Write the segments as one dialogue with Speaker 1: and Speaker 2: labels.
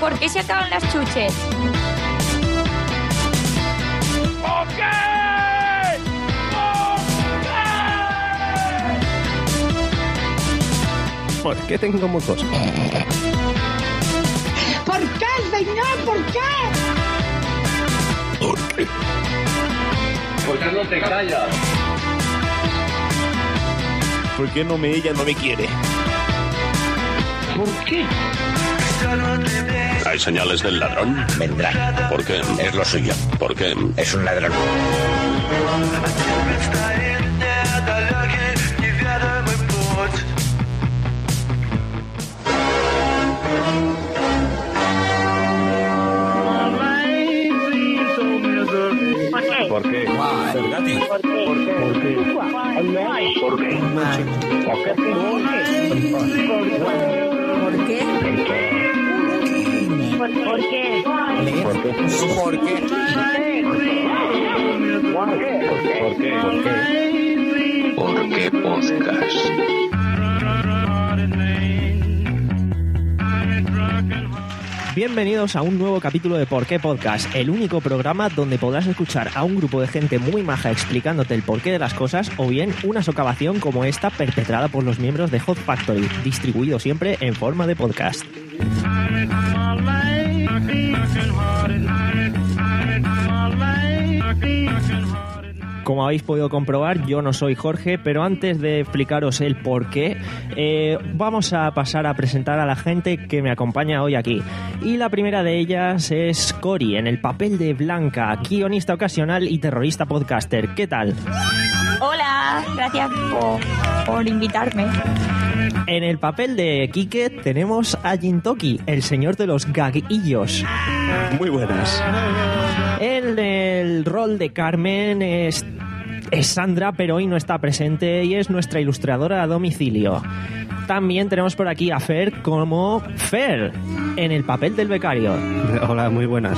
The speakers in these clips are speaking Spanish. Speaker 1: ¿Por qué se acaban las chuches?
Speaker 2: ¿Por qué tengo motos?
Speaker 3: ¿Por qué, señor? ¿Por qué?
Speaker 2: ¿Por qué? ¿Por qué no te callas? ¿Por qué no me ella no me quiere?
Speaker 3: ¿Por qué?
Speaker 4: Hay señales del ladrón. Vendrá. Porque es lo suyo. Porque es un ladrón.
Speaker 3: ¿Por qué? ¿Por qué? ¿Por qué?
Speaker 2: ¿Por qué? ¿Por qué? ¿Por qué? ¿Por qué? ¿Por qué? ¿Por qué? ¿Por qué? ¿Por qué? ¿Por qué? ¿Por qué? ¿Por qué podcast?
Speaker 5: Bienvenidos a un nuevo capítulo de Por qué Podcast, el único programa donde podrás escuchar a un grupo de gente muy maja explicándote el porqué de las cosas o bien una socavación como esta perpetrada por los miembros de Hot Factory, distribuido siempre en forma de podcast. Como habéis podido comprobar, yo no soy Jorge, pero antes de explicaros el por qué, eh, vamos a pasar a presentar a la gente que me acompaña hoy aquí. Y la primera de ellas es Cori, en el papel de Blanca, guionista ocasional y terrorista podcaster. ¿Qué tal?
Speaker 1: Hola, gracias por, por invitarme.
Speaker 5: En el papel de Quique tenemos a Jintoki, el señor de los gaguillos.
Speaker 2: Muy buenas.
Speaker 5: En el rol de Carmen es, es Sandra, pero hoy no está presente y es nuestra ilustradora a domicilio. También tenemos por aquí a Fer como Fer, en el papel del becario.
Speaker 2: Hola, muy buenas.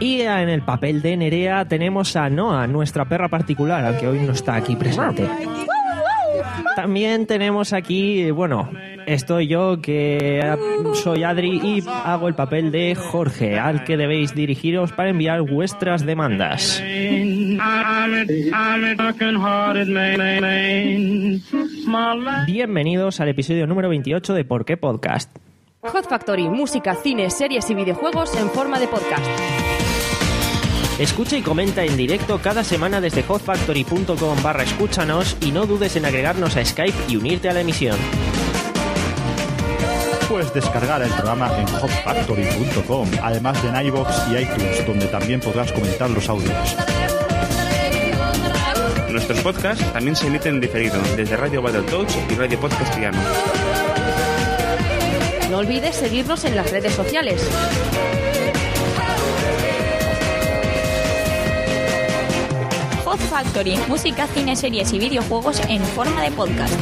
Speaker 5: Y en el papel de Nerea tenemos a Noa, nuestra perra particular, aunque hoy no está aquí presente. También tenemos aquí, bueno, estoy yo que soy Adri y hago el papel de Jorge, al que debéis dirigiros para enviar vuestras demandas. Bienvenidos al episodio número 28 de Por qué Podcast.
Speaker 6: Hot Factory, música, cine, series y videojuegos en forma de podcast.
Speaker 5: Escucha y comenta en directo cada semana desde hotfactory.com barra escúchanos y no dudes en agregarnos a Skype y unirte a la emisión.
Speaker 7: Puedes descargar el programa en hotfactory.com, además de en iVoox y iTunes, donde también podrás comentar los audios.
Speaker 2: Nuestros podcasts también se emiten en diferido desde Radio Battletoads y Radio Podcast Piano.
Speaker 6: No olvides seguirnos en las redes sociales.
Speaker 1: Hot Factory, música, cine, series y videojuegos en forma de podcast.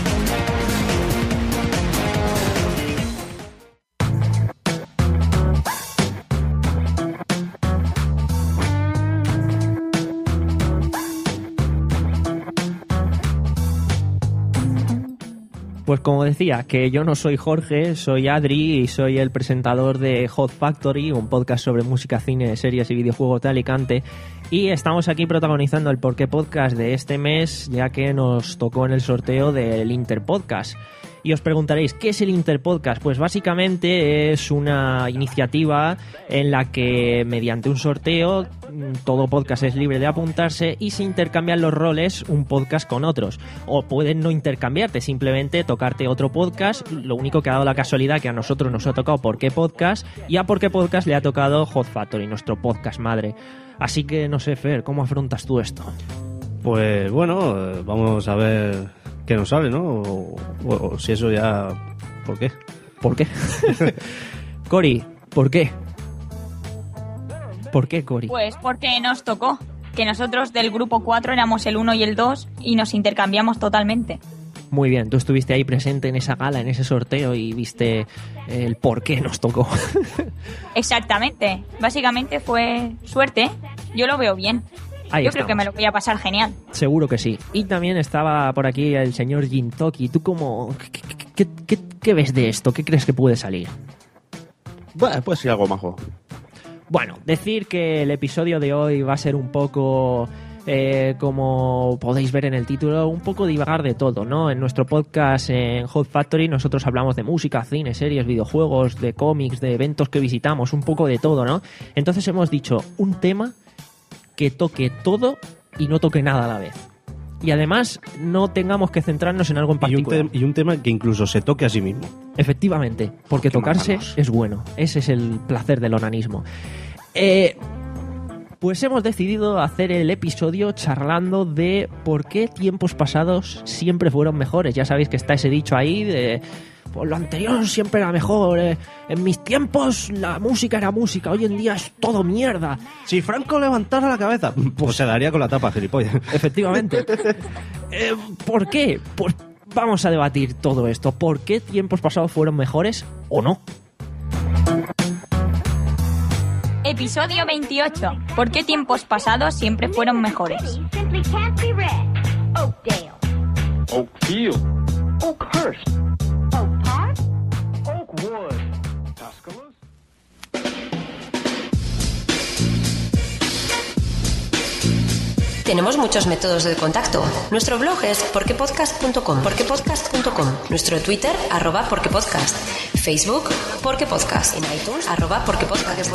Speaker 5: Pues como decía, que yo no soy Jorge, soy Adri y soy el presentador de Hot Factory, un podcast sobre música, cine, series y videojuegos de Alicante. Y estamos aquí protagonizando el Porqué Podcast de este mes, ya que nos tocó en el sorteo del Interpodcast. Y os preguntaréis, ¿qué es el Interpodcast? Pues básicamente es una iniciativa en la que mediante un sorteo mm, todo podcast es libre de apuntarse y se intercambian los roles un podcast con otros. O pueden no intercambiarte, simplemente tocarte otro podcast. Lo único que ha dado la casualidad que a nosotros nos ha tocado Por qué Podcast y a Por qué Podcast le ha tocado Hot Factory, nuestro podcast madre. Así que no sé, Fer, ¿cómo afrontas tú esto?
Speaker 3: Pues bueno, eh, vamos a ver qué nos sale, ¿no? O, o- o si eso ya... ¿Por qué?
Speaker 5: ¿Por qué? Cori, ¿por qué? ¿Por qué, Cori?
Speaker 1: Pues porque nos tocó. Que nosotros del grupo 4 éramos el 1 y el 2 y nos intercambiamos totalmente.
Speaker 5: Muy bien, tú estuviste ahí presente en esa gala, en ese sorteo y viste el por qué nos tocó.
Speaker 1: Exactamente. Básicamente fue suerte. Yo lo veo bien.
Speaker 5: Ahí
Speaker 1: Yo creo que
Speaker 5: estamos.
Speaker 1: me lo voy a pasar genial.
Speaker 5: Seguro que sí. Y también estaba por aquí el señor Jintoki. ¿Tú cómo, qué, qué- qué- qué ves de esto? ¿Qué crees que puede salir?
Speaker 3: Bueno, pues sí, algo majo.
Speaker 5: Bueno, decir que el episodio de hoy va a ser un poco, eh, como podéis ver en el título, un poco divagar de todo, ¿no? En nuestro podcast en Hot Factory nosotros hablamos de música, cine, series, videojuegos, de cómics, de eventos que visitamos, un poco de todo, ¿no? Entonces hemos dicho un tema que toque todo y no toque nada a la vez. Y además no tengamos que centrarnos en algo
Speaker 3: Y
Speaker 5: en
Speaker 3: un,
Speaker 5: particular.
Speaker 3: tem- y un tema que incluso se toque a sí mismo.
Speaker 5: Efectivamente, porque tocarse es bueno. Ese es el placer del onanismo. Eh, pues hemos decidido hacer el episodio charlando de por qué tiempos pasados siempre fueron mejores. Ya sabéis que está ese dicho ahí de... Pues lo anterior siempre era mejor. eh, En mis tiempos la música era música. Hoy en día es todo mierda.
Speaker 3: Si Franco levantara la cabeza, pues se daría con la tapa, gilipollas.
Speaker 5: Efectivamente. Eh, ¿Por qué? Pues vamos a debatir todo esto. ¿Por qué tiempos pasados fueron mejores o no?
Speaker 1: Episodio 28. ¿Por qué tiempos pasados siempre fueron mejores?
Speaker 6: Tenemos muchos métodos de contacto. Nuestro blog es porquepodcast.com, porquepodcast.com. Nuestro Twitter, arroba porquepodcast. Facebook, porquepodcast. En iTunes, arroba porquepodcast.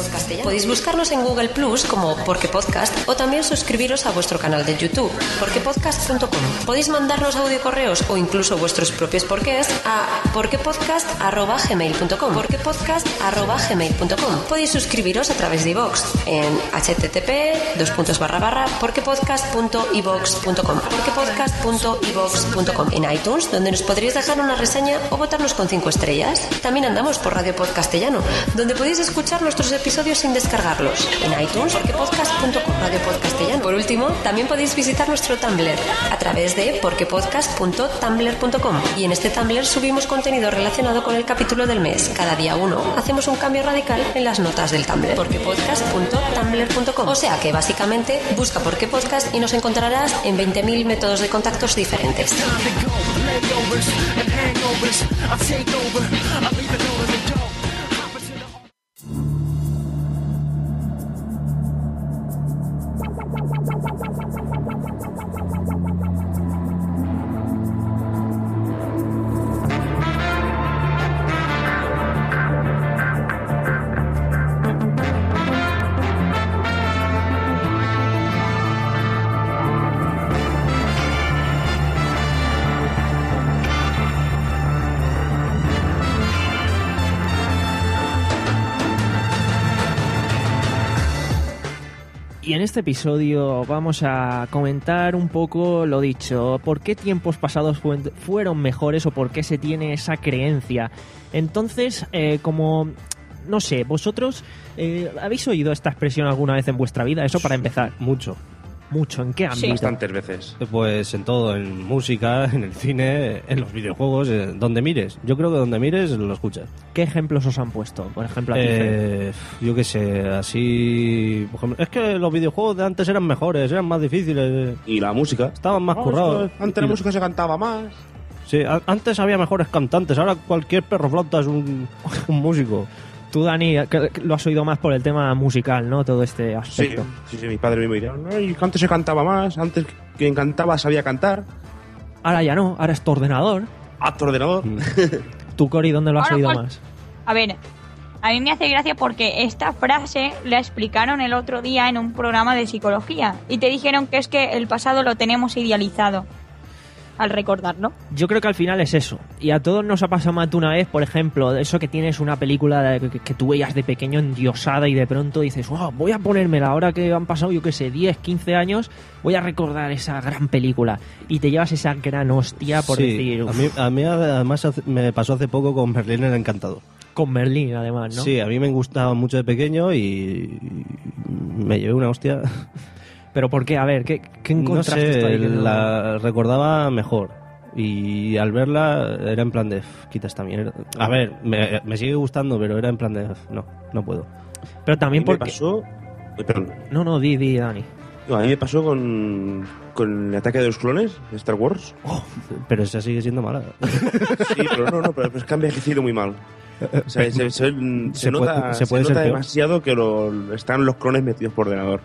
Speaker 6: Podéis buscarnos en Google Plus como porquepodcast o también suscribiros a vuestro canal de YouTube, porquepodcast.com. Podéis mandarnos audio correos o incluso vuestros propios porqués a porquepodcast.gmail.com porquepodcast.gmail.com Podéis suscribiros a través de iVox en http dos puntos barra barra porquepodcast.ivox.com porquepodcast.ivox.com en iTunes, donde nos podréis dejar una reseña o votarnos con cinco estrellas. También andamos por Radio Podcastellano, donde podéis escuchar nuestros episodios sin descargarlos en iTunes, porquepodcast.com, Radio Podcastellano. Por último, también podéis visitar nuestro Tumblr a través de porquepodcast.tumblr.com y en este Tumblr subimos contenido relacionado con el capítulo del mes. Cada día uno hacemos un cambio radical en las notas del Tumblr, porquepodcast.tumblr.com. O sea que básicamente busca por qué podcast y nos encontrarás en 20.000 métodos de contactos diferentes.
Speaker 5: Y en este episodio vamos a comentar un poco lo dicho, por qué tiempos pasados fuen- fueron mejores o por qué se tiene esa creencia. Entonces, eh, como, no sé, vosotros, eh, ¿habéis oído esta expresión alguna vez en vuestra vida? Eso para empezar.
Speaker 3: Mucho.
Speaker 5: Mucho, ¿en qué ámbito?
Speaker 3: Bastantes veces. Pues en todo, en música, en el cine, en los videojuegos, eh, donde mires. Yo creo que donde mires lo escuchas.
Speaker 5: ¿Qué ejemplos os han puesto? Por ejemplo, a ti, Fer.
Speaker 3: Eh, yo qué sé, así... por ejemplo, es que los videojuegos de antes eran
Speaker 5: pues,
Speaker 3: mejores, eran más difíciles. Y pues, la música. Estaban más currados.
Speaker 7: Antes la música se cantaba más.
Speaker 3: Sí, a- antes había mejores cantantes, ahora cualquier perro flauta es un, un músico.
Speaker 5: Tú, Dani, que- que lo has oído más por el tema musical, ¿no? Todo este
Speaker 7: Sí,
Speaker 5: aspecto.
Speaker 7: sí, sí, mi padre mismo diría, "Ay, antes se cantaba más, antes quien cantaba sabía cantar.
Speaker 5: Ahora ya no, ahora es tu ordenador.
Speaker 7: ¿A tu ordenador?
Speaker 5: ¿Tú, Cori, dónde lo has
Speaker 1: Ahora,
Speaker 5: oído
Speaker 1: ¿cuál?
Speaker 5: más?
Speaker 1: A ver, a mí me hace gracia porque esta frase la explicaron el otro día en un programa de psicología y te dijeron que es que el pasado lo tenemos idealizado al recordarlo.
Speaker 5: Yo creo que al final es eso. Y a todos nos ha pasado más de una vez, por ejemplo, de eso que tienes una película de- que, que tú veías de pequeño endiosada y de pronto dices, wow, voy a ponérmela ahora que han pasado, yo qué sé, 10, 15 años, voy a recordar esa gran película. Y te llevas esa gran hostia por
Speaker 3: Sí,
Speaker 5: decir,
Speaker 3: A
Speaker 5: "Uf,
Speaker 3: mí, a mí además hace- me pasó hace poco con Berlín el Encantador.
Speaker 5: con Merlín además, ¿no?
Speaker 3: Sí, a mí me gustaba mucho de pequeño y y me llevé una hostia.
Speaker 5: Pero ¿por qué? A ver, ¿qué, qué encontraste
Speaker 3: no sé,
Speaker 5: tú ahí que no-
Speaker 3: la recordaba mejor. Y al verla era en plan de, "F, quita esta mierda. A ver, me, me sigue gustando, pero era en plan de, "F, no, no puedo.
Speaker 5: Pero también
Speaker 7: A mí me
Speaker 5: porque...
Speaker 7: pasó- Ay, perdón.
Speaker 5: No, no, di, di, Dani.
Speaker 7: No, a mí me pasó con, con el ataque de los clones, de Star Wars.
Speaker 3: Oh, Pero esa sigue siendo mala.
Speaker 7: Sí, pero no, no, pero es que ha envejecido muy mal. O sea, se, se- se
Speaker 3: Se puede-
Speaker 7: nota,
Speaker 3: se puede
Speaker 7: se nota
Speaker 3: ser peor.
Speaker 7: demasiado que lo- están los clones metidos por ordenador.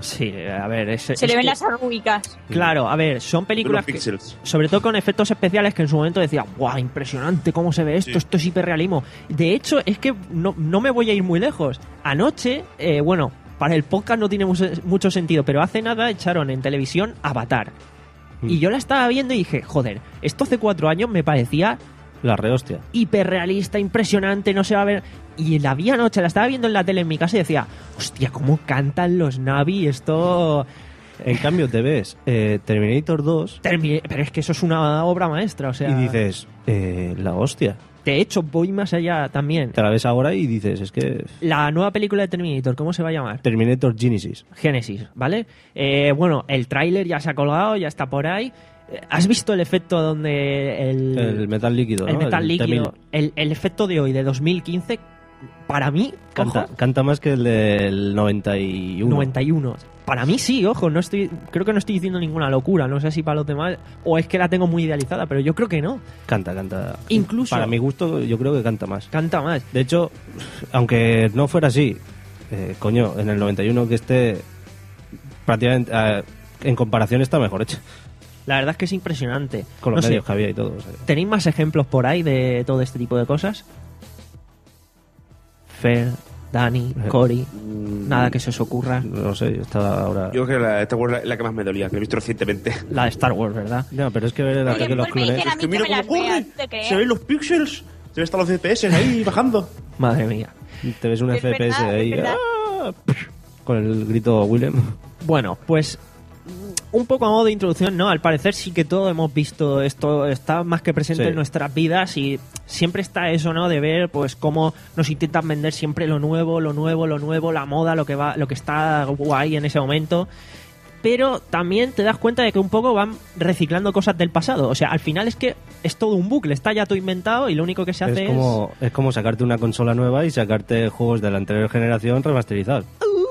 Speaker 5: Sí, a ver, es,
Speaker 1: Se
Speaker 5: es
Speaker 1: le ven
Speaker 5: que-
Speaker 1: las arrúbicas.
Speaker 5: Claro, a ver, son películas
Speaker 7: Los
Speaker 5: que,
Speaker 7: píxeles.
Speaker 5: sobre todo con efectos especiales que en su momento decía, ¡guau, impresionante cómo se ve esto!
Speaker 7: Sí.
Speaker 5: Esto es hiperrealismo. De hecho, es que no, no me voy a ir muy lejos. Anoche, eh, bueno, para el podcast no tiene mu- mucho sentido, pero hace nada echaron en televisión Avatar. Y yo la estaba viendo y dije, joder, esto hace cuatro años me parecía
Speaker 3: La rehostia.
Speaker 5: hiperrealista, impresionante, no se va a ver. Y la vi anoche, la estaba viendo en la tele en mi casa y decía, hostia, cómo cantan los Navi, esto...
Speaker 3: En cambio, te ves eh, Terminator 2
Speaker 5: Termi- Pero es que eso es una obra maestra, o sea...
Speaker 3: y dices, eh, la hostia.
Speaker 5: De hecho, voy más allá también.
Speaker 3: Te la ves ahora y dices, es que
Speaker 5: La nueva película de Terminator, ¿cómo se va a llamar?
Speaker 3: Terminator Genesis.
Speaker 5: Génesis, ¿vale? Eh, bueno, el tráiler ya se ha colgado, ya está por ahí. Eh, ¿Has visto el efecto donde el...
Speaker 3: El metal líquido,
Speaker 5: el
Speaker 3: ¿no?
Speaker 5: metal líquido,
Speaker 3: T-1000.
Speaker 5: el, el efecto de hoy, de 2015, para mí,
Speaker 3: Canta,
Speaker 5: ojo,
Speaker 3: canta más que el del 91.
Speaker 5: 91. Para mí sí, ojo, no estoy, creo que no estoy diciendo ninguna locura, no sé si para los demás, o es que la tengo muy idealizada, pero yo creo que no.
Speaker 3: Canta, canta.
Speaker 5: Incluso-
Speaker 3: Para mi gusto, yo creo que canta más.
Speaker 5: Canta más.
Speaker 3: De hecho, aunque no fuera así, eh, coño, en el 91 que esté prácticamente eh, en comparación está mejor hecho
Speaker 5: La verdad es que es impresionante.
Speaker 3: con los
Speaker 5: no sé,
Speaker 3: medios que había y todo. o sea.
Speaker 5: ¿Tenéis más ejemplos por ahí de todo este tipo de cosas? Fer, Dani, Cory, nada que se os ocurra.
Speaker 3: Eh, mm, No sé, yo estaba ahora.
Speaker 7: Yo creo que la, esta Wars es la que más me dolía, que he visto recientemente.
Speaker 5: La de Star Wars, ¿verdad?
Speaker 3: No, pero es que ver el
Speaker 1: Oye,
Speaker 3: ataque de los
Speaker 1: pues me
Speaker 3: clones.
Speaker 1: dicen a mí
Speaker 7: que
Speaker 1: que
Speaker 7: mira
Speaker 1: me las
Speaker 7: cómo
Speaker 1: veas,
Speaker 7: corre.
Speaker 1: ¿te crees?
Speaker 7: Se ven los pixels, se ven hasta los FPS ahí bajando.
Speaker 5: Madre mía.
Speaker 3: Te ves un
Speaker 1: Es verdad,
Speaker 3: FPS
Speaker 1: es
Speaker 3: ahí.
Speaker 1: verdad.
Speaker 3: ¡ah! Con el grito Willem.
Speaker 5: Bueno, pues un poco a modo de introducción, ¿no? Al parecer sí que todo hemos visto esto, está más que presente
Speaker 3: Sí.
Speaker 5: en nuestras vidas y siempre está eso, ¿no? De ver pues cómo nos intentan vender siempre lo nuevo, lo nuevo, lo nuevo, la moda, lo que va, lo que está guay en ese momento. Pero también te das cuenta de que un poco van reciclando cosas del pasado. O sea, al final es que es todo un bucle, está ya todo inventado y lo único que se hace
Speaker 3: Es
Speaker 5: es.
Speaker 3: como, es como sacarte una consola nueva y sacarte juegos de la anterior generación remasterizados.
Speaker 5: Uh.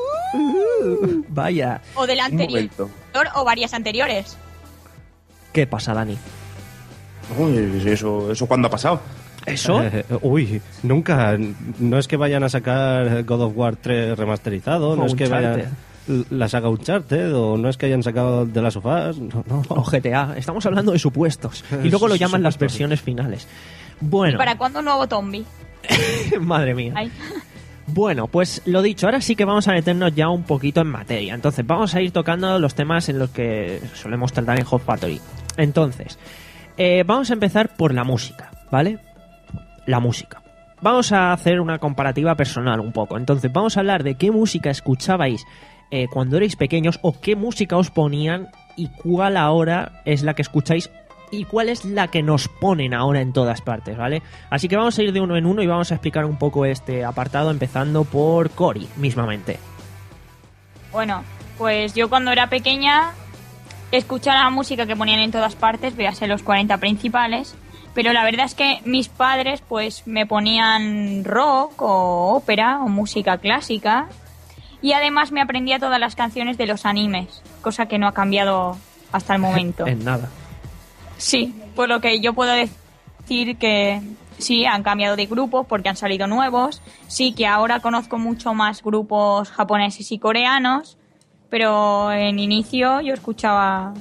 Speaker 5: Vaya.
Speaker 1: O del
Speaker 7: Un
Speaker 1: anterior
Speaker 7: momento.
Speaker 1: o varias anteriores.
Speaker 5: ¿Qué pasa, Dani?
Speaker 7: Uy, eso, eso cuándo ha pasado.
Speaker 5: ¿Eso?
Speaker 3: Eh, uy, nunca. No es que vayan a sacar God of War 3 remasterizado, no es que
Speaker 5: Uncharted.
Speaker 3: vayan la saga Uncharted, o no es que hayan sacado de las sofás. No, no.
Speaker 5: o GTA. Estamos hablando de supuestos. Y luego lo
Speaker 3: Sí, sí,
Speaker 5: llaman las
Speaker 3: supuestos.
Speaker 5: versiones finales. Bueno,
Speaker 1: ¿Para cuándo un nuevo zombie?
Speaker 5: madre mía.
Speaker 1: Ay.
Speaker 5: Bueno, pues lo dicho, ahora sí que vamos a meternos ya un poquito en materia. Entonces, vamos a ir tocando los temas en los que solemos tratar en Hot Factory. Entonces, eh, vamos a empezar por la música, ¿vale? La música. Vamos a hacer una comparativa personal un poco. Entonces, vamos a hablar de qué música escuchabais eh, cuando erais pequeños o qué música os ponían y cuál ahora es la que escucháis y cuál es la que nos ponen ahora en todas partes, ¿vale? Así que vamos a ir de uno en uno y vamos a explicar un poco este apartado, empezando por Cory, mismamente.
Speaker 1: Bueno, pues yo cuando era pequeña escuchaba la música que ponían en todas partes, véase los 40 principales, pero la verdad es que mis padres pues me ponían rock o ópera o música clásica y además me aprendía todas las canciones de los animes, cosa que no ha cambiado hasta el momento.
Speaker 5: En nada.
Speaker 1: Sí, por lo que yo puedo decir que sí, han cambiado de grupos porque han salido nuevos. Sí, que ahora conozco mucho más grupos japoneses y coreanos, pero en inicio yo escuchaba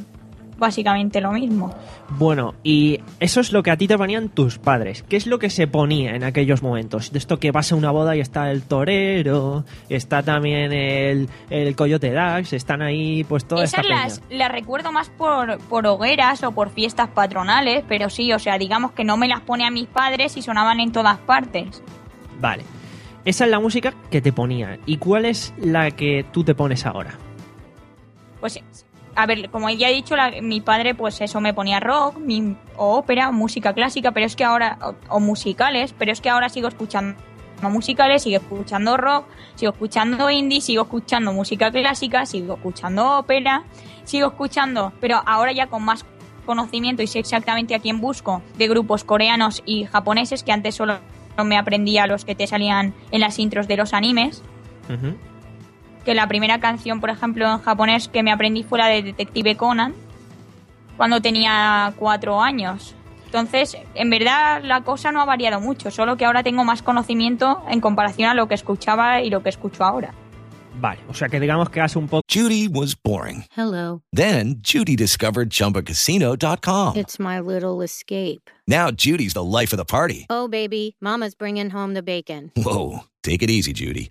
Speaker 1: básicamente lo mismo.
Speaker 5: Bueno, y eso es lo que a ti te ponían tus padres. ¿Qué es lo que se ponía en aquellos momentos? De esto que vas a una boda y está el torero, está también el, el coyote Dax, están ahí pues todas
Speaker 1: Esas las, las recuerdo más por, por hogueras o por fiestas patronales, pero sí, o sea, digamos que no me las pone a mis padres y sonaban en todas partes.
Speaker 5: Vale. Esa es la música que te ponían. ¿Y cuál es la que tú te pones ahora?
Speaker 1: Pues a ver, como ya he dicho, la- mi padre, pues eso me ponía rock, mi- o ópera, o música clásica, pero es que ahora, o, o musicales, pero es que ahora sigo escuchando musicales, sigo escuchando rock, sigo escuchando indie, sigo escuchando música clásica, sigo escuchando ópera, sigo escuchando, pero ahora ya con más conocimiento y sé exactamente a quién busco de grupos coreanos y japoneses que antes solo me aprendía los que te salían en las intros de los animes
Speaker 5: Ujú.
Speaker 1: que la primera canción, por ejemplo, en japonés que me aprendí fue la de Detective Conan, cuando tenía cuatro años. Entonces, en verdad, la cosa no ha variado mucho, solo que ahora tengo más conocimiento en comparación a lo que escuchaba y lo que escucho ahora.
Speaker 5: Vale, o sea que digamos que hace un poco...
Speaker 8: Judy was boring.
Speaker 9: Hello.
Speaker 8: Then Judy discovered ChumbaCasino.com.
Speaker 9: It's my little escape.
Speaker 8: Now Judy's the life of the party.
Speaker 9: Oh, baby, Mama's bringing home the bacon.
Speaker 8: Whoa, take it easy, Judy.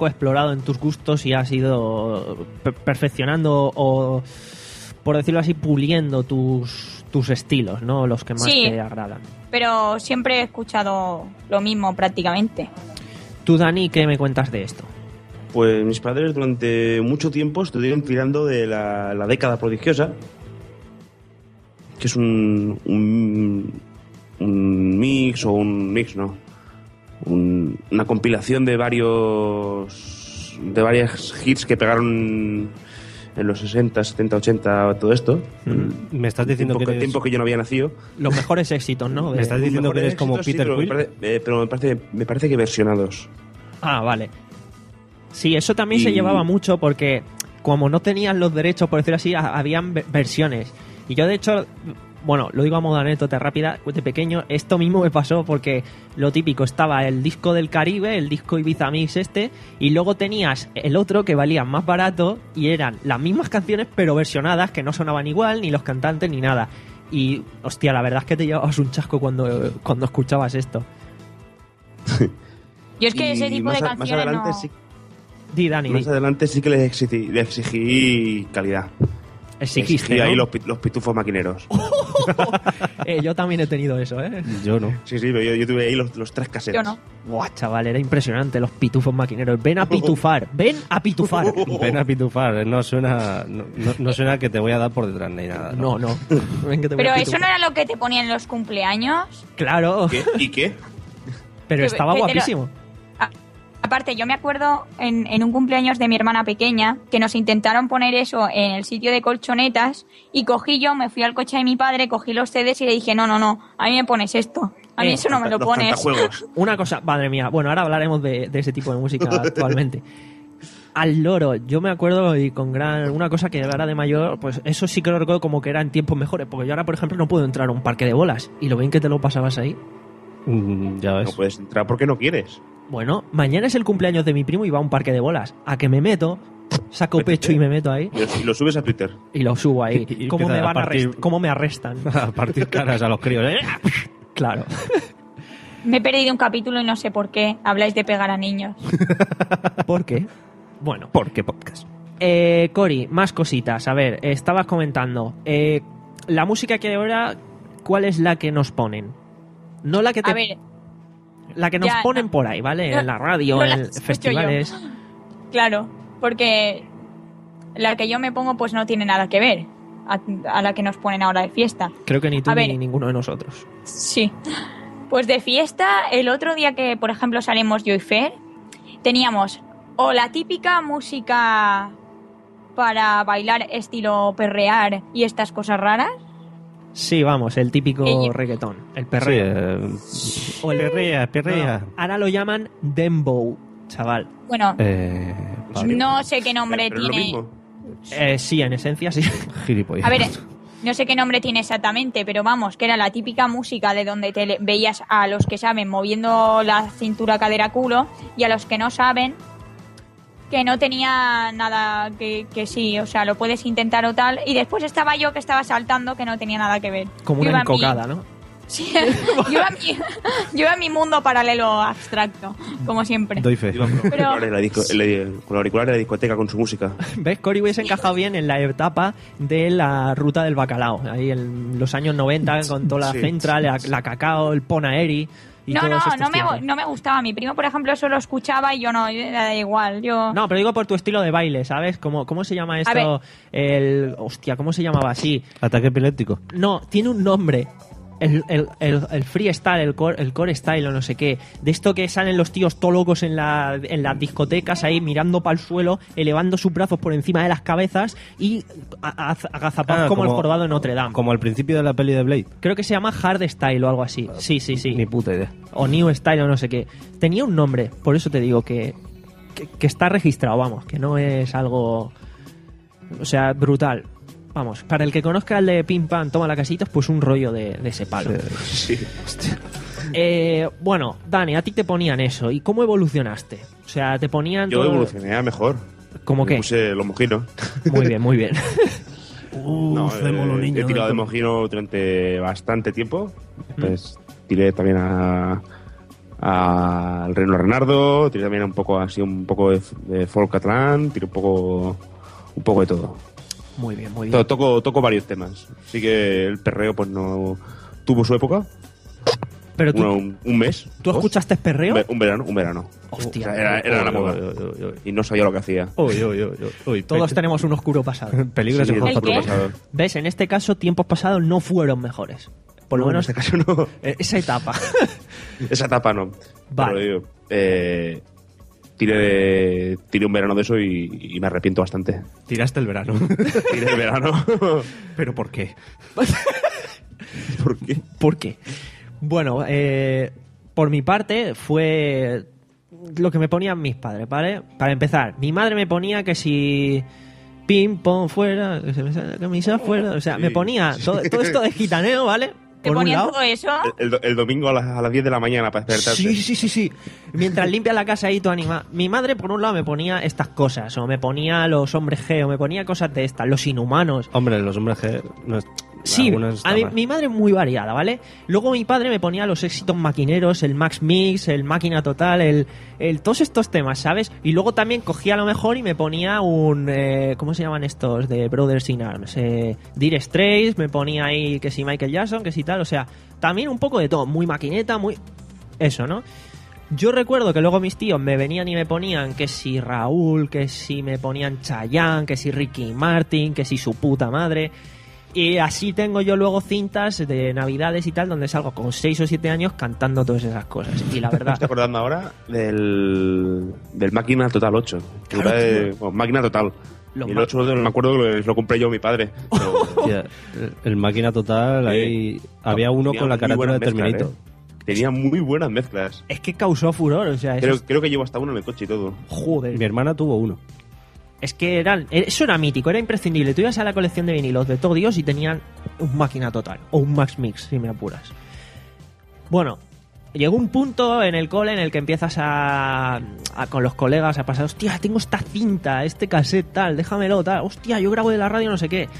Speaker 5: explorado en tus gustos y has ido per- perfeccionando o, por decirlo así, puliendo tus, tus estilos, ¿no? Los que más
Speaker 1: Sí.
Speaker 5: te agradan.
Speaker 1: Pero siempre he escuchado lo mismo prácticamente.
Speaker 5: Tú, Dani, ¿qué me cuentas de esto?
Speaker 7: Pues mis padres durante mucho tiempo estuvieron tirando de la, la década prodigiosa, que es un, un, un mix o un mix, ¿no? Un- una compilación de varios de varios hits que pegaron en los 60, 70, 80, todo esto.
Speaker 3: Me estás diciendo
Speaker 7: tiempo,
Speaker 3: que eres-
Speaker 7: tiempo que yo no había nacido.
Speaker 5: Los mejores éxitos, ¿no? De-
Speaker 3: Me estás diciendo que eres como
Speaker 7: Eh, Éxitos, sí,
Speaker 3: Peter
Speaker 7: pero me
Speaker 3: Quill.
Speaker 7: parece- eh, pero me parece, me parece que versionados.
Speaker 5: Ah, vale. Sí, eso también se
Speaker 7: Y-
Speaker 5: llevaba mucho porque como no tenían los derechos, por decirlo así, ha- habían ve- versiones. Y yo de hecho, bueno, lo digo a modo anécdota rápida, de pequeño esto mismo me pasó porque lo típico estaba el disco del Caribe, el disco Ibiza Mix este, y luego tenías el otro que valía más barato y eran las mismas canciones pero versionadas que no sonaban igual, ni los cantantes ni nada. Y hostia, la verdad es que te llevabas un chasco cuando, cuando escuchabas esto.
Speaker 1: Yo es que
Speaker 7: Y
Speaker 1: ese tipo
Speaker 7: más
Speaker 1: de
Speaker 7: a- más
Speaker 1: canciones
Speaker 7: adelante
Speaker 1: no...
Speaker 7: sí-
Speaker 5: Di,
Speaker 3: Ah,
Speaker 5: Dani, di.
Speaker 7: Más adelante sí que les exigí, les exigí calidad.
Speaker 5: Exigiste,
Speaker 7: Exigí ahí
Speaker 5: ¿no?
Speaker 7: los, pi- los pitufos maquineros.
Speaker 5: Eh, yo también he tenido eso, ¿eh?
Speaker 3: Yo no.
Speaker 7: Sí, sí, pero yo, yo tuve ahí los, los tres casetes.
Speaker 5: Buah, chaval, era impresionante los pitufos maquineros. Ven a pitufar, ven a pitufar.
Speaker 3: Ven a pitufar, eh, no suena, no, no- no suena que te voy a dar por detrás ni nada.
Speaker 5: No, no. Ven que te voy
Speaker 1: Pero
Speaker 5: a
Speaker 1: eso
Speaker 5: pitufar.
Speaker 1: no era lo que te ponían en los cumpleaños.
Speaker 5: Claro.
Speaker 7: ¿Y qué?
Speaker 5: Pero
Speaker 1: Que-
Speaker 5: estaba
Speaker 1: que te lo-
Speaker 5: guapísimo.
Speaker 1: Aparte, yo me acuerdo en, en un cumpleaños de mi hermana pequeña que nos intentaron poner eso en el sitio de colchonetas y cogí yo, me fui al coche de mi padre, cogí los CDs y le dije, no, no, no, a mí me pones esto, a mí
Speaker 5: Eh,
Speaker 1: eso no me lo pones.
Speaker 5: Una cosa, madre mía. Bueno, ahora hablaremos de, de ese tipo de música actualmente. Al loro, yo me acuerdo y con gran. Una cosa que ahora de mayor, pues eso sí que lo recuerdo como que era en tiempos mejores. Porque yo ahora, por ejemplo, no puedo entrar a un parque de bolas. Y lo bien que te lo pasabas ahí.
Speaker 3: ya ves.
Speaker 7: No puedes entrar porque no quieres.
Speaker 5: Bueno, mañana es el cumpleaños de mi primo y va a un parque de bolas. A que me meto, saco pecho
Speaker 7: ¿eh?
Speaker 5: y me meto ahí.
Speaker 7: Y lo- y lo subes a Twitter.
Speaker 5: Y lo subo ahí.
Speaker 3: Y
Speaker 5: ¿Cómo me
Speaker 3: empiezan a
Speaker 5: van a
Speaker 3: partir-
Speaker 5: arrest- cómo me arrestan?
Speaker 3: A partir caras a los críos, ¿eh?
Speaker 5: Claro.
Speaker 1: Me he perdido un capítulo y no sé por qué, habláis de pegar a niños.
Speaker 5: ¿Por qué? Bueno.
Speaker 3: Porque podcast.
Speaker 5: eh, Cori, más cositas. A ver, estabas comentando. eh, la música que hay ahora, ¿cuál es la que nos ponen? No la que te.
Speaker 1: A ver,
Speaker 5: la que nos
Speaker 1: ya,
Speaker 5: ponen
Speaker 1: no.
Speaker 5: por ahí, ¿vale?
Speaker 1: No,
Speaker 5: En la radio,
Speaker 1: no la
Speaker 5: en
Speaker 1: escucho yo.
Speaker 5: festivales.
Speaker 1: claro, porque la que yo me pongo pues no tiene nada que ver a, a la que nos ponen ahora de fiesta.
Speaker 5: Creo que ni tú
Speaker 1: A ver.
Speaker 5: ni ninguno de nosotros.
Speaker 1: Sí. Pues de fiesta, el otro día que, por ejemplo, salimos yo y Fer, teníamos o la típica música para bailar estilo perrear y estas cosas raras,
Speaker 5: Sí, vamos, el típico
Speaker 1: Ella-
Speaker 5: reggaetón. El
Speaker 3: eh,
Speaker 5: perreo. o el
Speaker 3: perrea, perrea.
Speaker 5: No, ahora lo llaman dembow, chaval.
Speaker 1: Bueno,
Speaker 3: Eh, vale.
Speaker 1: no sé qué nombre tiene.
Speaker 5: Eh, sí, en esencia sí.
Speaker 3: Gilipollas.
Speaker 1: A ver, no sé qué nombre tiene exactamente, pero vamos, que era la típica música de donde te le- veías a los que saben moviendo la cintura, cadera, culo, y a los que no saben, que no tenía nada que, que sí, o sea, lo puedes intentar o tal. Y después estaba yo que estaba saltando, que no tenía nada que ver.
Speaker 5: Como una
Speaker 1: Yo iba a mi-
Speaker 5: encocada, ¿no?
Speaker 1: Sí, yo, iba a mi, yo iba a mi mundo paralelo abstracto, como siempre.
Speaker 3: Doy fe.
Speaker 1: Pero-
Speaker 7: Auriculares en la disco- en la- Con los auriculares de la discoteca con su música.
Speaker 5: ¿Ves? Cory hubiese encajado bien en la etapa de la ruta del bacalao. Ahí en los años 90, con toda la
Speaker 7: Sí.
Speaker 5: Central, la, la Cacao, el Ponaeri y
Speaker 1: No,
Speaker 5: todos
Speaker 1: no,
Speaker 5: estos
Speaker 1: no me,
Speaker 5: tíos.
Speaker 1: no me gustaba. Mi primo, por ejemplo, eso lo escuchaba y yo no, yo- da igual. Yo...
Speaker 5: No, pero digo por tu estilo de baile, ¿sabes? ¿Cómo, cómo se llama
Speaker 1: ver.
Speaker 5: esto? El, hostia, ¿cómo se llamaba así?
Speaker 3: Ataque epiléptico.
Speaker 5: No, tiene un nombre. El, el, el, el freestyle, el core, el core style o no sé qué. De esto que salen los tíos todo locos en, la, en las discotecas ahí mirando para el suelo, elevando sus brazos por encima de las cabezas y a- a- agazapados
Speaker 3: Ah,
Speaker 5: como, el jorobado de Notre Dame.
Speaker 3: Como al principio de la peli de Blade.
Speaker 5: Creo que se llama hard style o algo así. Sí, sí, sí.
Speaker 3: Ni puta idea.
Speaker 5: O new style o no sé qué. Tenía un nombre, por eso te digo que, que, que está registrado, vamos, que no es algo... O sea, brutal. Vamos, para el que conozca el de Pim Pam, toma la casita, pues un rollo de, de ese palo.
Speaker 7: Sí.
Speaker 5: Eh, bueno, Dani, a ti te ponían eso. ¿Y cómo evolucionaste? O sea, te ponían.
Speaker 7: Yo
Speaker 5: todo-
Speaker 7: evolucioné a mejor.
Speaker 5: ¿Cómo
Speaker 7: que?
Speaker 5: qué?
Speaker 7: Puse los mojinos.
Speaker 5: Muy bien, muy bien.
Speaker 7: No,
Speaker 3: Uf, de
Speaker 7: eh,
Speaker 3: mono niño,
Speaker 7: He tirado
Speaker 3: de
Speaker 7: de mojino durante bastante tiempo. Pues tiré también a a- al Reino Renardo, tiré también un poco así un poco de, de folk catalán, tiré un poco un poco de todo.
Speaker 5: Muy bien, muy bien.
Speaker 7: To- toco toco varios temas. Así que el perreo pues no tuvo su época.
Speaker 5: Pero tú-
Speaker 7: Bueno, un, un mes.
Speaker 5: ¿Tú
Speaker 7: dos.
Speaker 5: escuchaste perreo?
Speaker 7: Un ve- Un verano, un verano.
Speaker 5: Hostia.
Speaker 7: O sea, era era la
Speaker 3: Uy,
Speaker 7: moda.
Speaker 3: uy, uy, uy.
Speaker 7: Y no sabía lo que hacía.
Speaker 3: Uy, uy, uy, uy, uy.
Speaker 5: Todos
Speaker 3: Pe-
Speaker 5: tenemos un oscuro pasado.
Speaker 3: Peligros
Speaker 7: Sí,
Speaker 3: en Juan
Speaker 7: el
Speaker 3: Patrón.
Speaker 7: qué? pasado.
Speaker 5: ¿Ves? En este caso, tiempos pasados no fueron mejores. Por lo
Speaker 7: No, en
Speaker 5: menos
Speaker 7: este caso no.
Speaker 5: eh, esa etapa.
Speaker 7: Esa etapa no.
Speaker 5: Vale.
Speaker 7: Pero digo, eh, tiré, de- tiré un verano de eso y, y me arrepiento bastante.
Speaker 3: Tiraste el verano.
Speaker 7: Tiré el verano.
Speaker 3: ¿Pero por qué?
Speaker 7: ¿Por qué?
Speaker 5: ¿Por qué? Bueno, eh, por mi parte fue lo que me ponían mis padres, ¿vale? Para empezar, mi madre me ponía que si pim, pom, fuera, que se me sale la camisa fuera, o sea, me ponía todo, todo esto de gitaneo, ¿vale?
Speaker 1: ¿Te ponían todo eso?
Speaker 7: El, do- el domingo a las, a las 10 de la mañana para despertarte.
Speaker 5: Sí, sí, sí, sí. Mientras limpia la casa ahí, tú anima. Mi madre, por un lado, me ponía estas cosas, o me ponía los hombres G, o me ponía cosas de estas, los inhumanos.
Speaker 3: Hombre, los hombres que. no es-
Speaker 5: Sí,
Speaker 3: algunos están
Speaker 5: a mí-
Speaker 3: mal.
Speaker 5: mi madre es muy variada, ¿vale? Luego mi padre me ponía los éxitos maquineros, el Max Mix, el Máquina Total, el, el- todos estos temas, ¿sabes? Y luego también cogía lo mejor y me ponía un... eh, ¿Cómo se llaman estos? De Brothers in Arms. Eh, Dire Straits, me ponía ahí que si Michael Jackson, que si tal, o sea, también un poco de todo, muy maquineta, muy... Eso, ¿no? Yo recuerdo que luego mis tíos me venían y me ponían que si Raúl, que si me ponían Chayanne, que si Ricky Martin, que si su puta madre. Y así tengo yo luego cintas de navidades y tal, donde salgo con 6 o 7 años cantando todas esas cosas. Y la
Speaker 7: Me
Speaker 5: verdad,
Speaker 7: estoy acordando ahora del, del Máquina Total 8. Que
Speaker 5: Claro,
Speaker 7: era de- bueno, máquina Total.
Speaker 5: Lo
Speaker 7: Y el
Speaker 5: ma-
Speaker 7: 8 lo- me acuerdo que lo, lo compré yo a mi padre.
Speaker 3: Hostia, el- el máquina total, ahí había uno
Speaker 7: Tenía
Speaker 3: con la
Speaker 7: muy
Speaker 3: carátula de
Speaker 7: buenas mezclas,
Speaker 3: Terminator.
Speaker 7: ¿eh? Tenía muy buenas mezclas.
Speaker 5: es que causó furor, o sea, Eh, eso
Speaker 7: Creo,
Speaker 5: es-
Speaker 7: creo que llevo hasta uno en el coche y todo.
Speaker 5: joder.
Speaker 3: Mi hermana tuvo uno.
Speaker 5: Es que eran, eso era mítico, era imprescindible. Tú ibas a la colección de vinilos de todo Dios y tenían un máquina total o un Max Mix, si me apuras. Bueno, llegó un punto en el cole en el que empiezas a, a- con los colegas a pasar, hostia, tengo esta cinta, este cassette tal, déjamelo tal, hostia, yo grabo de la radio no sé qué.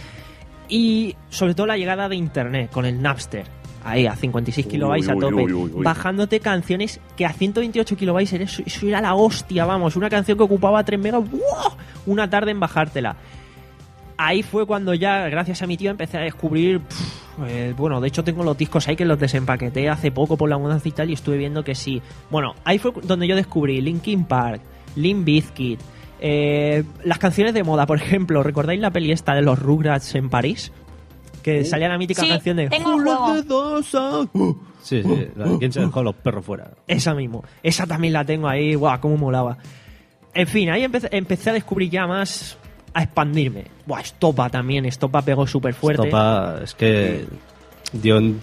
Speaker 5: Y sobre todo la llegada de internet con el Napster. ahí a 56 kilobytes a
Speaker 7: uy,
Speaker 5: tope,
Speaker 7: uy, uy, uy.
Speaker 5: bajándote canciones que a 128 kilobytes era- eso, eso era la hostia, vamos, una canción que ocupaba 3 megas, ¡buah! una tarde en bajártela. Ahí fue cuando ya, gracias a mi tío, empecé a descubrir. pf, eh, bueno, de hecho tengo los discos ahí que los desempaqueté hace poco por la mudanza y tal, y estuve viendo que sí. Bueno, ahí fue donde yo descubrí Linkin Park, Limp Bizkit, eh, las canciones de moda, por ejemplo. ¿Recordáis la peli esta de los Rugrats en París? Que salía la mítica
Speaker 1: Sí,
Speaker 5: canción de
Speaker 1: tengo el juego.
Speaker 3: Sí, sí, la de quién se dejó los perros fuera.
Speaker 5: Esa mismo. Esa también la tengo ahí. Guau, cómo molaba. En fin, ahí empecé, empecé a descubrir ya más... A expandirme. Buah, Estopa también. Estopa pegó súper fuerte.
Speaker 3: Estopa, es que dio en-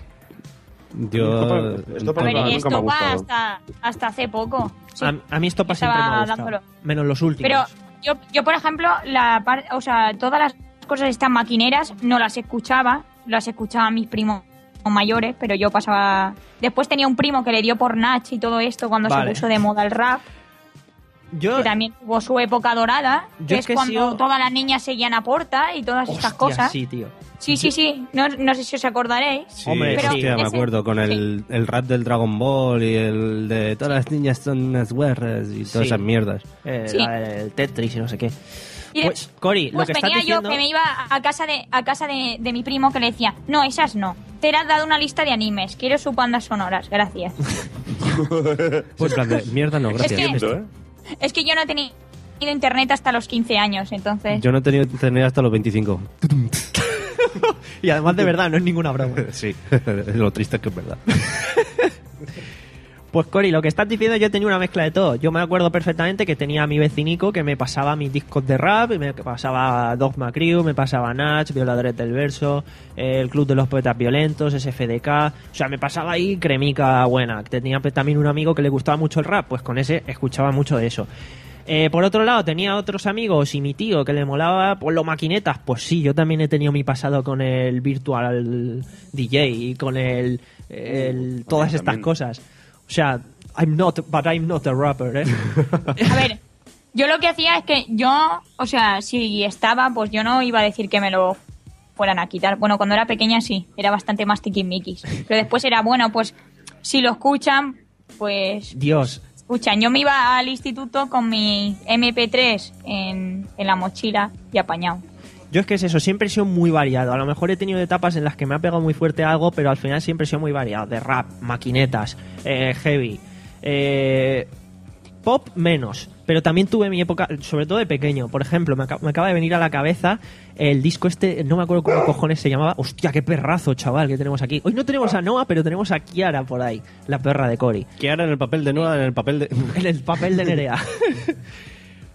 Speaker 3: dio
Speaker 5: Estopa-
Speaker 1: A
Speaker 5: Estopa
Speaker 1: ver,
Speaker 5: nunca me ha
Speaker 1: esto va
Speaker 5: gustado.
Speaker 1: hasta, hasta hace poco. Sí,
Speaker 5: A, a mí Estopa siempre me
Speaker 1: estaba
Speaker 5: ha gustado.
Speaker 1: dándolo.
Speaker 5: Menos los últimos.
Speaker 1: Pero yo, yo por ejemplo, la par- o sea, todas las cosas estas maquineras no las escuchaba, las escuchaba mis primos mayores, pero yo pasaba... Después tenía un primo que le dio por Nach y todo esto cuando
Speaker 5: Vale.
Speaker 1: se puso de moda el rap,
Speaker 5: yo,
Speaker 1: que también tuvo su época dorada,
Speaker 5: Yo
Speaker 1: que
Speaker 5: es
Speaker 1: es
Speaker 5: que he
Speaker 1: cuando
Speaker 5: sido-
Speaker 1: todas las niñas seguían a Porta y todas estas
Speaker 5: Hostia,
Speaker 1: cosas.
Speaker 5: sí, tío.
Speaker 1: Sí, sí, sí. No, no sé si os acordaréis.
Speaker 3: Sí,
Speaker 5: Hombre,
Speaker 1: pero
Speaker 3: hostia, me
Speaker 1: ese-
Speaker 3: acuerdo con el, el rap del Dragon Ball y el de todas las niñas son unas guerras y todas
Speaker 5: Sí.
Speaker 3: esas mierdas.
Speaker 5: Eh,
Speaker 1: Sí.
Speaker 5: la del Tetris y no sé qué.
Speaker 1: Y de-
Speaker 5: Pues, Cori, lo
Speaker 1: Pues
Speaker 5: que estás
Speaker 1: venía
Speaker 5: diciendo...
Speaker 1: yo que me iba a casa de a casa de, de mi primo que le decía, no, esas no. Te has dado una lista de animes, quiero sus bandas sonoras, gracias.
Speaker 3: Pues en plan de, mierda no, gracias.
Speaker 1: Es
Speaker 5: ¿eh?
Speaker 1: que- es que yo no he tenido internet hasta los 15 años, entonces.
Speaker 3: Yo no he tenido internet hasta los 25.
Speaker 5: Y además de verdad, no es ninguna broma.
Speaker 3: Sí, lo triste es que es verdad.
Speaker 5: Pues Cori, lo que estás diciendo yo tenía una mezcla de todo. Yo me acuerdo perfectamente que tenía a mi vecinico que me pasaba mis discos de rap, y me pasaba Dogma Crew, me pasaba Natch, Violadores del Verso, eh, el Club de los Poetas Violentos, SFDK, o sea, me pasaba ahí cremica buena. Tenía pues, también un amigo que le gustaba mucho el rap, pues con ese escuchaba mucho de eso. Eh, por otro lado, tenía otros amigos y mi tío que le molaba pues, los maquinetas. Pues sí, yo también he tenido mi pasado con el virtual DJ y con el, el- todas estas cosas. O sea, I'm not, but I'm not a rapper, ¿eh?
Speaker 1: Yo lo que hacía es que yo, o sea, si estaba, pues yo no iba a decir que me lo fueran a quitar. Bueno, cuando era pequeña sí, era bastante más tiquismiquis. Pero después era, bueno, pues si lo escuchan, pues
Speaker 5: Dios.
Speaker 1: escuchan. Yo me iba al instituto con mi MP3 en, en la mochila y apañado.
Speaker 5: Yo es que es eso, siempre he sido muy variado. A lo mejor he tenido etapas en las que me ha pegado muy fuerte algo, pero al final siempre he sido muy variado. De rap, maquinetas, eh, heavy, eh, pop menos. Pero también tuve mi época, sobre todo de pequeño. Por ejemplo, me, aca- me acaba de venir a la cabeza el disco este, no me acuerdo cómo cojones se llamaba. Hostia, qué perrazo, chaval, que tenemos aquí. Hoy no tenemos a Noah, pero tenemos a Kiara por ahí, la perra de Cory.
Speaker 3: Kiara en el papel de Noah, en el papel de...
Speaker 5: En el papel de Nerea.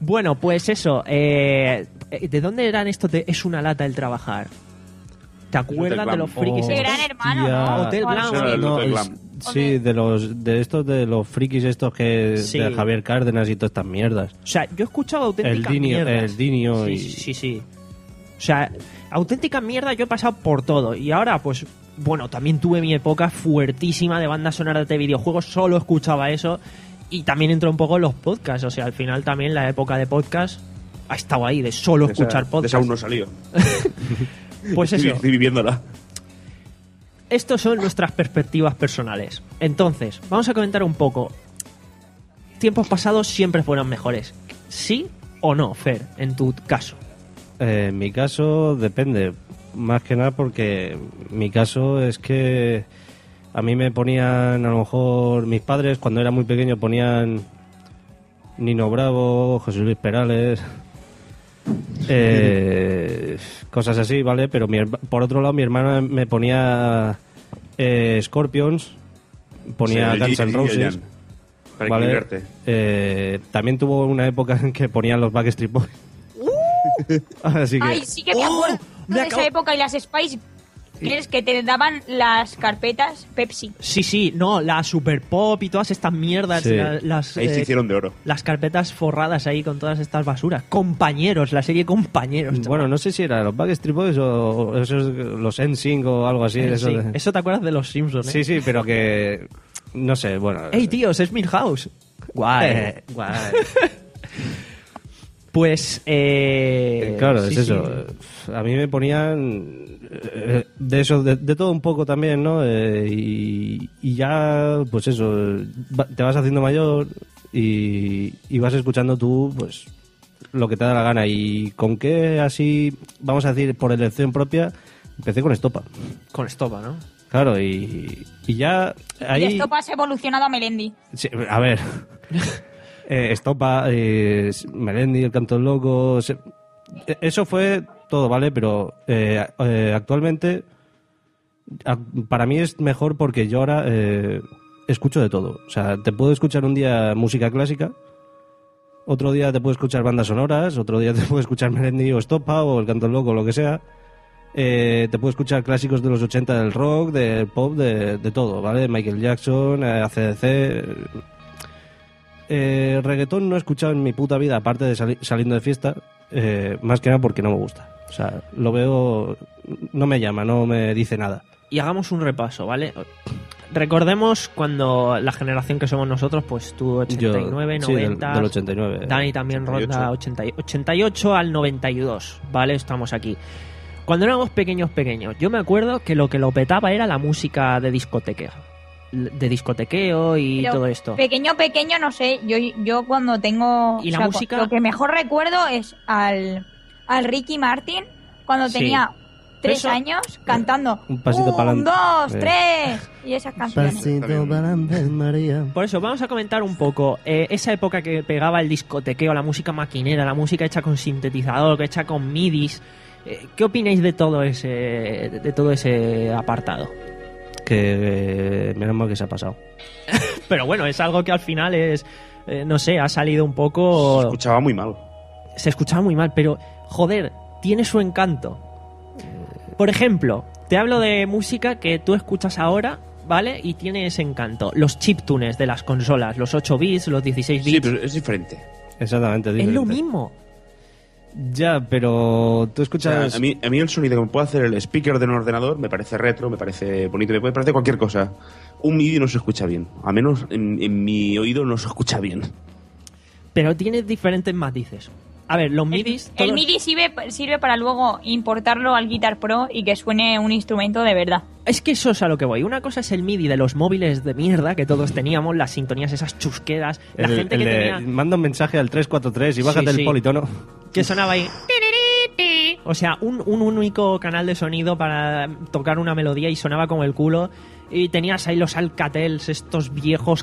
Speaker 5: bueno, pues eso. eh, eh, ¿De dónde eran estos de Es una lata el trabajar? ¿Te acuerdas de los frikis?
Speaker 3: Oh,
Speaker 1: Glam.
Speaker 5: estos?
Speaker 1: Gran Hermano, ¿no?
Speaker 5: Hotel
Speaker 1: Algo
Speaker 5: Blanc.
Speaker 1: así. Era el
Speaker 3: No,
Speaker 1: Hotel
Speaker 3: es-
Speaker 1: Glam.
Speaker 3: sí, de los de estos de los frikis estos que
Speaker 5: Sí.
Speaker 3: de Javier Cárdenas y todas estas mierdas.
Speaker 5: O sea, yo he escuchado
Speaker 3: El
Speaker 5: auténticas
Speaker 3: Dinio,
Speaker 5: mierdas.
Speaker 3: el Dinio
Speaker 5: Sí,
Speaker 3: y
Speaker 5: sí, sí, sí. O sea, auténtica mierda yo he pasado por todo. Y ahora, pues, bueno, también tuve mi época fuertísima de bandas sonoras de videojuegos. Solo escuchaba eso. Y también entró un poco en los podcasts. O sea, al final también la época de podcast ha estado ahí, de solo
Speaker 7: De esa-
Speaker 5: escuchar
Speaker 7: de
Speaker 5: podcasts.
Speaker 7: esa aún no salió.
Speaker 5: Pues
Speaker 7: Estoy-
Speaker 5: eso.
Speaker 7: Estoy viviéndola.
Speaker 5: Estos son nuestras perspectivas personales. Entonces, vamos a comentar un poco. Tiempos pasados siempre fueron mejores. ¿Sí o no, Fer, en tu caso?
Speaker 3: Eh, en mi caso depende, más que nada porque mi caso es que a mí me ponían, a lo mejor mis padres cuando era muy pequeño ponían Nino Bravo, José Luis Perales, eh, cosas así, ¿vale? Pero mi herma- por otro lado mi hermana me ponía eh, Scorpions, ponía
Speaker 7: Sí, el
Speaker 3: Guns
Speaker 7: Yin- el Yin
Speaker 3: N'
Speaker 7: y el
Speaker 3: Roses.
Speaker 7: Yang, para
Speaker 3: ¿vale?
Speaker 7: equilibrarte.
Speaker 3: Eh, también tuvo una época en que ponían los Backstreet Boys.
Speaker 5: ¡Uh!
Speaker 3: Así que
Speaker 1: Ay, sí que ¡Oh! me acuerdo de esa época y las Spice Girls que te daban las carpetas Pepsi.
Speaker 5: Sí, sí, no, la super pop y todas estas mierdas.
Speaker 3: Sí.
Speaker 5: la- las,
Speaker 7: Ahí se
Speaker 5: eh,
Speaker 7: hicieron de oro.
Speaker 5: Las carpetas forradas ahí con todas estas basuras. Compañeros, la serie Compañeros.
Speaker 3: Bueno, no sé si era los Backstreet Boys o esos, los NSYNC o algo así.
Speaker 5: Eh,
Speaker 3: eso
Speaker 5: sí,
Speaker 3: de-
Speaker 5: eso te acuerdas de los Simpsons, ¿eh?
Speaker 3: Sí, sí, pero que... No sé, bueno...
Speaker 5: ¡Ey, tíos, es Milhouse! Guay,
Speaker 3: Eh,
Speaker 5: guay. Pues, eh,
Speaker 3: claro,
Speaker 5: sí,
Speaker 3: Eh, es
Speaker 5: Pues, eh, sí.
Speaker 3: eso. A mí me ponían eh, de eso, de, de todo un poco también, ¿no? Eh, y, y ya, pues eso, va- te vas haciendo mayor y, y vas escuchando tú, pues, lo que te da la gana. Y con qué así, vamos a decir, por elección propia, empecé con estopa.
Speaker 2: Con estopa, ¿no?
Speaker 3: Claro, y, y ya ahí...
Speaker 1: Y esto pasa evolucionado a Melendi.
Speaker 3: Sí, a ver. Eh, Estopa, eh, Melendi, El Canto del Loco. se- eh, Eso fue todo, ¿vale? Pero eh, eh, actualmente a- para mí es mejor porque yo ahora eh, escucho de todo. O sea, te puedo escuchar un día música clásica, otro día te puedo escuchar bandas sonoras, otro día te puedo escuchar Melendi o Estopa o El Canto del Loco, lo que sea. Eh, te puedo escuchar clásicos de los 80 del rock, del pop, de, de todo, ¿vale? Michael Jackson, eh, ACDC. eh, eh, reggaetón no he escuchado en mi puta vida, aparte de sali- saliendo de fiesta, eh, más que nada porque no me gusta. O sea, lo veo, no me llama, no me dice nada.
Speaker 5: y hagamos un repaso, ¿vale? Recordemos cuando la generación que somos nosotros, pues tú 89,
Speaker 3: Yo- sí, del-
Speaker 5: 90.
Speaker 3: del 89.
Speaker 5: Dani también
Speaker 3: 88.
Speaker 5: ronda 80 y- 88 al 92, ¿vale? Estamos aquí. Cuando éramos pequeños, pequeños, yo me acuerdo que lo que lo petaba era la música de discotequeo. De discotequeo y
Speaker 1: Pero
Speaker 5: todo esto.
Speaker 1: Pequeño, pequeño, no sé. Yo, yo cuando tengo.
Speaker 5: ¿Y la música?
Speaker 1: Lo que mejor recuerdo es al, al Ricky Martin cuando
Speaker 3: Sí.
Speaker 1: tenía tres
Speaker 3: Eso-
Speaker 1: años cantando.
Speaker 3: Un pasito
Speaker 1: Un,
Speaker 3: pa'lante.
Speaker 1: dos,
Speaker 3: Eh.
Speaker 1: tres. Y esas canciones.
Speaker 3: María.
Speaker 5: Por eso, vamos a comentar un poco eh, esa época que pegaba el discotequeo, la música maquinera, la música hecha con sintetizador, que hecha con midis. Eh, ¿Qué opináis de todo ese, de todo ese apartado?
Speaker 3: Que eh, menos mal que se ha pasado.
Speaker 5: Pero bueno, es algo que al final es, eh, no sé, ha salido un poco... Se escuchaba muy mal. Se escuchaba muy mal, pero joder, tiene su encanto. Por ejemplo, te hablo de música que tú escuchas ahora, ¿vale? Y tiene ese encanto. Los chiptunes de las consolas, los 8 bits, los 16 bits.
Speaker 3: Sí, pero es diferente. Exactamente,
Speaker 5: Es lo
Speaker 3: diferente.
Speaker 5: mismo.
Speaker 3: Ya, pero tú
Speaker 10: O sea,
Speaker 3: escuchas...
Speaker 10: a, mí, a mí el sonido que me puede hacer el speaker de un ordenador me parece retro, me parece bonito, me puede parecer cualquier cosa. Un MIDI no se escucha bien, a menos en, en mi oído no se escucha bien.
Speaker 5: Pero tiene diferentes matices. A ver, los midis.
Speaker 1: El
Speaker 5: todos-
Speaker 1: MIDI sirve, sirve para luego importarlo al Guitar Pro y que suene un instrumento de verdad.
Speaker 5: Es que eso es a lo que voy. Una cosa es el MIDI de los móviles de mierda que todos teníamos, las sintonías, esas chusquedas, la
Speaker 3: el-
Speaker 5: gente
Speaker 3: el
Speaker 5: que
Speaker 3: de-
Speaker 5: tenía.
Speaker 3: Manda un mensaje al 343 y bájate
Speaker 5: Sí,
Speaker 3: el
Speaker 5: sí.
Speaker 3: politono.
Speaker 5: que sonaba ahí. O sea, un, un único canal de sonido para tocar una melodía y sonaba como el culo. Y tenías ahí los alcatels, estos viejos.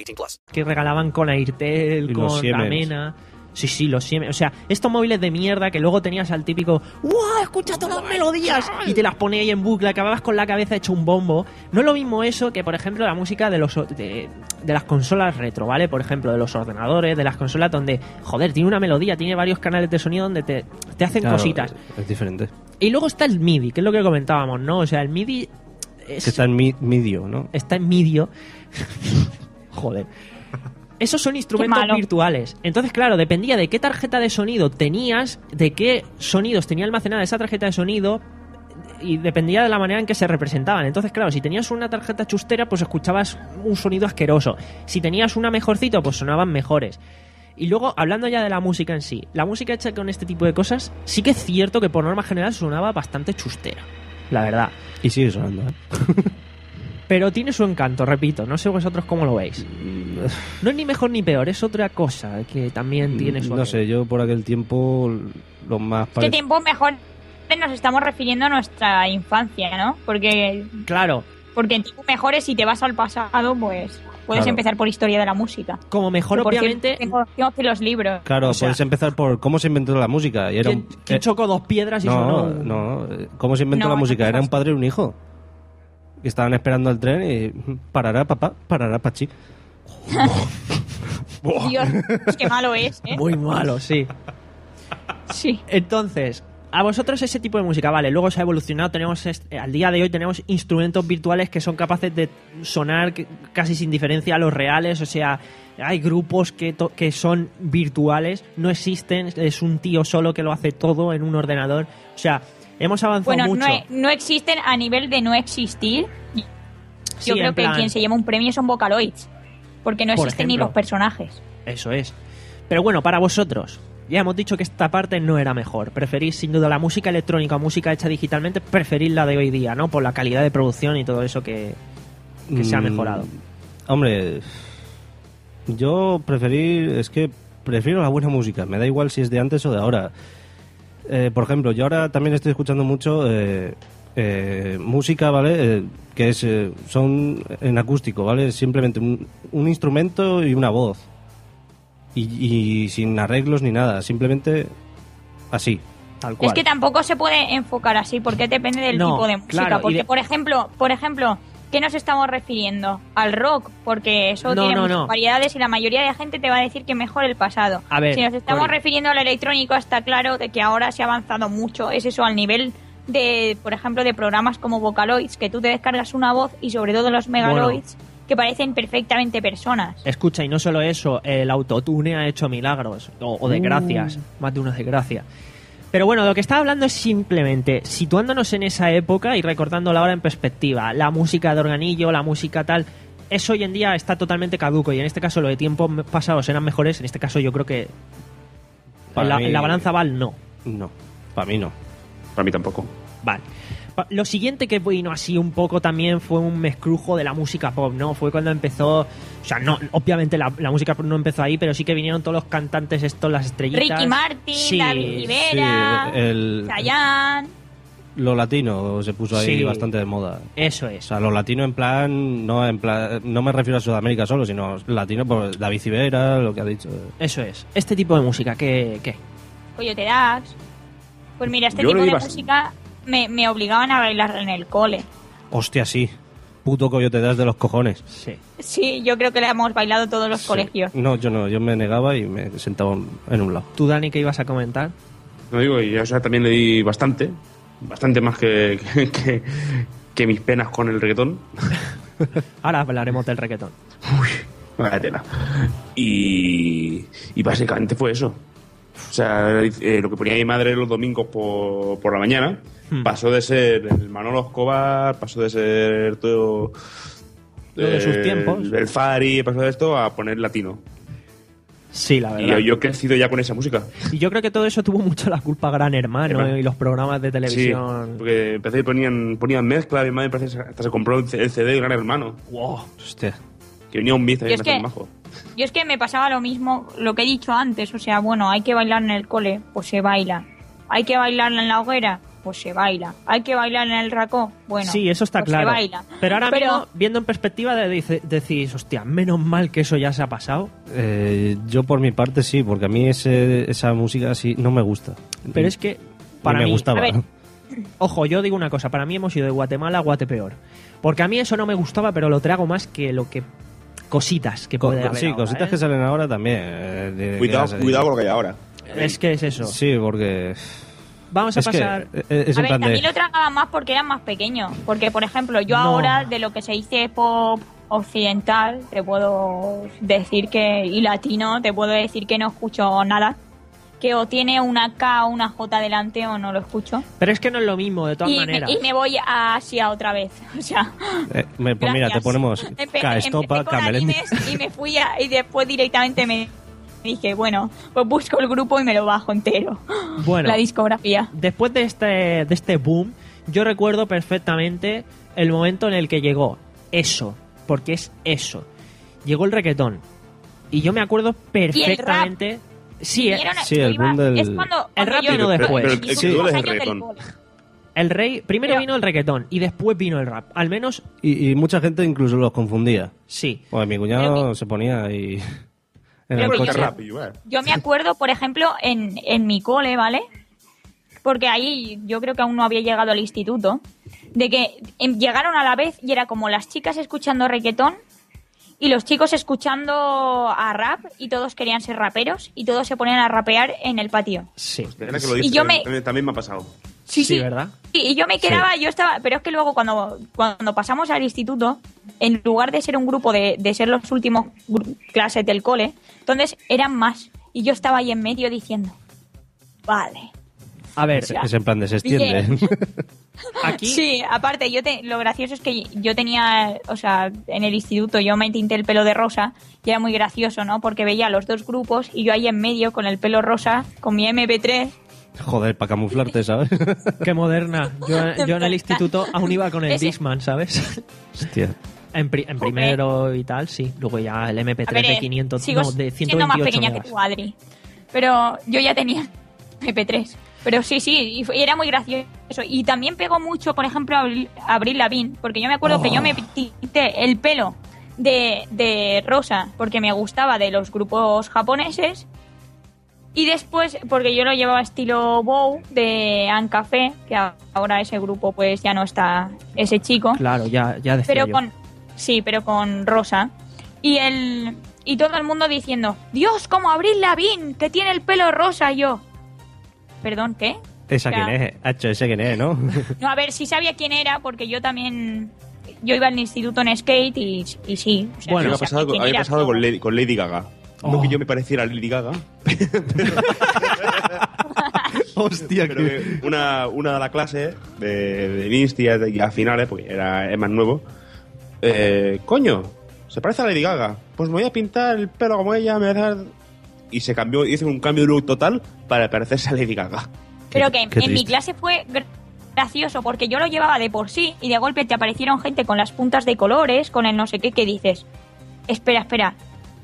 Speaker 11: 18 plus.
Speaker 5: que regalaban con Airtel,
Speaker 11: Y los
Speaker 5: con
Speaker 11: Siemens.
Speaker 5: Amena. Sí, sí, los Siemens. O sea, estos móviles de mierda que luego tenías al típico ¡Wow! Escucha todas las melodías y te las ponía ahí en bucle, acababas con la cabeza hecho un bombo. No es lo mismo eso que, por ejemplo, la música de los o- de, de las consolas retro, ¿vale? Por ejemplo, de los ordenadores, de las consolas donde, joder, tiene una melodía, tiene varios canales de sonido donde te, te hacen
Speaker 3: Claro,
Speaker 11: eh.
Speaker 5: cositas.
Speaker 3: Es diferente.
Speaker 5: Y luego está el MIDI, que es lo que comentábamos, ¿no? O sea, el MIDI es-
Speaker 3: Que está en mi- medio, ¿no?
Speaker 5: está en medio. Joder. Esos son instrumentos
Speaker 1: malo.
Speaker 5: virtuales. Entonces, claro, dependía de qué tarjeta de sonido tenías, de qué sonidos tenía almacenada esa tarjeta de sonido y dependía de la manera en que se representaban. Entonces, claro, si tenías una tarjeta chustera, pues escuchabas un sonido asqueroso. Si tenías una mejorcito, pues sonaban mejores. Y luego, hablando ya de la música en sí, la música hecha con este tipo de cosas, sí que es cierto que por norma general sonaba bastante chustera. La verdad.
Speaker 3: Y sigue sonando, ¿eh?
Speaker 5: Pero tiene su encanto, repito, no sé vosotros cómo lo veis. No es ni mejor ni peor, es otra
Speaker 3: Mm,
Speaker 5: cosa que también tiene su
Speaker 3: No sé, yo por aquel tiempo lo más
Speaker 1: ¿Qué
Speaker 3: parecido...
Speaker 1: tiempo mejor siempre nos estamos refiriendo a nuestra infancia, ¿no? Porque.
Speaker 5: Claro.
Speaker 1: Porque en tiempos mejores, si te vas al pasado, pues. Puedes
Speaker 3: Claro.
Speaker 1: empezar por historia de la música.
Speaker 5: Como mejor, obviamente-
Speaker 1: Tengo, tengo que los libros.
Speaker 3: Claro,
Speaker 5: O sea-
Speaker 3: puedes empezar por cómo se inventó la música. Y era un- eh,
Speaker 5: ¿Quién chocó dos piedras y
Speaker 3: no,
Speaker 5: sonó? un-
Speaker 3: no, eh, ¿Cómo se inventó
Speaker 5: No,
Speaker 3: la
Speaker 5: no
Speaker 3: música? Era
Speaker 5: pasa.
Speaker 3: un padre y un hijo. Que estaban esperando al tren y parará papá, parará pachi.
Speaker 1: Dios, qué malo es, ¿eh?
Speaker 5: Muy malo, sí.
Speaker 1: Sí.
Speaker 5: Entonces, a vosotros ese tipo de música, vale, luego se ha evolucionado, tenemos est- eh, al día de hoy tenemos instrumentos virtuales que son capaces de sonar c- casi sin diferencia a los reales, o sea, hay grupos que, to- que son virtuales, no existen, es un tío solo que lo hace todo en un ordenador, o sea, hemos avanzado
Speaker 1: Bueno,
Speaker 5: mucho.
Speaker 1: no, e- no existen a nivel de no existir. Yo
Speaker 5: Sí, en
Speaker 1: creo que
Speaker 5: plan-
Speaker 1: quien se lleva un premio son Vocaloids. Porque no
Speaker 5: Por
Speaker 1: existen ni
Speaker 5: ejemplo.
Speaker 1: los personajes.
Speaker 5: Eso es. Pero bueno, para vosotros, ya hemos dicho que esta parte no era mejor. Preferís sin duda la música electrónica o música hecha digitalmente, preferís la de hoy día, ¿no? Por la calidad de producción y todo eso que, que se ha
Speaker 3: Mm,
Speaker 5: mejorado.
Speaker 3: Hombre, yo preferir, es que prefiero la buena música, me da igual si es de antes o de ahora. Eh, por ejemplo, yo ahora también estoy escuchando mucho eh, eh, música, ¿vale? Eh, que es, eh, son en acústico, ¿vale? Es Simplemente un, un instrumento y una voz. Y, y sin arreglos ni nada, simplemente así.
Speaker 5: Tal
Speaker 1: Es que tampoco se puede enfocar así, porque depende del
Speaker 3: No,
Speaker 1: tipo de música.
Speaker 3: claro, y
Speaker 1: porque,
Speaker 3: de-
Speaker 1: por ejemplo, por ejemplo, ¿qué nos estamos refiriendo? Al rock, porque eso
Speaker 5: No,
Speaker 1: tiene
Speaker 5: no,
Speaker 1: muchas
Speaker 5: no.
Speaker 1: variedades y la mayoría de la gente te va a decir que mejor el pasado.
Speaker 5: A ver,
Speaker 1: si nos estamos
Speaker 5: Cori.
Speaker 1: refiriendo al electrónico, está claro de que ahora se ha avanzado mucho. Es eso, al nivel de, por ejemplo, de programas como Vocaloids, que tú te descargas una voz y sobre todo los Megaloids, que parecen perfectamente personas.
Speaker 5: Escucha, y no solo eso, el autotune ha hecho milagros, o, o desgracias, más de una desgracia. Pero bueno, lo que estaba hablando es simplemente situándonos en esa época y recordándola ahora en perspectiva. La música de organillo, la música tal, eso hoy en día está totalmente caduco y en este caso lo de tiempos me- pasados eran mejores, en este caso yo creo que
Speaker 3: Para
Speaker 5: la,
Speaker 3: mí-
Speaker 5: la balanza va al no.
Speaker 3: No, para mí no.
Speaker 10: Para mí tampoco.
Speaker 5: Vale. Pa- Lo siguiente que vino así un poco también fue un mezcrujo de la música pop, ¿no? Fue cuando empezó. O sea, no, obviamente la, la música pop no empezó ahí, pero sí que vinieron todos los cantantes estos, las estrellitas.
Speaker 1: Ricky Martin,
Speaker 5: Sí,
Speaker 1: David Rivera,
Speaker 3: Sí, el-
Speaker 1: Chayanne.
Speaker 3: Lo latino se puso ahí
Speaker 5: Sí.
Speaker 3: bastante de moda.
Speaker 5: Eso es.
Speaker 3: O sea, lo latino en plan, no en plan, no me refiero a Sudamérica solo, sino latino por David Civera, lo que ha dicho.
Speaker 5: Eso es. Este tipo de música, ¿qué? qué?
Speaker 1: Coyote Dax. Pues mira, este
Speaker 3: Yo
Speaker 1: tipo
Speaker 3: lo
Speaker 1: de
Speaker 3: iba-
Speaker 1: música me, me obligaban a bailar en el cole.
Speaker 3: Hostia, sí. Puto coyote das de los cojones.
Speaker 5: Sí.
Speaker 1: Sí, yo creo que la hemos bailado todos los colegios.
Speaker 3: No, yo no, yo me negaba y me sentaba en un lado.
Speaker 5: ¿Tú, Dani, qué ibas a comentar?
Speaker 10: No digo, y o sea, también le di bastante, bastante más que, que, que- que mis penas con el reggaetón.
Speaker 5: Ahora hablaremos del reggaetón.
Speaker 10: Vaya tela. Y, y básicamente fue eso. O sea, eh, lo que ponía mi madre los domingos por, por la mañana
Speaker 5: Hmm.
Speaker 3: Hmm.
Speaker 10: pasó de ser el Manolo Escobar, pasó de ser todo.
Speaker 5: Lo
Speaker 2: eh,
Speaker 5: de sus tiempos.
Speaker 10: Eh, El Fari, pasó de esto a poner latino.
Speaker 5: Sí, la
Speaker 10: Y yo,
Speaker 5: verdad.
Speaker 10: yo he crecido ya con esa música.
Speaker 5: Y yo creo que todo eso tuvo mucho la culpa Gran Hermano
Speaker 10: Hermano.
Speaker 5: y los programas de televisión.
Speaker 10: Sí, porque empecé y ponían, ponían mezcla. Mi madre parece que hasta se compró el C- el CD de Gran Hermano.
Speaker 5: ¡Wow!
Speaker 3: Hostia.
Speaker 10: Que venía un bici
Speaker 1: Yo es que- Yo es que me pasaba lo mismo, lo que he dicho antes. O sea, bueno, hay que bailar en el cole, pues se baila. Hay que bailar en la hoguera, pues se baila. Hay que bailar en el racó, bueno.
Speaker 5: sí, eso está
Speaker 1: pues
Speaker 5: claro.
Speaker 1: Se baila.
Speaker 5: Pero ahora mismo, viendo en perspectiva, de- dice- decís, hostia, menos mal que eso ya se ha pasado.
Speaker 3: Eh, yo por mi parte sí, porque a mí ese, esa música sí no me gusta.
Speaker 5: Pero es que para
Speaker 3: me
Speaker 5: mí,
Speaker 3: gustaba.
Speaker 5: ojo, yo digo una cosa, para mí hemos ido de Guatemala a Guatepeor. Porque a mí eso no me gustaba, pero lo trago más que lo que cositas que
Speaker 3: Co-
Speaker 5: puede haber
Speaker 3: sí,
Speaker 5: ahora,
Speaker 3: cositas
Speaker 5: ¿eh?
Speaker 3: que salen ahora también. eh, de-
Speaker 10: Cuidado,
Speaker 3: de-
Speaker 10: cuidado con lo que hay ahora.
Speaker 5: Es que es eso.
Speaker 3: Sí, porque...
Speaker 5: Vamos a
Speaker 3: es que,
Speaker 5: pasar-
Speaker 3: eh, eh, es
Speaker 1: a
Speaker 3: en
Speaker 1: ver,
Speaker 3: plan
Speaker 1: también
Speaker 3: de...
Speaker 1: lo tragaba más porque era más pequeño. Porque, por ejemplo, yo
Speaker 3: No.
Speaker 1: ahora de lo que se dice pop occidental, te puedo decir que, y latino, te puedo decir que no escucho nada. Que o tiene una K o una J delante o no lo escucho.
Speaker 5: Pero es que no es lo mismo, de todas
Speaker 1: Y me,
Speaker 5: maneras.
Speaker 1: y me voy a Asia otra vez. O sea,
Speaker 3: Eh, me- pues mira, te
Speaker 1: Gracias.
Speaker 3: ponemos
Speaker 1: empe-
Speaker 3: Caestopa,
Speaker 1: empecé con
Speaker 3: Camelendi.
Speaker 1: animes y me fui a, y después directamente me dije, bueno, pues busco el grupo y me lo bajo entero.
Speaker 5: Bueno.
Speaker 1: La discografía.
Speaker 5: Después de este, de este boom, yo recuerdo perfectamente el momento en el que llegó eso, porque es eso. Llegó el reggaetón. Y yo me acuerdo perfectamente... Sí, eh,
Speaker 1: Vieron-
Speaker 3: Sí, el
Speaker 1: iba-
Speaker 3: boom del-
Speaker 1: Es cuando,
Speaker 5: El
Speaker 1: cuando
Speaker 5: rap
Speaker 1: yo-
Speaker 5: vino
Speaker 1: cuando
Speaker 5: después.
Speaker 1: yo
Speaker 5: Pero el-
Speaker 1: hice
Speaker 5: sí.
Speaker 1: unos
Speaker 5: el
Speaker 1: años del
Speaker 5: reggaetón.
Speaker 1: cole.
Speaker 5: el rey. Primero vino el reggaetón y después vino el rap. Al menos,
Speaker 3: Y, y mucha gente incluso los confundía.
Speaker 5: Sí.
Speaker 3: Pues mi cuñado se ponía ahí. En
Speaker 1: Pero
Speaker 3: el
Speaker 1: que
Speaker 3: coche.
Speaker 1: yo- Yo me acuerdo, por ejemplo, en, en mi cole, ¿vale? Porque ahí yo creo que aún no había llegado al instituto, de que em, llegaron a la vez y era como las chicas escuchando reggaetón y los chicos escuchando a rap y todos querían ser raperos y todos se ponían a rapear en el patio.
Speaker 5: Sí.
Speaker 10: Ahora que lo
Speaker 1: Y
Speaker 10: dices,
Speaker 1: yo
Speaker 10: también, también me ha pasado.
Speaker 1: Sí, sí.
Speaker 5: ¿verdad?
Speaker 1: Y, y yo me quedaba, yo estaba, pero es que luego cuando, cuando pasamos al instituto, en lugar de ser un grupo de, de ser los últimos gru- clases del cole, entonces eran más. Y yo estaba ahí en medio diciendo, vale.
Speaker 5: A ver,
Speaker 3: Es, es en plan de se extiende.
Speaker 1: Sí, aparte, yo te, lo gracioso es que yo tenía, o sea, en el instituto yo me tinté el pelo de rosa y era muy gracioso, ¿no? Porque veía los dos grupos y yo ahí en medio con el pelo rosa, con mi MP3,
Speaker 3: Joder, para camuflarte, ¿sabes?
Speaker 5: Qué moderna. Yo, yo en el instituto aún iba con el
Speaker 1: Ese.
Speaker 5: Disman, ¿sabes?
Speaker 3: Hostia.
Speaker 5: En, pri- en primero y tal, sí. Luego ya el MP3
Speaker 1: A ver, eh,
Speaker 5: de 500,
Speaker 1: sigo
Speaker 5: no, de
Speaker 1: siendo
Speaker 5: 128
Speaker 1: más pequeña
Speaker 5: megas.
Speaker 1: que tú, Adri. Pero yo ya tenía MP3. Pero sí, sí, y fue- y era muy gracioso. Y también pegó mucho, por ejemplo, a Abril- a Abril Lavín, porque yo me acuerdo
Speaker 5: Oh.
Speaker 1: que yo me pinté el pelo de, de rosa porque me gustaba de los grupos japoneses. Y después, porque yo lo llevaba estilo bow de Ancafé, que a- ahora ese grupo pues ya no está ese chico
Speaker 5: Claro, ya, ya Ah, decía
Speaker 1: pero
Speaker 5: yo.
Speaker 1: con sí pero con rosa y el y todo el mundo diciendo dios como Abril Lavín que tiene el pelo rosa Y yo perdón qué
Speaker 3: Esa
Speaker 1: O sea,
Speaker 3: quién es, eh. Hacho, ese quién es, ¿no?
Speaker 1: no a ver si sabía quién era porque yo también yo iba al instituto en skate y, y sí o sea,
Speaker 10: Bueno, había
Speaker 1: sí sabía
Speaker 10: pasado, con,
Speaker 1: quién
Speaker 10: había
Speaker 1: era,
Speaker 10: pasado con Lady, con Lady Gaga. No que yo me pareciera a Lady Gaga.
Speaker 3: Hostia,
Speaker 10: pero que una, una de la clase de, de Instia y a finales, porque era, es más nuevo. eh, coño, se parece a Lady Gaga. Pues me voy a pintar el pelo como ella, me voy a dar- Y se cambió, hizo un cambio de look total para parecerse a Lady Gaga.
Speaker 1: Pero que en
Speaker 10: qué
Speaker 1: mi
Speaker 10: triste.
Speaker 1: clase fue gr- gracioso porque yo lo llevaba de por sí y de golpe te aparecieron gente con las puntas de colores, con el no sé qué, que dices, espera, espera,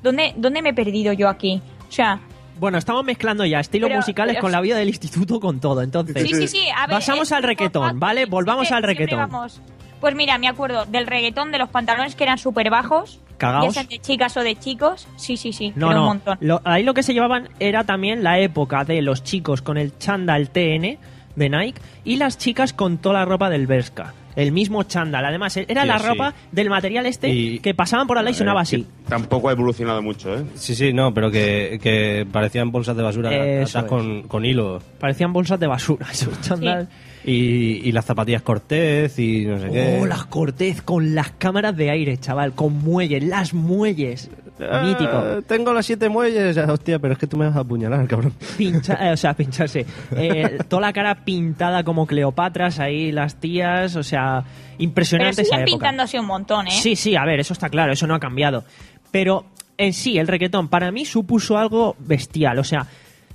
Speaker 1: ¿dónde, dónde me he perdido yo aquí? O sea,
Speaker 5: Bueno, estamos mezclando ya estilos
Speaker 1: Pero-
Speaker 5: musicales
Speaker 1: pero-
Speaker 5: con la vida del instituto, con todo. Entonces,
Speaker 1: Sí, sí, sí, a ver,
Speaker 5: pasamos
Speaker 1: eh,
Speaker 5: al reggaetón, ¿vale? Volvamos al
Speaker 1: siempre
Speaker 5: reggaetón.
Speaker 1: vamos- Pues mira, me acuerdo del reggaetón de los pantalones que eran súper bajos.
Speaker 5: Cagaos.
Speaker 1: Ya sean de chicas o de chicos. Sí, sí, sí.
Speaker 5: No,
Speaker 1: era un
Speaker 5: no.
Speaker 1: montón.
Speaker 5: Lo- ahí lo que se llevaban era también la época de los chicos con el chándal TN de Nike y las chicas con toda la ropa del Berska. El mismo chándal. Además, era
Speaker 10: Sí,
Speaker 5: la
Speaker 10: sí.
Speaker 5: ropa del material este
Speaker 3: Y-
Speaker 5: que pasaban por la ley y sonaba
Speaker 3: es que-
Speaker 5: así.
Speaker 10: Tampoco ha evolucionado mucho, ¿eh?
Speaker 3: Sí, sí, no, pero que, que parecían bolsas de basura
Speaker 5: Eso
Speaker 3: atadas
Speaker 5: es.
Speaker 3: con, con hilo.
Speaker 5: Parecían bolsas de basura esos chándal.
Speaker 3: Y, y las zapatillas cortez y no sé qué.
Speaker 5: Oh, las Cortez con las cámaras de aire, chaval, con muelles, las muelles.
Speaker 3: Ah,
Speaker 5: Mítico.
Speaker 3: Tengo las siete muelles. Ah, Hostia, pero es que tú me vas a apuñalar, cabrón.
Speaker 5: Pincha- eh, o sea, pincharse. Eh, toda la cara pintada como Cleopatras ahí, las tías, o sea,
Speaker 1: Pero
Speaker 5: impresionante esa
Speaker 1: siguen
Speaker 5: época.
Speaker 1: pintándose un montón, ¿eh?
Speaker 5: Sí, sí, a ver, eso está claro, eso no ha cambiado. Pero en sí, el reggaetón para mí supuso algo bestial. O sea,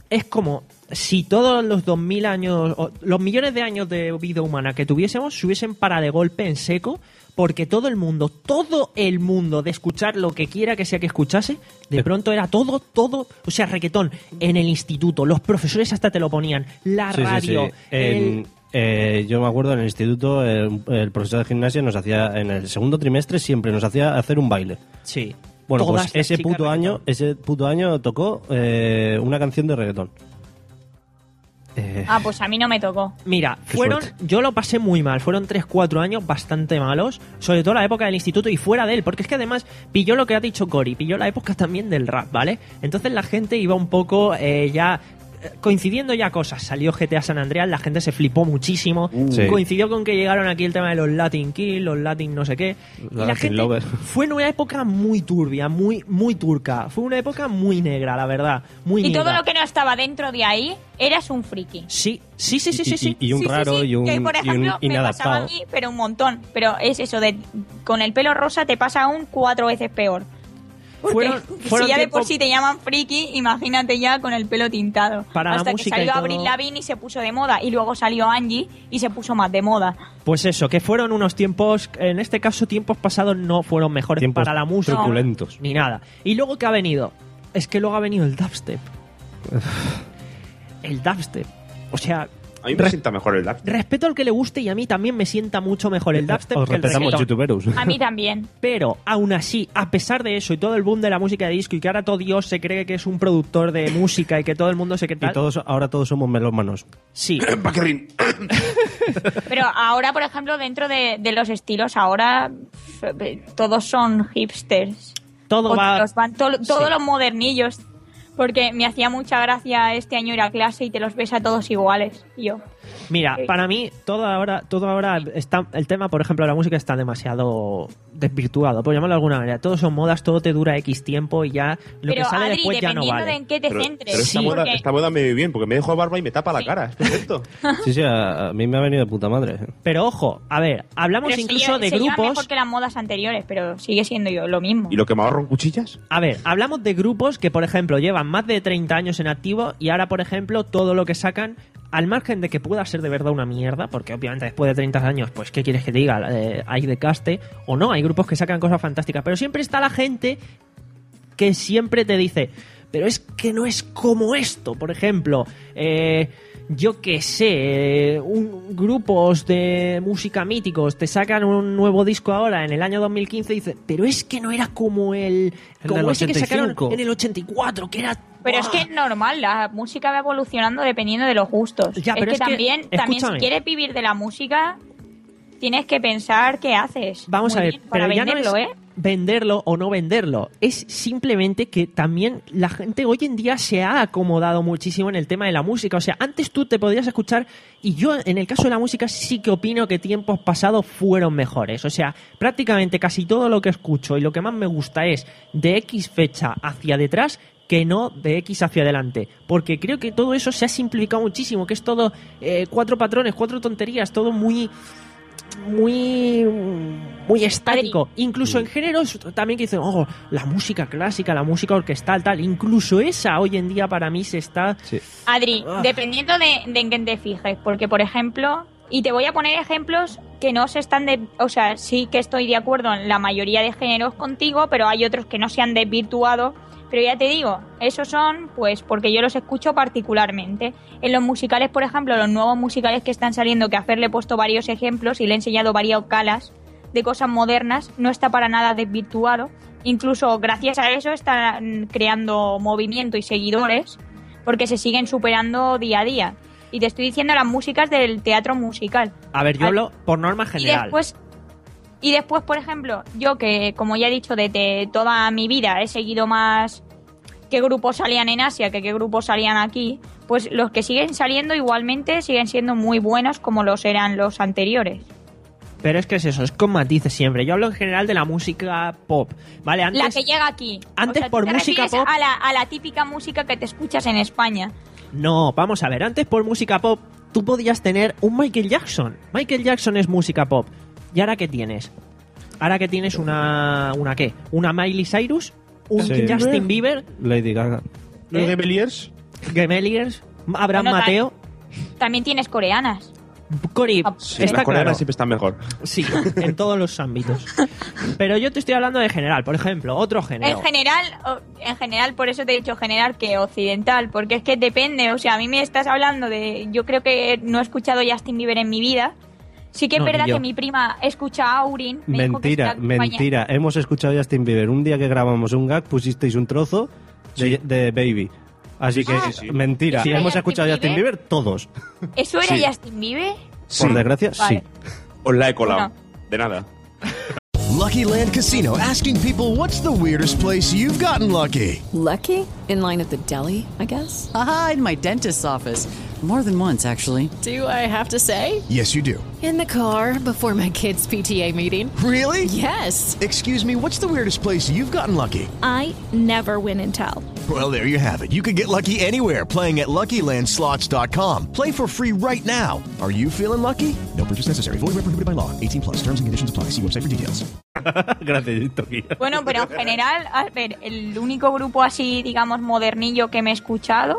Speaker 5: es como si todos los 2000 años, o los millones de años de vida humana que tuviésemos, se hubiesen para de golpe en seco, porque todo el mundo, todo el mundo, de escuchar lo que quiera que sea que escuchase, de pronto era todo, todo, o sea, reggaetón en el instituto, los profesores hasta te lo ponían, la
Speaker 3: Sí, sí,
Speaker 5: radio,
Speaker 3: sí. En- eh, yo me acuerdo en el instituto, el, el profesor de gimnasia nos hacía, en el segundo trimestre siempre nos hacía hacer un baile.
Speaker 5: Sí.
Speaker 3: Bueno,
Speaker 5: Todas
Speaker 3: pues
Speaker 5: las
Speaker 3: ese
Speaker 5: chicas
Speaker 3: puto año, ese puto año tocó eh, una canción de reggaetón. Eh,
Speaker 1: Ah, pues a mí no me tocó.
Speaker 5: Mira,
Speaker 3: Qué
Speaker 5: fueron,
Speaker 3: suerte.
Speaker 5: yo lo pasé muy mal, fueron 3-4 años bastante malos, sobre todo la época del instituto y fuera de él, porque es que además pilló lo que ha dicho Cory, pilló la época también del rap, ¿vale? Entonces la gente iba un poco eh, ya eh, coincidiendo ya cosas, salió GTA San Andreas, la gente se flipó muchísimo,
Speaker 3: Uh. Sí.
Speaker 5: coincidió con que llegaron aquí el tema de los Latin Kill, los Latin no sé qué, y la
Speaker 3: Latin
Speaker 5: gente
Speaker 3: Lover.
Speaker 5: fue en una época muy turbia, muy muy turca, fue una época muy negra, la verdad, muy
Speaker 1: Y
Speaker 5: negra.
Speaker 1: todo lo que no estaba dentro de ahí, eras un friki.
Speaker 5: Sí, sí, sí, sí,
Speaker 3: Y-
Speaker 5: sí, sí.
Speaker 3: y- y un
Speaker 5: Sí, sí,
Speaker 3: raro
Speaker 5: sí.
Speaker 3: y un-
Speaker 1: que por
Speaker 3: y un
Speaker 1: ejemplo me pasaba a
Speaker 3: inadaptado.
Speaker 1: mí, pero un montón. Pero es eso de con el pelo rosa te pasa aún cuatro veces peor. Porque
Speaker 5: Fueron- fueron
Speaker 1: si ya de por
Speaker 5: tiempos-
Speaker 1: sí te llaman friki, imagínate ya con el pelo tintado.
Speaker 5: Para la
Speaker 1: Hasta que
Speaker 5: música y
Speaker 1: salió
Speaker 5: todo.
Speaker 1: Abril Lavigne y se puso de moda. Y luego salió Angie y se puso más de moda.
Speaker 5: Pues eso, que fueron unos tiempos, en este caso tiempos pasados no fueron mejores
Speaker 3: Tiempos
Speaker 5: para la música.
Speaker 3: truculentos.
Speaker 5: Ni nada. ¿Y luego qué ha venido? Es que luego ha venido el dubstep. el dubstep. O sea,
Speaker 10: A mí me sienta mejor el dubstep.
Speaker 5: Respeto al que le guste y a mí también me sienta mucho mejor el dubstep
Speaker 3: Os
Speaker 5: que el
Speaker 3: respetamos,
Speaker 5: reggaetón.
Speaker 3: youtuberos.
Speaker 1: A mí también.
Speaker 5: Pero aún así, a pesar de eso y todo el boom de la música de disco y que ahora todo Dios se cree que es un productor de música y que todo el mundo se cree
Speaker 3: Y
Speaker 5: tal,
Speaker 3: todos, ahora todos somos melómanos.
Speaker 5: Sí.
Speaker 1: Pero ahora, por ejemplo, dentro de, de los estilos, ahora eh, todos son hipsters.
Speaker 5: Todo
Speaker 1: O
Speaker 5: va-
Speaker 1: los van- to- todos
Speaker 5: Sí.
Speaker 1: los modernillos. Porque me hacía mucha gracia este año ir a clase y te los ves a todos iguales. Y Yo.
Speaker 5: Mira, para mí todo ahora, todo ahora está el tema, por ejemplo, de la música está demasiado desvirtuado, por llamarlo de alguna manera. Todo son modas, todo te dura X tiempo y ya lo
Speaker 1: Pero
Speaker 5: que sale
Speaker 1: Adri,
Speaker 5: después ya no
Speaker 1: dependiendo
Speaker 5: vale.
Speaker 1: de en qué te
Speaker 5: Pero-
Speaker 1: centres.
Speaker 10: Pero esta,
Speaker 1: sí,
Speaker 10: moda,
Speaker 1: porque-
Speaker 10: esta moda me viene bien porque me dejo barba y me tapa la cara. Es perfecto.
Speaker 3: Sí, sí, a, a mí me ha venido de puta madre.
Speaker 5: Pero ojo, a ver, hablamos
Speaker 1: pero se
Speaker 5: incluso
Speaker 1: lleva-
Speaker 5: de
Speaker 1: se lleva
Speaker 5: grupos.
Speaker 1: mejor que las modas anteriores, pero sigue siendo yo lo mismo.
Speaker 10: ¿Y lo que me ahorro en cuchillas?
Speaker 5: A ver, hablamos de grupos que, por ejemplo, llevan más de 30 años en activo y ahora, por ejemplo, todo lo que sacan, al margen de que pueda ser de verdad una mierda, porque obviamente después de 30 años, pues, ¿qué quieres que te diga? Eh, hay de caste o no, hay grupos que sacan cosas fantásticas, pero siempre está la gente que siempre te dice, pero es que no es como esto, por ejemplo, eh, yo que sé, eh, un- grupos de música míticos te sacan un nuevo disco ahora en el año 2015 y dices, pero es que no era como el,
Speaker 3: El
Speaker 5: como
Speaker 3: del
Speaker 5: ese que sacaron
Speaker 3: 85.
Speaker 5: en el 84, que era...
Speaker 1: Pero es que es normal, la música va evolucionando dependiendo de los gustos.
Speaker 5: Ya,
Speaker 1: es,
Speaker 5: pero
Speaker 1: que
Speaker 5: es que-
Speaker 1: también, también si
Speaker 5: escúchame.
Speaker 1: quieres vivir de la música, tienes que pensar qué haces.
Speaker 5: Vamos
Speaker 1: Muy
Speaker 5: a ver,
Speaker 1: bien, para
Speaker 5: pero ya
Speaker 1: venderlo,
Speaker 5: no es
Speaker 1: ¿eh?
Speaker 5: venderlo o no venderlo, es simplemente que también la gente hoy en día se ha acomodado muchísimo en el tema de la música, o sea, antes tú te podrías escuchar y yo en el caso de la música sí que opino que tiempos pasados fueron mejores, o sea, prácticamente casi todo lo que escucho y lo que más me gusta es de X fecha hacia detrás que no de X hacia adelante. Porque creo que todo eso se ha simplificado muchísimo, que es todo eh, cuatro patrones, cuatro tonterías, todo muy muy muy estático. Incluso en géneros también que dicen, oh, la música clásica, la música orquestal, tal. Incluso esa hoy en día para mí se está...
Speaker 1: Adri, dependiendo de, de en quién te fijes, porque por ejemplo, y te voy a poner ejemplos que no se están de, o sea, sí que estoy de acuerdo en la mayoría de géneros contigo, pero hay otros que no se han desvirtuado. Pero ya te digo, esos son, pues, porque yo los escucho particularmente. En los musicales, por ejemplo, los nuevos musicales que están saliendo, que a Fer le he puesto varios ejemplos y le he enseñado varias calas de cosas modernas, no está para nada desvirtuado. Incluso gracias a eso están creando movimiento y seguidores porque se siguen superando día a día. Y te estoy diciendo las músicas del teatro musical.
Speaker 5: A ver, yo hablo por norma
Speaker 1: Y
Speaker 5: general.
Speaker 1: después, y después, por ejemplo, yo que, como ya he dicho, desde toda mi vida he seguido más qué grupos salían en Asia que qué grupos salían aquí, pues los que siguen saliendo igualmente siguen siendo muy buenos como los eran los anteriores.
Speaker 5: Pero es que es eso, es con matices siempre. Yo hablo en general de la música pop. Vale, antes...
Speaker 1: la que llega aquí.
Speaker 5: antes
Speaker 1: ¿tú
Speaker 5: por
Speaker 1: te
Speaker 5: música
Speaker 1: refieres
Speaker 5: pop-
Speaker 1: A la, a la típica música que te escuchas en España.
Speaker 5: No, vamos a ver, antes por música pop tú podías tener un Michael Jackson. Michael Jackson es música pop. ¿Y ahora qué tienes? Ahora que tienes una... ¿Una qué? ¿Una Miley Cyrus? ¿Un
Speaker 3: Sí.
Speaker 5: Justin Bieber?
Speaker 3: Lady Gaga.
Speaker 5: ¿Los
Speaker 10: Gemeliers?
Speaker 5: Gemeliers, ¿Eh? Abraham
Speaker 1: Bueno,
Speaker 5: Mateo,
Speaker 1: También tienes coreanas. Ah,
Speaker 5: Cori.
Speaker 10: Sí,
Speaker 5: está
Speaker 10: las coreanas
Speaker 5: claro.
Speaker 10: siempre están mejor.
Speaker 5: Sí, en todos los ámbitos. Pero yo te estoy hablando de general, por ejemplo, otro género.
Speaker 1: En general, o- en general, por eso te he dicho general que occidental, porque es que depende, o sea, a mí me estás hablando de, yo creo que no he escuchado Justin Bieber en mi vida. Sí que es
Speaker 3: No, ni
Speaker 1: verdad
Speaker 3: yo.
Speaker 1: que mi prima escucha a Aurin. me dijo que
Speaker 3: Mentira,
Speaker 1: se la acompaña-
Speaker 3: mentira. Hemos escuchado a Justin Bieber. Un día que grabamos un gag pusisteis un trozo de, de Baby. Así que,
Speaker 1: Ah, sí, sí.
Speaker 3: mentira.
Speaker 1: ¿Eso era
Speaker 3: Hemos
Speaker 1: Justin
Speaker 3: escuchado a Justin
Speaker 1: Bieber?
Speaker 3: Bieber todos.
Speaker 1: ¿Eso era
Speaker 3: Sí.
Speaker 1: Justin Bieber?
Speaker 3: Por desgracia,
Speaker 1: Vale.
Speaker 3: sí.
Speaker 10: Os la he colado.
Speaker 1: Bueno.
Speaker 10: De nada.
Speaker 12: Lucky Land Casino asking people what's the weirdest place you've gotten lucky?
Speaker 13: Lucky? In line at the deli, I guess?
Speaker 14: Haha, in my dentist's office. More than once, actually.
Speaker 15: Do I have to say?
Speaker 12: Yes, you do.
Speaker 15: In the car before my kids' PTA meeting.
Speaker 12: Really?
Speaker 15: Yes.
Speaker 12: Excuse me, what's the weirdest place you've gotten lucky?
Speaker 16: I never win and tell.
Speaker 12: Well, there you have it. You can get lucky anywhere playing at LuckyLandSlots.com. Play for free right now. Are you feeling lucky? No purchase necessary. Void where prohibited by law. 18 plus. Terms and conditions apply. See website for details.
Speaker 3: Gracias, Toki.
Speaker 1: Bueno, pero en general, a ver, el único grupo así, digamos, modernillo que me he escuchado,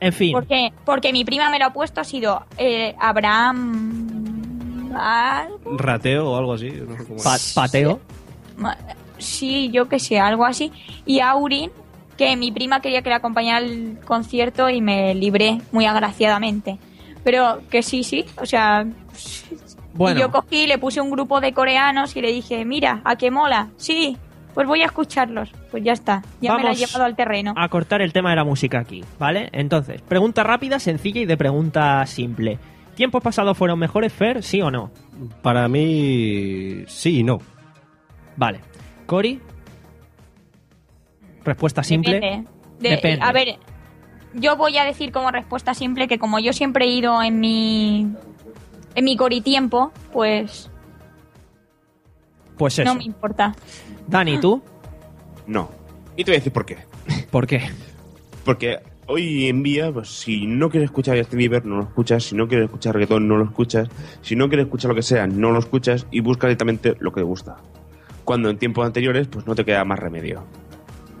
Speaker 5: En fin,
Speaker 1: porque, porque mi prima me lo ha puesto, ha sido eh, Abraham... Al-
Speaker 3: Rateo o algo así. no sé cómo es.
Speaker 5: pa- pateo.
Speaker 1: Ma- Sí, yo que sé, algo así. Y Aurin, que mi prima quería que le acompañara al concierto y me libré muy agraciadamente. Pero que sí, sí. O sea,
Speaker 5: Bueno.
Speaker 1: y yo cogí, y le puse un grupo de coreanos y le dije, mira, ¿a qué mola? Sí, pues voy a escucharlos. Pues ya está, ya me la
Speaker 5: Vamos
Speaker 1: he llevado al terreno.
Speaker 5: a cortar el tema de la música aquí, ¿vale? Entonces, pregunta rápida, sencilla y de pregunta simple. ¿Tiempos pasados fueron mejores, Fer, sí o no?
Speaker 3: Para mí, sí y no.
Speaker 5: Vale. Cori. Respuesta simple.
Speaker 1: Depende. De-
Speaker 5: Depende.
Speaker 1: A ver, yo voy a decir como respuesta simple que como yo siempre he ido en mi en mi coritiempo, pues
Speaker 5: Pues eso.
Speaker 1: no me importa.
Speaker 5: Dani, ¿tú?
Speaker 7: No.
Speaker 10: Y te voy a decir por qué.
Speaker 5: ¿Por qué?
Speaker 7: Porque hoy en día, pues, si no quieres escuchar a Justin Bieber, no lo escuchas. Si no quieres escuchar reggaetón, no lo escuchas. Si no quieres escuchar lo que sea, no lo escuchas y buscas directamente lo que te gusta. Cuando en tiempos anteriores, pues no te queda más remedio.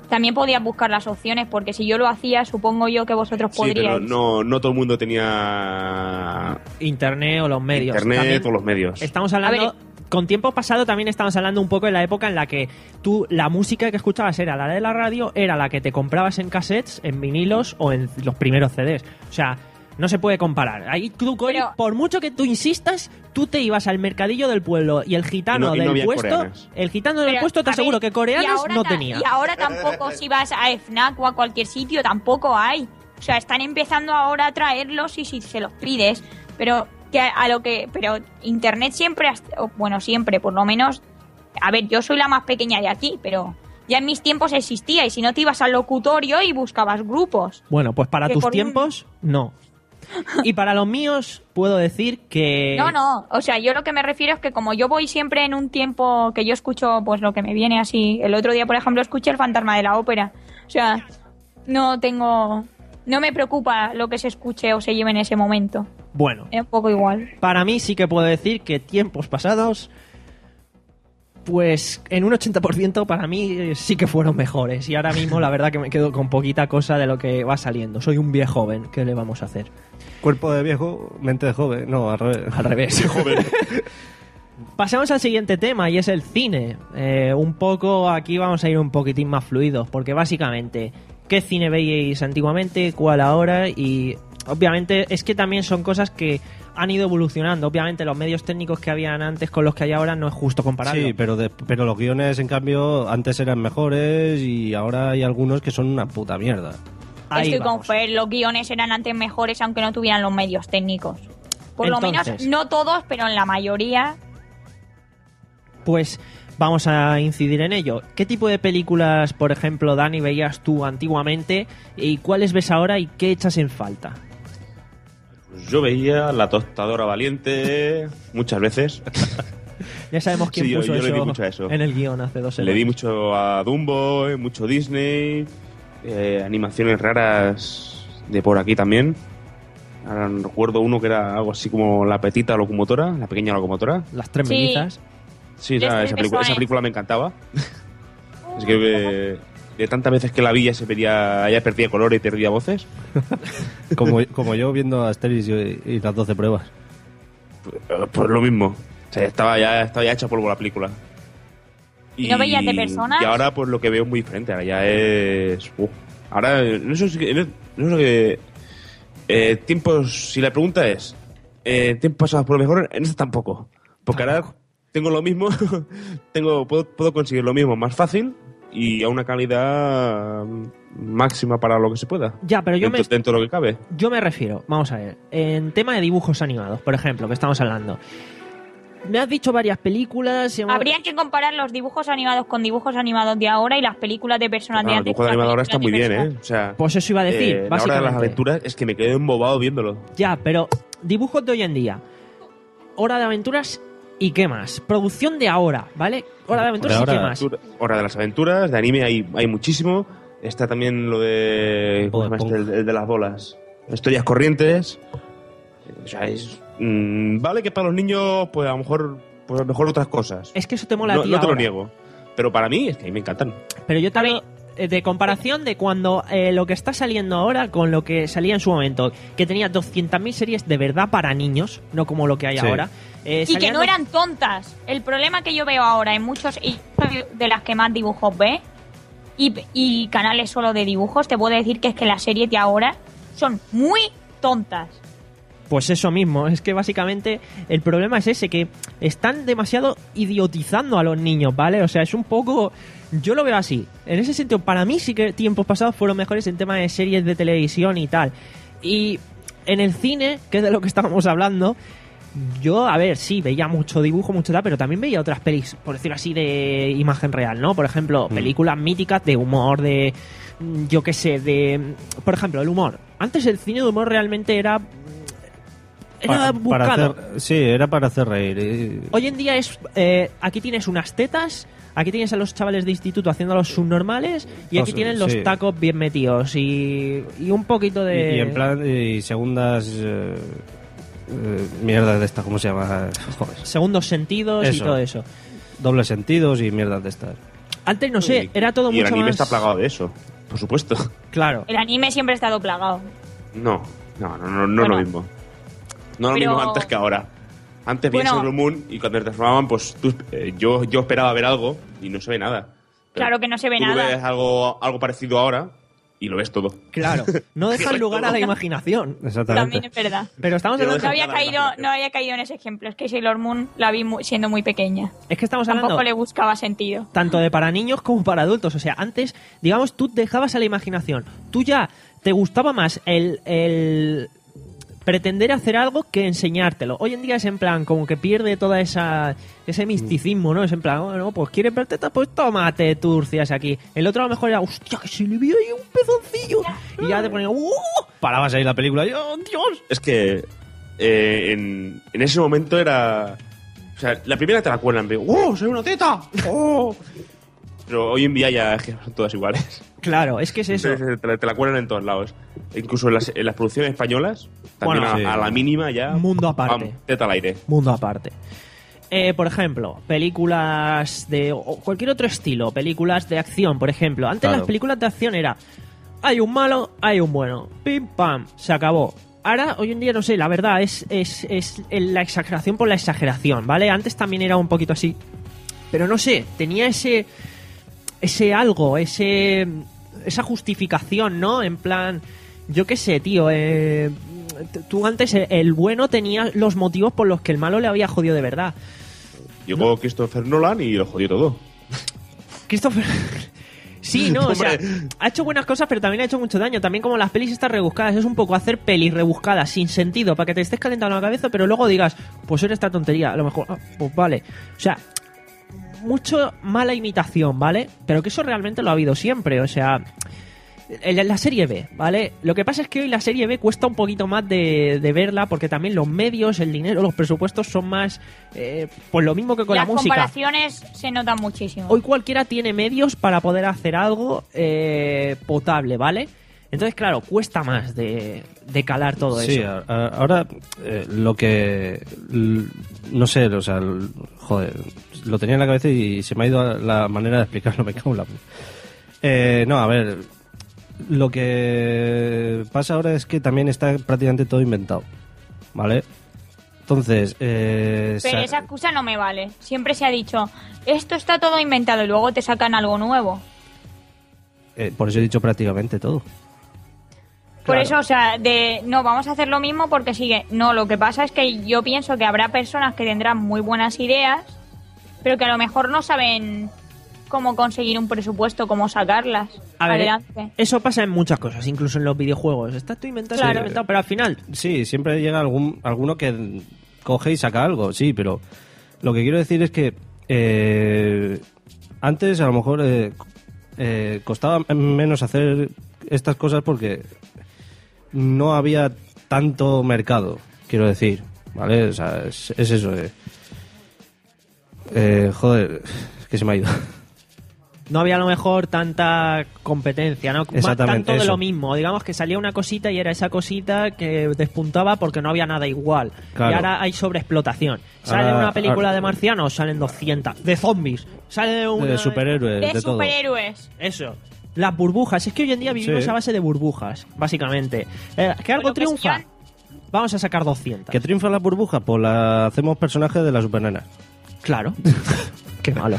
Speaker 1: También podías buscar las opciones porque si yo lo hacía, supongo yo que vosotros
Speaker 7: Sí, pero
Speaker 1: podríais.
Speaker 7: no, no todo el mundo tenía
Speaker 5: Internet o los medios.
Speaker 7: internet
Speaker 5: También
Speaker 7: o los medios.
Speaker 5: Estamos hablando.
Speaker 1: eh,
Speaker 5: Con tiempo pasado también estamos hablando un poco de la época en la que tú la música que escuchabas era la de la radio, era la que te comprabas en cassettes, en vinilos o en los primeros CDs. O sea, no se puede comparar. Ahí tú, Cori, por mucho que tú insistas, tú te ibas al mercadillo del pueblo y el gitano
Speaker 7: Y no- y no
Speaker 5: del
Speaker 7: había
Speaker 5: puesto,
Speaker 7: coreanas.
Speaker 5: el gitano del
Speaker 1: Pero,
Speaker 5: puesto te
Speaker 1: a ver,
Speaker 5: aseguro que
Speaker 1: y
Speaker 5: coreanos
Speaker 1: ahora
Speaker 5: no
Speaker 1: ta-
Speaker 5: tenía.
Speaker 1: Y ahora tampoco si vas a FNAC o a cualquier sitio, tampoco hay. O sea, están empezando ahora a traerlos y si se los pides, pero que a, a lo que pero internet siempre ha est- o, bueno, siempre por lo menos a ver, yo soy la más pequeña de aquí, pero ya en mis tiempos existía y si no te ibas al locutorio y buscabas grupos.
Speaker 5: Bueno, pues para
Speaker 1: Que
Speaker 5: tus
Speaker 1: por un-
Speaker 5: tiempos, no. Y para los míos, puedo decir que.
Speaker 1: No, no, o sea, yo lo que me refiero es que como yo voy siempre en un tiempo que yo escucho pues lo que me viene así, el otro día por ejemplo escuché El fantasma de la ópera, o sea, no tengo, no me preocupa lo que se escuche o se lleve en ese momento,
Speaker 5: Bueno,
Speaker 1: es un poco igual.
Speaker 5: para mí sí que puedo decir que tiempos pasados, pues en un 80% para mí eh, sí que fueron mejores. Y ahora mismo la verdad que me quedo con poquita cosa de lo que va saliendo. Soy un viejo joven, ¿qué le vamos a hacer?
Speaker 3: Cuerpo de viejo, mente de joven. No, al revés.
Speaker 5: Al revés.
Speaker 7: joven.
Speaker 5: Pasemos al siguiente tema y es el cine. Eh, un poco, aquí vamos a ir un poquitín más fluidos, porque básicamente, ¿qué cine veíais antiguamente? ¿Cuál ahora? Y obviamente es que también son cosas que han ido evolucionando. Obviamente los medios técnicos que habían antes con los que hay ahora no es justo compararlo.
Speaker 3: Sí, pero, de- pero los guiones, en cambio, antes eran mejores y ahora hay algunos que son una puta mierda.
Speaker 5: Ahí
Speaker 1: Estoy con
Speaker 5: vamos.
Speaker 1: Fer, los guiones eran antes mejores aunque no tuvieran los medios técnicos. Por lo menos,
Speaker 5: Entonces.
Speaker 1: no todos, pero en la mayoría.
Speaker 5: Pues vamos a incidir en ello. ¿Qué tipo de películas, por ejemplo, Dani, veías tú antiguamente? ¿Y cuáles ves ahora y qué echas en falta?
Speaker 7: Pues yo veía la tostadora valiente muchas veces.
Speaker 5: Ya sabemos quién
Speaker 7: Sí, yo-
Speaker 5: puso
Speaker 7: yo
Speaker 5: eso,
Speaker 7: le di mucho a eso.
Speaker 5: en el guión hace dos semanas.
Speaker 7: Le di mucho a Dumbo, eh, mucho Disney, eh, animaciones raras de por aquí también. Ahora no recuerdo uno que era algo así como La Petita Locomotora, La Pequeña Locomotora.
Speaker 5: Las tres
Speaker 1: Sí.
Speaker 5: mellizas.
Speaker 7: Sí,
Speaker 1: Tres
Speaker 7: esa,
Speaker 1: mil
Speaker 7: esa película, esa
Speaker 1: pezones.
Speaker 7: película me encantaba. es que eh, de tantas veces que la vi ya, se perdía, ya perdía color y perdía voces.
Speaker 3: Como, como yo viendo a Asterix y, y las 12 pruebas.
Speaker 7: Eh, Pues lo mismo. O sea, estaba ya, estaba ya hecha polvo la película.
Speaker 1: ¿Y no veías de personas?
Speaker 7: Y ahora pues lo que veo es muy diferente. Ahora ya es... uh, ahora, eh, no sé, si- no, no sé qué... eh, tiempos... Si la pregunta es... Eh, ¿Tiempos pasados por lo mejor? En este tampoco. Porque ahora tengo lo mismo. tengo puedo, puedo conseguir lo mismo más fácil y a una calidad mm, máxima para lo que se pueda.
Speaker 5: Ya, pero yo me,
Speaker 7: dentro, dentro de lo que cabe.
Speaker 5: yo me refiero, vamos a ver, en tema de dibujos animados, por ejemplo, que estamos hablando. Me has dicho varias películas. y hemos-
Speaker 1: Habría que comparar los dibujos animados con dibujos animados de ahora y las películas de personas de
Speaker 7: Ah, el
Speaker 1: antes.
Speaker 7: dibujo
Speaker 1: con
Speaker 7: de
Speaker 1: las
Speaker 7: animador ahora está muy
Speaker 1: películas de
Speaker 7: bien,
Speaker 1: personas.
Speaker 7: ¿eh? O sea,
Speaker 5: Pues eso iba a decir,
Speaker 7: Eh, la hora de las
Speaker 5: básicamente.
Speaker 7: aventuras es que me quedé embobado viéndolo.
Speaker 5: Ya, pero dibujos de hoy en día. Hora de aventuras y qué más. Producción de ahora, ¿vale? Hora de aventuras y qué más.
Speaker 7: Aventura- Hora de las aventuras, de anime hay, hay muchísimo. Está también lo de. ¿Cómo se llama este? El, el de las bolas. Historias corrientes. O sea, es. mm, vale que para los niños, pues a lo mejor, pues, mejor otras cosas.
Speaker 5: Es que eso te mola a
Speaker 7: no,
Speaker 5: ti
Speaker 7: no te lo
Speaker 5: ahora.
Speaker 7: niego. Pero para mí, es que a mí me encantan.
Speaker 5: Pero yo también de comparación de cuando eh, lo que está saliendo ahora con lo que salía en su momento, que tenía 200.000 series de verdad para niños, no como lo que hay
Speaker 3: Sí.
Speaker 5: ahora. eh,
Speaker 1: Y que
Speaker 5: salían
Speaker 1: no eran tontas. El problema que yo veo ahora en muchos y soy de las que más dibujos ve y, y canales solo de dibujos, te puedo decir que es que las series de ahora son muy tontas.
Speaker 5: Pues eso mismo, es que básicamente el problema es ese, que están demasiado idiotizando a los niños, ¿vale? O sea, es un poco... Yo lo veo así. En ese sentido, para mí sí que tiempos pasados fueron mejores en tema de series de televisión y tal. Y en el cine, que es de lo que estábamos hablando, yo, a ver, sí, veía mucho dibujo, mucho tal, pero también veía otras pelis, por decirlo así, de imagen real, ¿no? Por ejemplo,
Speaker 3: Mm.
Speaker 5: películas míticas de humor, de. mm, Yo qué sé, de. mm, Por ejemplo, el humor. Antes el cine de humor realmente era. mm, Era
Speaker 3: Para- para
Speaker 5: buscado.
Speaker 3: hacer- sí, era para hacer reír. eh.
Speaker 5: Hoy en día es. eh, aquí tienes unas tetas. Aquí tienes a los chavales de instituto haciendo los subnormales y aquí
Speaker 3: Los-
Speaker 5: tienen los
Speaker 3: sí.
Speaker 5: tacos bien metidos y, y un poquito de...
Speaker 3: Y, y en plan, y segundas eh, eh, mierdas de estas, ¿cómo se llama? Joder.
Speaker 5: Segundos sentidos y
Speaker 3: Eso.
Speaker 5: todo eso.
Speaker 3: Dobles sentidos y mierdas de estas.
Speaker 5: Antes no sé, era todo
Speaker 7: Y el
Speaker 5: mucho
Speaker 7: anime
Speaker 5: más...
Speaker 7: está plagado de eso, por supuesto.
Speaker 5: Claro.
Speaker 1: El anime siempre ha estado plagado.
Speaker 7: No, no, no, no, no es lo mismo. No es
Speaker 1: Pero-
Speaker 7: lo mismo antes que ahora. Antes veías
Speaker 1: Bueno.
Speaker 7: el Blue Moon y cuando te transformaban, pues tú, eh, yo, yo esperaba ver algo y no se ve nada.
Speaker 1: Claro que no se ve
Speaker 7: tú
Speaker 1: nada.
Speaker 7: ves algo, algo parecido ahora y lo ves todo.
Speaker 5: Claro, no dejan lugar a la imaginación.
Speaker 1: También es verdad.
Speaker 5: Pero estamos
Speaker 7: Yo
Speaker 5: hablando,
Speaker 1: No había, caído, no había caído en ese ejemplo. Es que Sailor Moon la vi mu- siendo muy pequeña.
Speaker 5: es que estamos hablando
Speaker 1: Tampoco le buscaba sentido.
Speaker 5: tanto de para niños como para adultos. O sea, antes, digamos, tú dejabas a la imaginación. Tú ya te gustaba más el, el pretender hacer algo que enseñártelo. Hoy en día es en plan, como que pierde toda esa ese misticismo, ¿no? Es en plan, bueno, pues quieres ver tetas, pues tómate turcias aquí. El otro a lo mejor era, hostia, que se le vio ahí un pezoncillo. Y ya te ponía, ¡uh!
Speaker 3: Parabas ahí la película y ¡oh, Dios!
Speaker 7: Es que eh, en, en ese momento era. O sea, la primera te la cuelan, pero ¡Wow! ¡Soy una teta! ¡Oh! Pero hoy en día ya es que son todas iguales.
Speaker 5: Claro, es que es eso.
Speaker 7: Entonces, eh, te, la- te la cuelan en todos lados. Incluso en las, en las producciones españolas, también
Speaker 5: Bueno,
Speaker 7: a,
Speaker 5: sí.
Speaker 7: a la mínima ya.
Speaker 5: Mundo
Speaker 7: ¡pam!
Speaker 5: aparte.
Speaker 7: Teta al aire.
Speaker 5: Mundo aparte. Eh, por ejemplo, películas de o cualquier otro estilo, películas de acción, por ejemplo. Antes
Speaker 3: Claro.
Speaker 5: las películas de acción era hay un malo, hay un bueno, pim pam, se acabó. Ahora, hoy en día, no sé, la verdad, es, es, es el- la exageración por la exageración, ¿vale? Antes también era un poquito así. Pero no sé, tenía ese. ese algo, ese. esa justificación, ¿no? En plan. Yo qué sé, tío. eh, t- tú antes, eh, el bueno tenía los motivos por los que el malo le había jodido de verdad.
Speaker 7: Llegó Christopher Nolan y lo jodió todo.
Speaker 5: Christopher. Sí, no, o sea,
Speaker 7: Hombre.
Speaker 5: ha hecho buenas cosas, pero también ha hecho mucho daño. También como las pelis estas rebuscadas, es un poco hacer pelis rebuscadas sin sentido para que te estés calentando la cabeza, pero luego digas, pues era esta tontería, a lo mejor, ah, pues vale. O sea, mucho mala imitación, ¿vale? Pero que eso realmente lo ha habido siempre, o sea, en la serie B, ¿vale? Lo que pasa es que hoy la serie B cuesta un poquito más de, de verla porque también los medios, el dinero, los presupuestos son más, eh, pues lo mismo que con
Speaker 1: Las
Speaker 5: la música.
Speaker 1: comparaciones se notan muchísimo.
Speaker 5: Hoy cualquiera tiene medios para poder hacer algo eh, potable, ¿vale? Entonces, claro, cuesta más de, de calar todo
Speaker 3: sí,
Speaker 5: eso.
Speaker 3: a- a- ahora eh, lo que. l- No sé, o sea, l- joder, lo tenía en la cabeza y se me ha ido a la manera de explicarlo, me cago en la pu- Eh, no, a ver. Lo que pasa ahora es que también está prácticamente todo inventado, ¿vale? Entonces, eh,
Speaker 1: Pero
Speaker 3: sa-
Speaker 1: esa excusa no me vale. Siempre se ha dicho, esto está todo inventado y luego te sacan algo nuevo.
Speaker 3: eh, por eso he dicho prácticamente todo.
Speaker 1: Por
Speaker 3: Claro.
Speaker 1: eso, o sea, de no, vamos a hacer lo mismo porque sigue. No, lo que pasa es que yo pienso que habrá personas que tendrán muy buenas ideas, pero que a lo mejor no saben cómo conseguir un presupuesto, cómo sacarlas.
Speaker 5: A ver,
Speaker 1: Adelante.
Speaker 5: eso pasa en muchas cosas, incluso en los videojuegos. Está todo inventado,
Speaker 1: Claro.
Speaker 5: todo inventado, pero al final...
Speaker 3: Sí, siempre llega algún alguno que coge y saca algo, sí, pero lo que quiero decir es que eh, antes a lo mejor eh, eh, costaba menos hacer estas cosas porque no había tanto mercado, quiero decir, ¿vale? O sea, es, es eso. eh. Eh, joder, es que se me ha ido.
Speaker 5: No había a lo mejor tanta competencia, ¿no? Ma-
Speaker 3: Exactamente,
Speaker 5: Tanto de
Speaker 3: eso.
Speaker 5: lo mismo. Digamos que salía una cosita y era esa cosita que despuntaba porque no había nada igual. Y
Speaker 3: Claro.
Speaker 5: ahora hay sobreexplotación. Sale
Speaker 3: Ahora-
Speaker 5: una película
Speaker 3: ahora-
Speaker 5: de marcianos, salen 200. De zombies, sale una...
Speaker 3: De superhéroes, de,
Speaker 1: de
Speaker 3: todo.
Speaker 1: superhéroes.
Speaker 5: Eso. Las burbujas. Es que hoy en día vivimos
Speaker 3: Sí.
Speaker 5: a base de burbujas, básicamente. Eh, que algo triunfa. Vamos a sacar 200.
Speaker 3: ¿Que triunfa la burbuja? Pues la hacemos personaje de la supernena.
Speaker 5: Claro. Qué malo.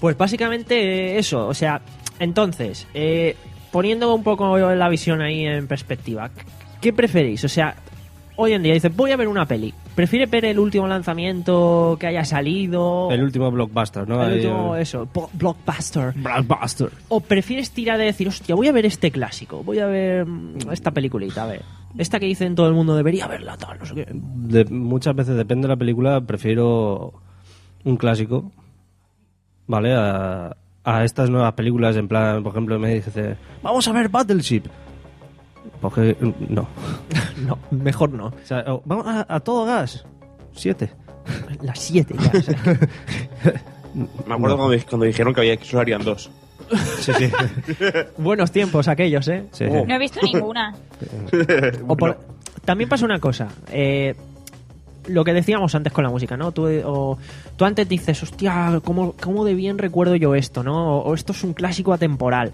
Speaker 5: Pues básicamente eh, eso. O sea, entonces, eh, poniendo un poco la visión ahí en perspectiva, ¿qué preferís? O sea, hoy en día dice, voy a ver una peli, prefiere ver el último lanzamiento que haya salido.
Speaker 3: El último blockbuster, ¿no?
Speaker 5: El
Speaker 3: Ahí,
Speaker 5: último,
Speaker 3: eh,
Speaker 5: eso, bo- blockbuster.
Speaker 7: Blockbuster.
Speaker 5: ¿O prefieres tirar de decir, hostia, voy a ver este clásico, voy a ver mm, esta peliculita, a ver. Esta que dicen todo el mundo debería verla, tal, no sé qué.
Speaker 3: de- muchas veces depende de la película, prefiero un clásico, ¿vale? A, a estas nuevas películas, en plan, por ejemplo, me dice, vamos a ver Battleship. Pues que, mm, no.
Speaker 5: No, mejor no.
Speaker 3: O sea, o, vamos a, a todo gas. Siete.
Speaker 5: Las 7 ya. o sea.
Speaker 7: Me acuerdo cuando, cuando dijeron que había que solo harían dos.
Speaker 3: Sí, sí.
Speaker 5: Buenos tiempos aquellos, ¿eh?
Speaker 3: Sí,
Speaker 1: No he visto ninguna.
Speaker 5: O por- También pasa una cosa. eh, lo que decíamos antes con la música, ¿no? Tú, eh, o- tú antes dices, hostia, ¿cómo, ¿cómo de bien recuerdo yo esto, ¿no? O, esto es un clásico atemporal.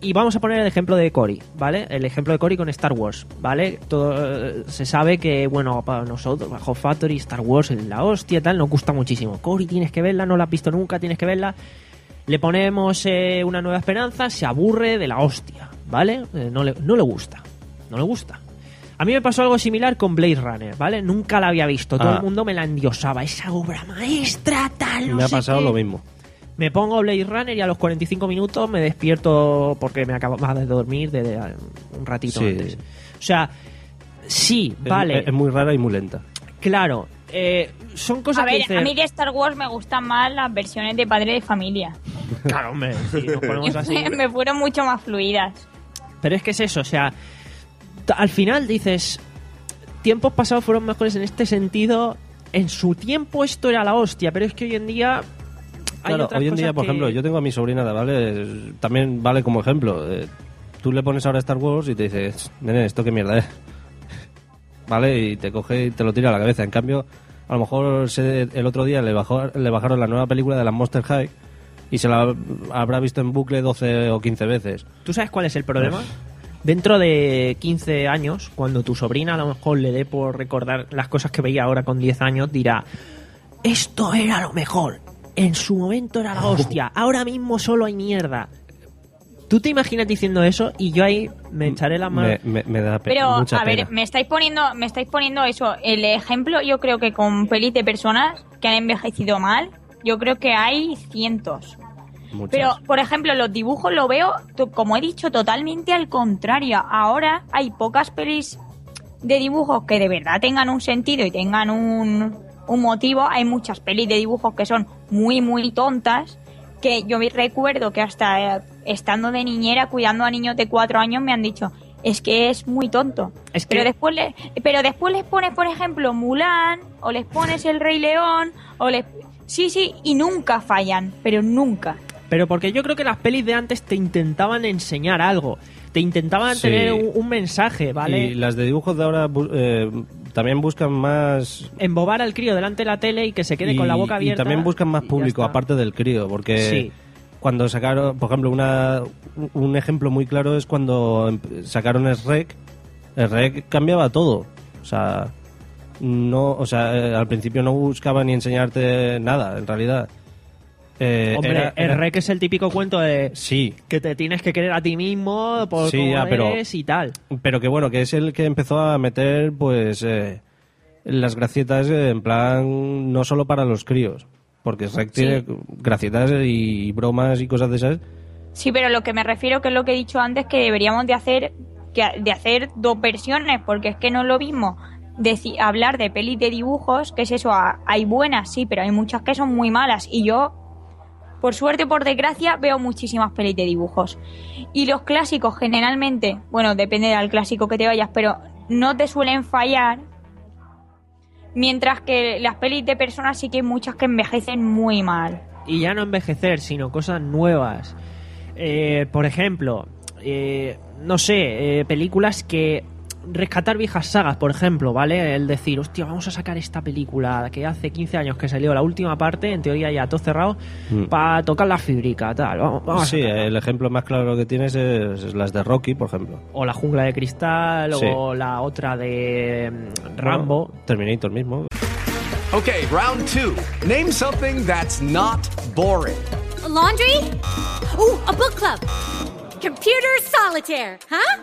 Speaker 5: Y vamos a poner el ejemplo de Cory, ¿vale? El ejemplo de Cory con Star Wars, ¿vale? Todo, eh, se sabe que, bueno, para nosotros, bajo Factory, Star Wars, la hostia, tal, nos gusta muchísimo. Cory, tienes que verla, no la has visto nunca, tienes que verla. Le ponemos eh, una nueva esperanza, se aburre de la hostia, ¿vale? Eh, no, le, no le gusta, no le gusta. A mí me pasó algo similar con Blade Runner, ¿vale? Nunca la había visto, todo
Speaker 3: Ah.
Speaker 5: el mundo me la endiosaba, esa obra maestra, tal, no
Speaker 3: me ha
Speaker 5: sé
Speaker 3: pasado
Speaker 5: qué.
Speaker 3: lo mismo.
Speaker 5: Me pongo Blade Runner y a los 45 minutos me despierto porque me acababa de dormir de, de- un ratito
Speaker 3: Sí.
Speaker 5: antes. O sea, sí,
Speaker 3: Es-
Speaker 5: vale,
Speaker 3: Es, muy rara y muy lenta.
Speaker 5: claro. eh, son cosas
Speaker 1: A ver,
Speaker 5: que
Speaker 1: a
Speaker 5: dices-
Speaker 1: mí de Star Wars me gustan más las versiones de padre de familia.
Speaker 5: Claro, hombre, si nos ponemos así.
Speaker 1: me fueron mucho más fluidas.
Speaker 5: Pero es que es eso, o sea, t- al final dices, tiempos pasados fueron mejores en este sentido, en su tiempo esto era la hostia, pero es que hoy en día... Hay
Speaker 3: Claro,
Speaker 5: otras
Speaker 3: hoy en
Speaker 5: cosas
Speaker 3: día, por
Speaker 5: que-
Speaker 3: ejemplo, yo tengo a mi sobrina, ¿vale? Es- También vale como ejemplo. Eh, Tú le pones ahora Star Wars y te dices, nene, esto qué mierda es. ¿Vale? Y te coge y te lo tira a la cabeza. En cambio, a lo mejor se- el otro día le, bajó, le bajaron la nueva película de las Monster High y se la habrá visto en bucle 12 o 15 veces.
Speaker 5: ¿Tú sabes cuál es el problema? Dentro de 15 años, cuando tu sobrina a lo mejor le dé por recordar las cosas que veía ahora con 10 años, dirá, esto era lo mejor, en su momento era la hostia, ahora mismo solo hay mierda. Tú te imaginas diciendo eso y yo ahí me echaré la mano.
Speaker 3: Me, me- me da pe-
Speaker 1: Pero,
Speaker 3: mucha
Speaker 1: a ver,
Speaker 3: pena.
Speaker 1: me estáis poniendo, me estáis poniendo eso. El ejemplo, yo creo que con pelis de personas que han envejecido mal, yo creo que hay cientos.
Speaker 3: Muchas.
Speaker 1: Pero, por ejemplo, los dibujos lo veo, to- como he dicho, totalmente al contrario. Ahora hay pocas pelis de dibujos que de verdad tengan un sentido y tengan un, un motivo. Hay muchas pelis de dibujos que son muy, muy tontas. Que yo me recuerdo que hasta eh, estando de niñera cuidando a niños de cuatro años me han dicho, es que es muy tonto.
Speaker 5: Es
Speaker 1: Pero
Speaker 5: que-
Speaker 1: después, le- pero después les pones, por ejemplo, Mulan, o les pones El Rey León, o les... Sí, sí, y nunca fallan, pero nunca.
Speaker 5: Pero porque yo creo que las pelis de antes te intentaban enseñar algo, te intentaban
Speaker 3: Sí.
Speaker 5: tener un, un mensaje,
Speaker 3: Y
Speaker 5: ¿vale?
Speaker 3: las de dibujos de ahora bu- eh, también buscan más
Speaker 5: Embobar al crío delante de la tele y que se quede
Speaker 3: y,
Speaker 5: con la boca
Speaker 3: y
Speaker 5: abierta.
Speaker 3: también buscan más
Speaker 5: y ya
Speaker 3: público,
Speaker 5: está.
Speaker 3: aparte del crío, porque
Speaker 5: Sí.
Speaker 3: cuando sacaron, por ejemplo, una, un ejemplo muy claro es cuando em- sacaron el rec, el rec cambiaba todo. O sea, no, o sea, eh, al principio no buscaba ni enseñarte nada, en realidad. Eh,
Speaker 5: Hombre,
Speaker 3: era- era-
Speaker 5: el rec es el típico cuento de
Speaker 3: Sí,
Speaker 5: que te tienes que querer a ti mismo por
Speaker 3: Sí,
Speaker 5: cómo
Speaker 3: ya, pero-
Speaker 5: eres y tal.
Speaker 3: pero que bueno, que es el que empezó a meter, pues, eh, las gracietas eh, en plan no solo para los críos, porque Rec tiene gracietas y bromas y cosas de esas.
Speaker 1: Sí, pero lo que me refiero que es lo que he dicho antes que deberíamos de hacer que- de hacer dos versiones porque es que no es lo mismo deci- hablar de pelis de dibujos que es eso a- hay buenas sí pero hay muchas que son muy malas y yo por suerte o por desgracia veo muchísimas pelis de dibujos y los clásicos generalmente bueno depende del clásico que te vayas pero no te suelen fallar mientras que las pelis de personas sí que hay muchas que envejecen muy mal
Speaker 5: Y ya no envejecer, sino cosas nuevas. Eh, por ejemplo, eh, no sé, eh, películas que rescatar viejas sagas, por ejemplo, ¿vale? El decir, hostia, vamos a sacar esta película que hace 15 años que salió la última parte, en teoría ya todo cerrado,
Speaker 3: Mm.
Speaker 5: para tocar la fíbrica, tal. Vamos, vamos a
Speaker 3: sí, el ejemplo más claro que tienes es, es las de Rocky, por ejemplo.
Speaker 5: o la jungla de cristal
Speaker 3: Sí.
Speaker 5: o la otra de mm, Rambo. Pues
Speaker 3: Bueno, Terminator mismo.
Speaker 17: Okay, round two. Name something that's not boring.
Speaker 18: A laundry? Ooh, a book club. Computer solitaire, huh?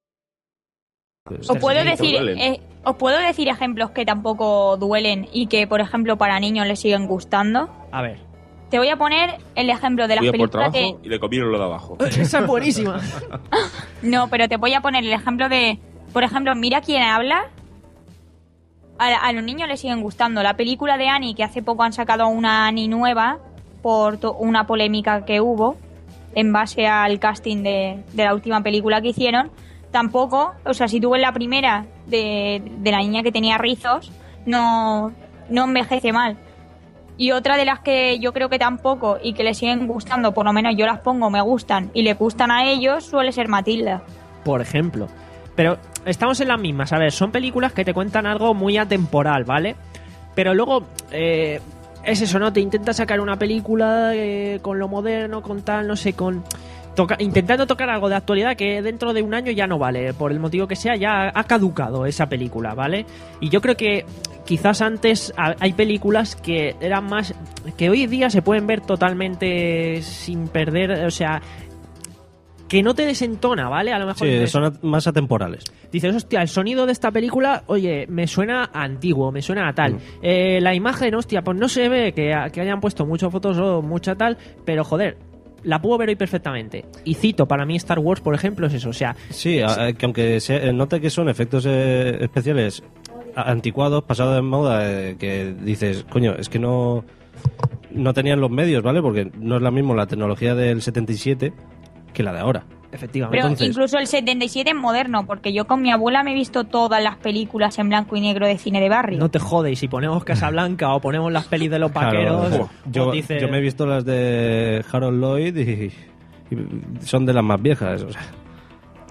Speaker 7: Pues
Speaker 1: Os puedo decir, eh, os puedo decir ejemplos que tampoco duelen y que, por ejemplo, para niños les siguen gustando.
Speaker 5: A ver.
Speaker 1: Te voy a poner el ejemplo de las
Speaker 7: Fui a por
Speaker 1: películas
Speaker 7: trabajo
Speaker 1: de...
Speaker 7: y le comieron lo de abajo.
Speaker 5: Esa es buenísima.
Speaker 1: No, pero te voy a poner el ejemplo de... Por ejemplo, mira quién habla. A, a los niños les siguen gustando. La película de Annie, que hace poco han sacado una Annie nueva por to- una polémica que hubo en base al casting de, de la última película que hicieron, tampoco, o sea, si tú ves la primera de, de la niña que tenía rizos, no, no envejece mal. Y otra de las que yo creo que tampoco y que le siguen gustando, por lo menos yo las pongo, me gustan y le gustan a ellos, suele ser Matilda.
Speaker 5: por ejemplo. Pero estamos en las mismas. A ver, son películas que te cuentan algo muy atemporal, ¿vale? Pero luego, eh, es eso, ¿no? Te intenta sacar una película eh, con lo moderno, con tal, no sé, con... toca- intentando tocar algo de actualidad que dentro de un año ya no vale, por el motivo que sea, ya ha caducado esa película, ¿vale? Y yo creo que quizás antes ha- hay películas que eran más... que hoy día se pueden ver totalmente sin perder, o sea... Que no te desentona, ¿vale? A lo mejor
Speaker 3: Sí,
Speaker 5: dices,
Speaker 3: son at- más atemporales.
Speaker 5: Dices, hostia, el sonido de esta película, oye, me suena a antiguo, me suena a
Speaker 1: Mm.
Speaker 5: tal. Eh, la imagen, hostia, pues no se ve que, que hayan puesto muchas fotos o mucha tal, pero joder, la puedo ver hoy perfectamente. Y cito, para mí Star Wars, por ejemplo, es eso, o sea...
Speaker 3: Sí, a- a- que aunque se eh, note que son efectos eh, especiales a- anticuados, pasados de moda, eh, que dices, coño, es que no, no tenían los medios, ¿vale? Porque no es la misma la tecnología del 77 que la de ahora.
Speaker 5: Efectivamente.
Speaker 1: Pero
Speaker 3: Entonces-
Speaker 1: incluso el 77 es moderno, porque yo con mi abuela me he visto todas las películas en blanco y negro de cine de barrio.
Speaker 5: No te jodes, si ponemos Casablanca o ponemos las pelis de los vaqueros...
Speaker 3: Claro,
Speaker 5: o
Speaker 3: yo,
Speaker 5: dices-
Speaker 3: yo me he visto las de Harold Lloyd y, y son de las más viejas, o sea,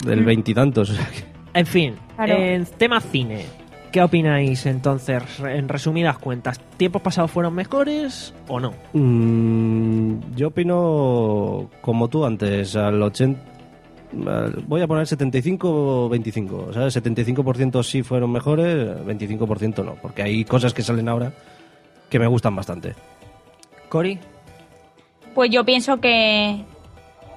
Speaker 3: del
Speaker 5: Mm.
Speaker 3: veintitantos. o sea que-
Speaker 5: En fin,
Speaker 3: Claro.
Speaker 5: en tema cine, ¿qué opináis entonces, re- en resumidas cuentas? ¿Tiempos pasados fueron mejores o no?
Speaker 3: Mm, yo opino como tú antes, al 80... al- Voy a poner 75-25. O sea, el 75% sí fueron mejores, 25% no. Porque hay cosas que salen ahora que me gustan bastante.
Speaker 5: Cory.
Speaker 1: Pues yo pienso que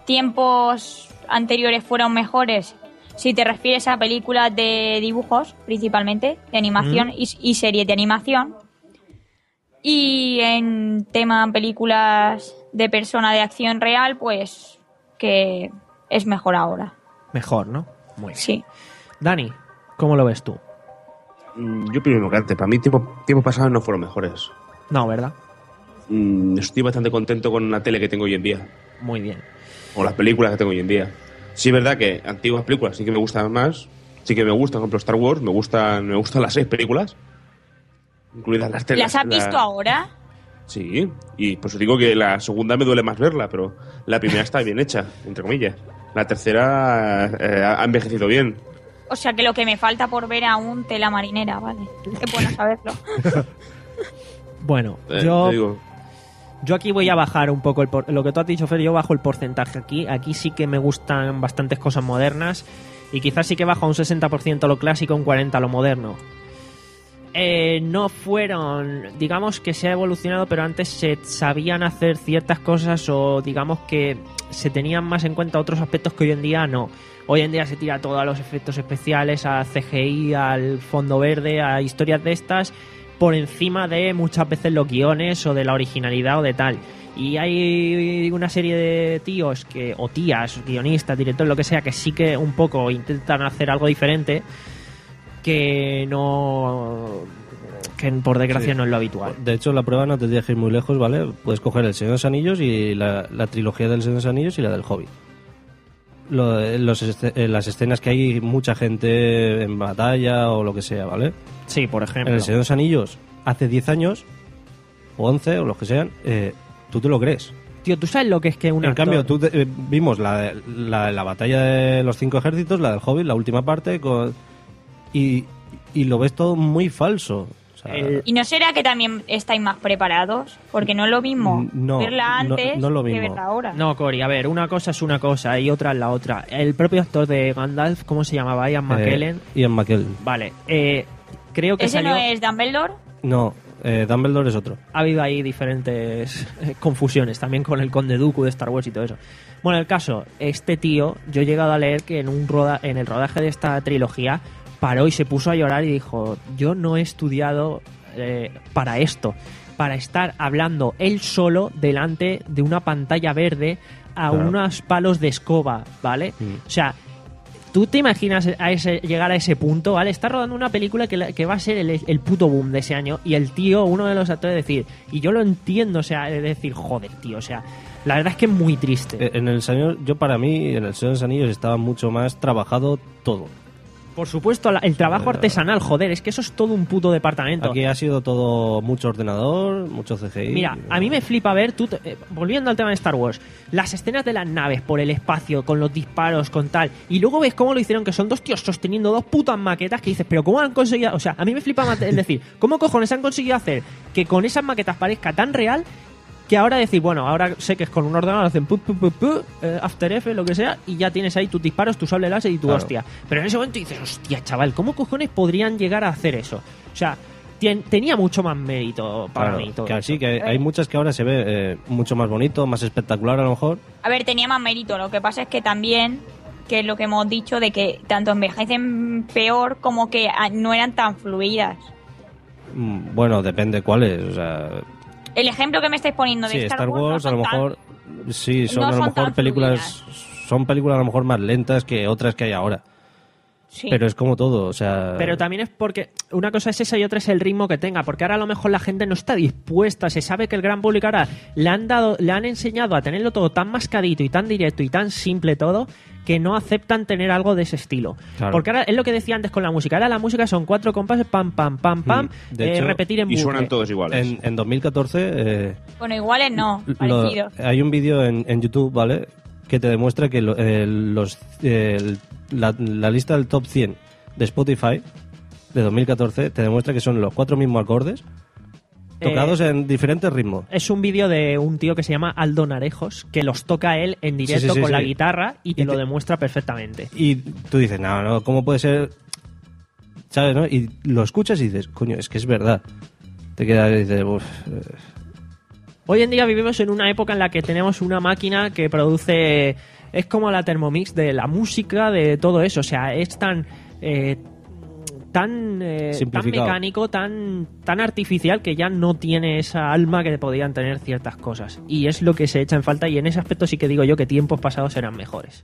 Speaker 1: tiempos anteriores fueron mejores si te refieres a películas de dibujos, principalmente, de animación
Speaker 19: Mm.
Speaker 1: y, y series de animación. Y en tema películas de persona de acción real, pues que es mejor ahora.
Speaker 5: Mejor, ¿no? Muy bien.
Speaker 1: Sí.
Speaker 5: Dani, ¿cómo lo ves tú?
Speaker 7: Mm, Yo primero que antes, para mí tiempo, tiempo pasado no fueron mejores.
Speaker 5: No, ¿verdad?
Speaker 7: Mm, Estoy bastante contento con la tele que tengo hoy en día,
Speaker 5: Muy bien.
Speaker 7: o las películas que tengo hoy en día. Sí es verdad que antiguas películas sí que me gustan más, sí que me gustan, por ejemplo Star Wars, me gustan, me gustan las seis películas, incluidas las tres.
Speaker 1: ¿Las has
Speaker 7: la-
Speaker 1: visto ahora?
Speaker 7: Sí, y por eso digo que la segunda me duele más verla, pero la primera está bien hecha, entre comillas. La tercera eh, ha envejecido bien.
Speaker 1: O sea que lo que me falta por ver aún tela marinera, vale. Es bueno saberlo.
Speaker 5: Bueno,
Speaker 7: Eh,
Speaker 5: yo,
Speaker 7: te digo.
Speaker 5: yo aquí voy a bajar un poco el por- lo que tú has dicho, Fer, yo bajo el porcentaje aquí. Aquí sí que me gustan bastantes cosas modernas y quizás sí que bajo a un 60% lo clásico, un 40% lo moderno. Eh, no fueron, digamos que se ha evolucionado, pero antes se sabían hacer ciertas cosas o digamos que se tenían más en cuenta otros aspectos que hoy en día no. Hoy en día se tira todo a los efectos especiales, a CGI, al fondo verde, a historias de estas, por encima de muchas veces los guiones o de la originalidad o de tal. Y hay una serie de tíos que, o tías, guionistas, directores, lo que sea, que sí que un poco intentan hacer algo diferente que no que por desgracia
Speaker 3: Sí.
Speaker 5: no es lo habitual.
Speaker 3: De hecho, la prueba no te tienes que ir muy lejos, ¿vale? Puedes coger El Señor de los Anillos y la, la trilogía del Señor de los Anillos y la del Hobbit. lo- los este- eh, las escenas que hay mucha gente en batalla o lo que sea, ¿vale?
Speaker 5: Sí, por ejemplo.
Speaker 3: En El Señor de los Anillos, hace 10 años, o 11, o los que sean, eh, tú te lo crees.
Speaker 5: Tío, ¿tú sabes lo que es que un
Speaker 3: en
Speaker 5: actor-
Speaker 3: cambio, tú te- eh, vimos la, la, la batalla de los cinco ejércitos, la del Hobbit, la última parte, con- y, y lo ves todo muy falso. O sea,
Speaker 1: ¿Y no será que también estáis más preparados? Porque no es lo mismo
Speaker 3: N- Mm, no,
Speaker 1: verla
Speaker 3: no-
Speaker 1: antes
Speaker 3: no es lo
Speaker 1: que
Speaker 3: mismo.
Speaker 1: verla ahora.
Speaker 5: No, Cory, a ver, una cosa es una cosa y otra es la otra. El propio actor de Gandalf, ¿cómo se llamaba? Ian McKellen.
Speaker 3: Eh, Ian McKellen.
Speaker 5: Vale, eh, creo que
Speaker 1: ¿Ese
Speaker 5: salió...
Speaker 1: no es Dumbledore?
Speaker 3: No, eh, Dumbledore es otro.
Speaker 5: ha habido ahí diferentes eh, confusiones también con el Conde Dooku de Star Wars y todo eso. Bueno, el caso, este tío, yo he llegado a leer que en un roda, en el rodaje de esta trilogía paró y se puso a llorar y dijo, "Yo no he estudiado eh, para esto, para estar hablando él solo delante de una pantalla verde a
Speaker 3: Claro.
Speaker 5: unos palos de escoba, ¿vale?" O sea, ¿Tú te imaginas a ese, llegar a ese punto? ¿Vale? Está rodando una película que, la- que va a ser el, el puto boom de ese año y el tío, uno de los actores, decir, y yo lo entiendo, o sea, es decir, joder, tío, o sea, la verdad es que es muy triste.
Speaker 3: Eh, En el Señor, yo para mí, en el Señor de los Anillos estaba mucho más trabajado todo.
Speaker 5: Por supuesto, la- el trabajo artesanal, joder, es que eso es todo un puto departamento.
Speaker 3: Aquí ha sido todo mucho ordenador, mucho CGI.
Speaker 5: Mira, a mí me flipa ver, tú, te- eh, volviendo al tema de Star Wars, las escenas de las naves por el espacio, con los disparos, con tal, y luego ves cómo lo hicieron, que son dos tíos sosteniendo dos putas maquetas que dices, pero ¿cómo han conseguido? O sea, a mí me flipa más, es decir, ¿cómo cojones han conseguido hacer que con esas maquetas parezca tan real que ahora decir, bueno, ahora sé que es con un ordenador, hacen pu, pu, pu, pu, eh, After Effects, lo que sea, y ya tienes ahí tus disparos, tu sable láser y tu
Speaker 3: Claro.
Speaker 5: hostia. Pero en ese momento dices, hostia, chaval, ¿cómo cojones podrían llegar a hacer eso? O sea, tien- tenía mucho más mérito para
Speaker 3: Claro,
Speaker 5: mí todo
Speaker 3: que
Speaker 5: eso.
Speaker 3: sí, que hay,
Speaker 1: Eh.
Speaker 3: hay muchas que ahora se ve eh, mucho más bonito, más espectacular a lo mejor.
Speaker 1: A ver, tenía más mérito. Lo que pasa es que también, que es lo que hemos dicho, de que tanto envejecen peor como que ah, no eran tan fluidas.
Speaker 3: Mm, Bueno, depende cuáles. O sea,
Speaker 1: El ejemplo que me estáis poniendo de
Speaker 3: sí,
Speaker 1: Star,
Speaker 3: Star Wars
Speaker 1: no
Speaker 3: a lo
Speaker 1: son tan-
Speaker 3: mejor sí, son
Speaker 1: no
Speaker 3: a lo
Speaker 1: son
Speaker 3: mejor
Speaker 1: tan
Speaker 3: películas son películas a lo mejor más lentas que otras que hay ahora.
Speaker 5: Sí.
Speaker 3: Pero es como todo, o sea,
Speaker 5: Pero también es porque una cosa es esa y otra es el ritmo que tenga, porque ahora a lo mejor la gente no está dispuesta, se sabe que el gran público ahora le han dado, le han enseñado a tenerlo todo tan mascadito y tan directo y tan simple todo que no aceptan tener algo de ese estilo.
Speaker 3: Claro.
Speaker 5: Porque ahora es lo que decía antes con la música, ahora la música son cuatro compases, pam, pam, pam, pam,
Speaker 3: Mm, de
Speaker 5: eh,
Speaker 3: hecho-
Speaker 5: repetir en bucle.
Speaker 3: iguales. En, en 2014 eh,
Speaker 1: Bueno, iguales no,
Speaker 3: lo- eh.
Speaker 1: parecidos.
Speaker 3: hay un vídeo en, en YouTube, ¿vale? Que te demuestra que lo- eh, los, eh, el- la, la lista del top 100 de Spotify de 2014 te demuestra que son los cuatro mismos acordes
Speaker 5: Eh,
Speaker 3: tocados en diferentes ritmos.
Speaker 5: Es un vídeo de un tío que se llama Aldo Narejos, que los toca él en
Speaker 3: Sí, sí,
Speaker 5: directo
Speaker 3: sí,
Speaker 5: con la
Speaker 3: sí.
Speaker 5: guitarra y te
Speaker 3: Y
Speaker 5: lo
Speaker 3: te-
Speaker 5: demuestra perfectamente.
Speaker 3: Y tú dices, no, no, ¿cómo puede ser? ¿Sabes, no? Y lo escuchas y dices, coño, es que es verdad. Te quedas y dices, eh, uff.
Speaker 5: Hoy en día vivimos en una época en la que tenemos una máquina que produce. Es como la Thermomix de la música, de todo eso. O sea, es tan. eh, tan, eh, tan
Speaker 3: Simplificado.
Speaker 5: mecánico, tan, tan artificial que ya no tiene esa alma que podían tener ciertas cosas. Y es lo que se echa en falta. Y en ese aspecto sí que digo yo que tiempos pasados eran mejores.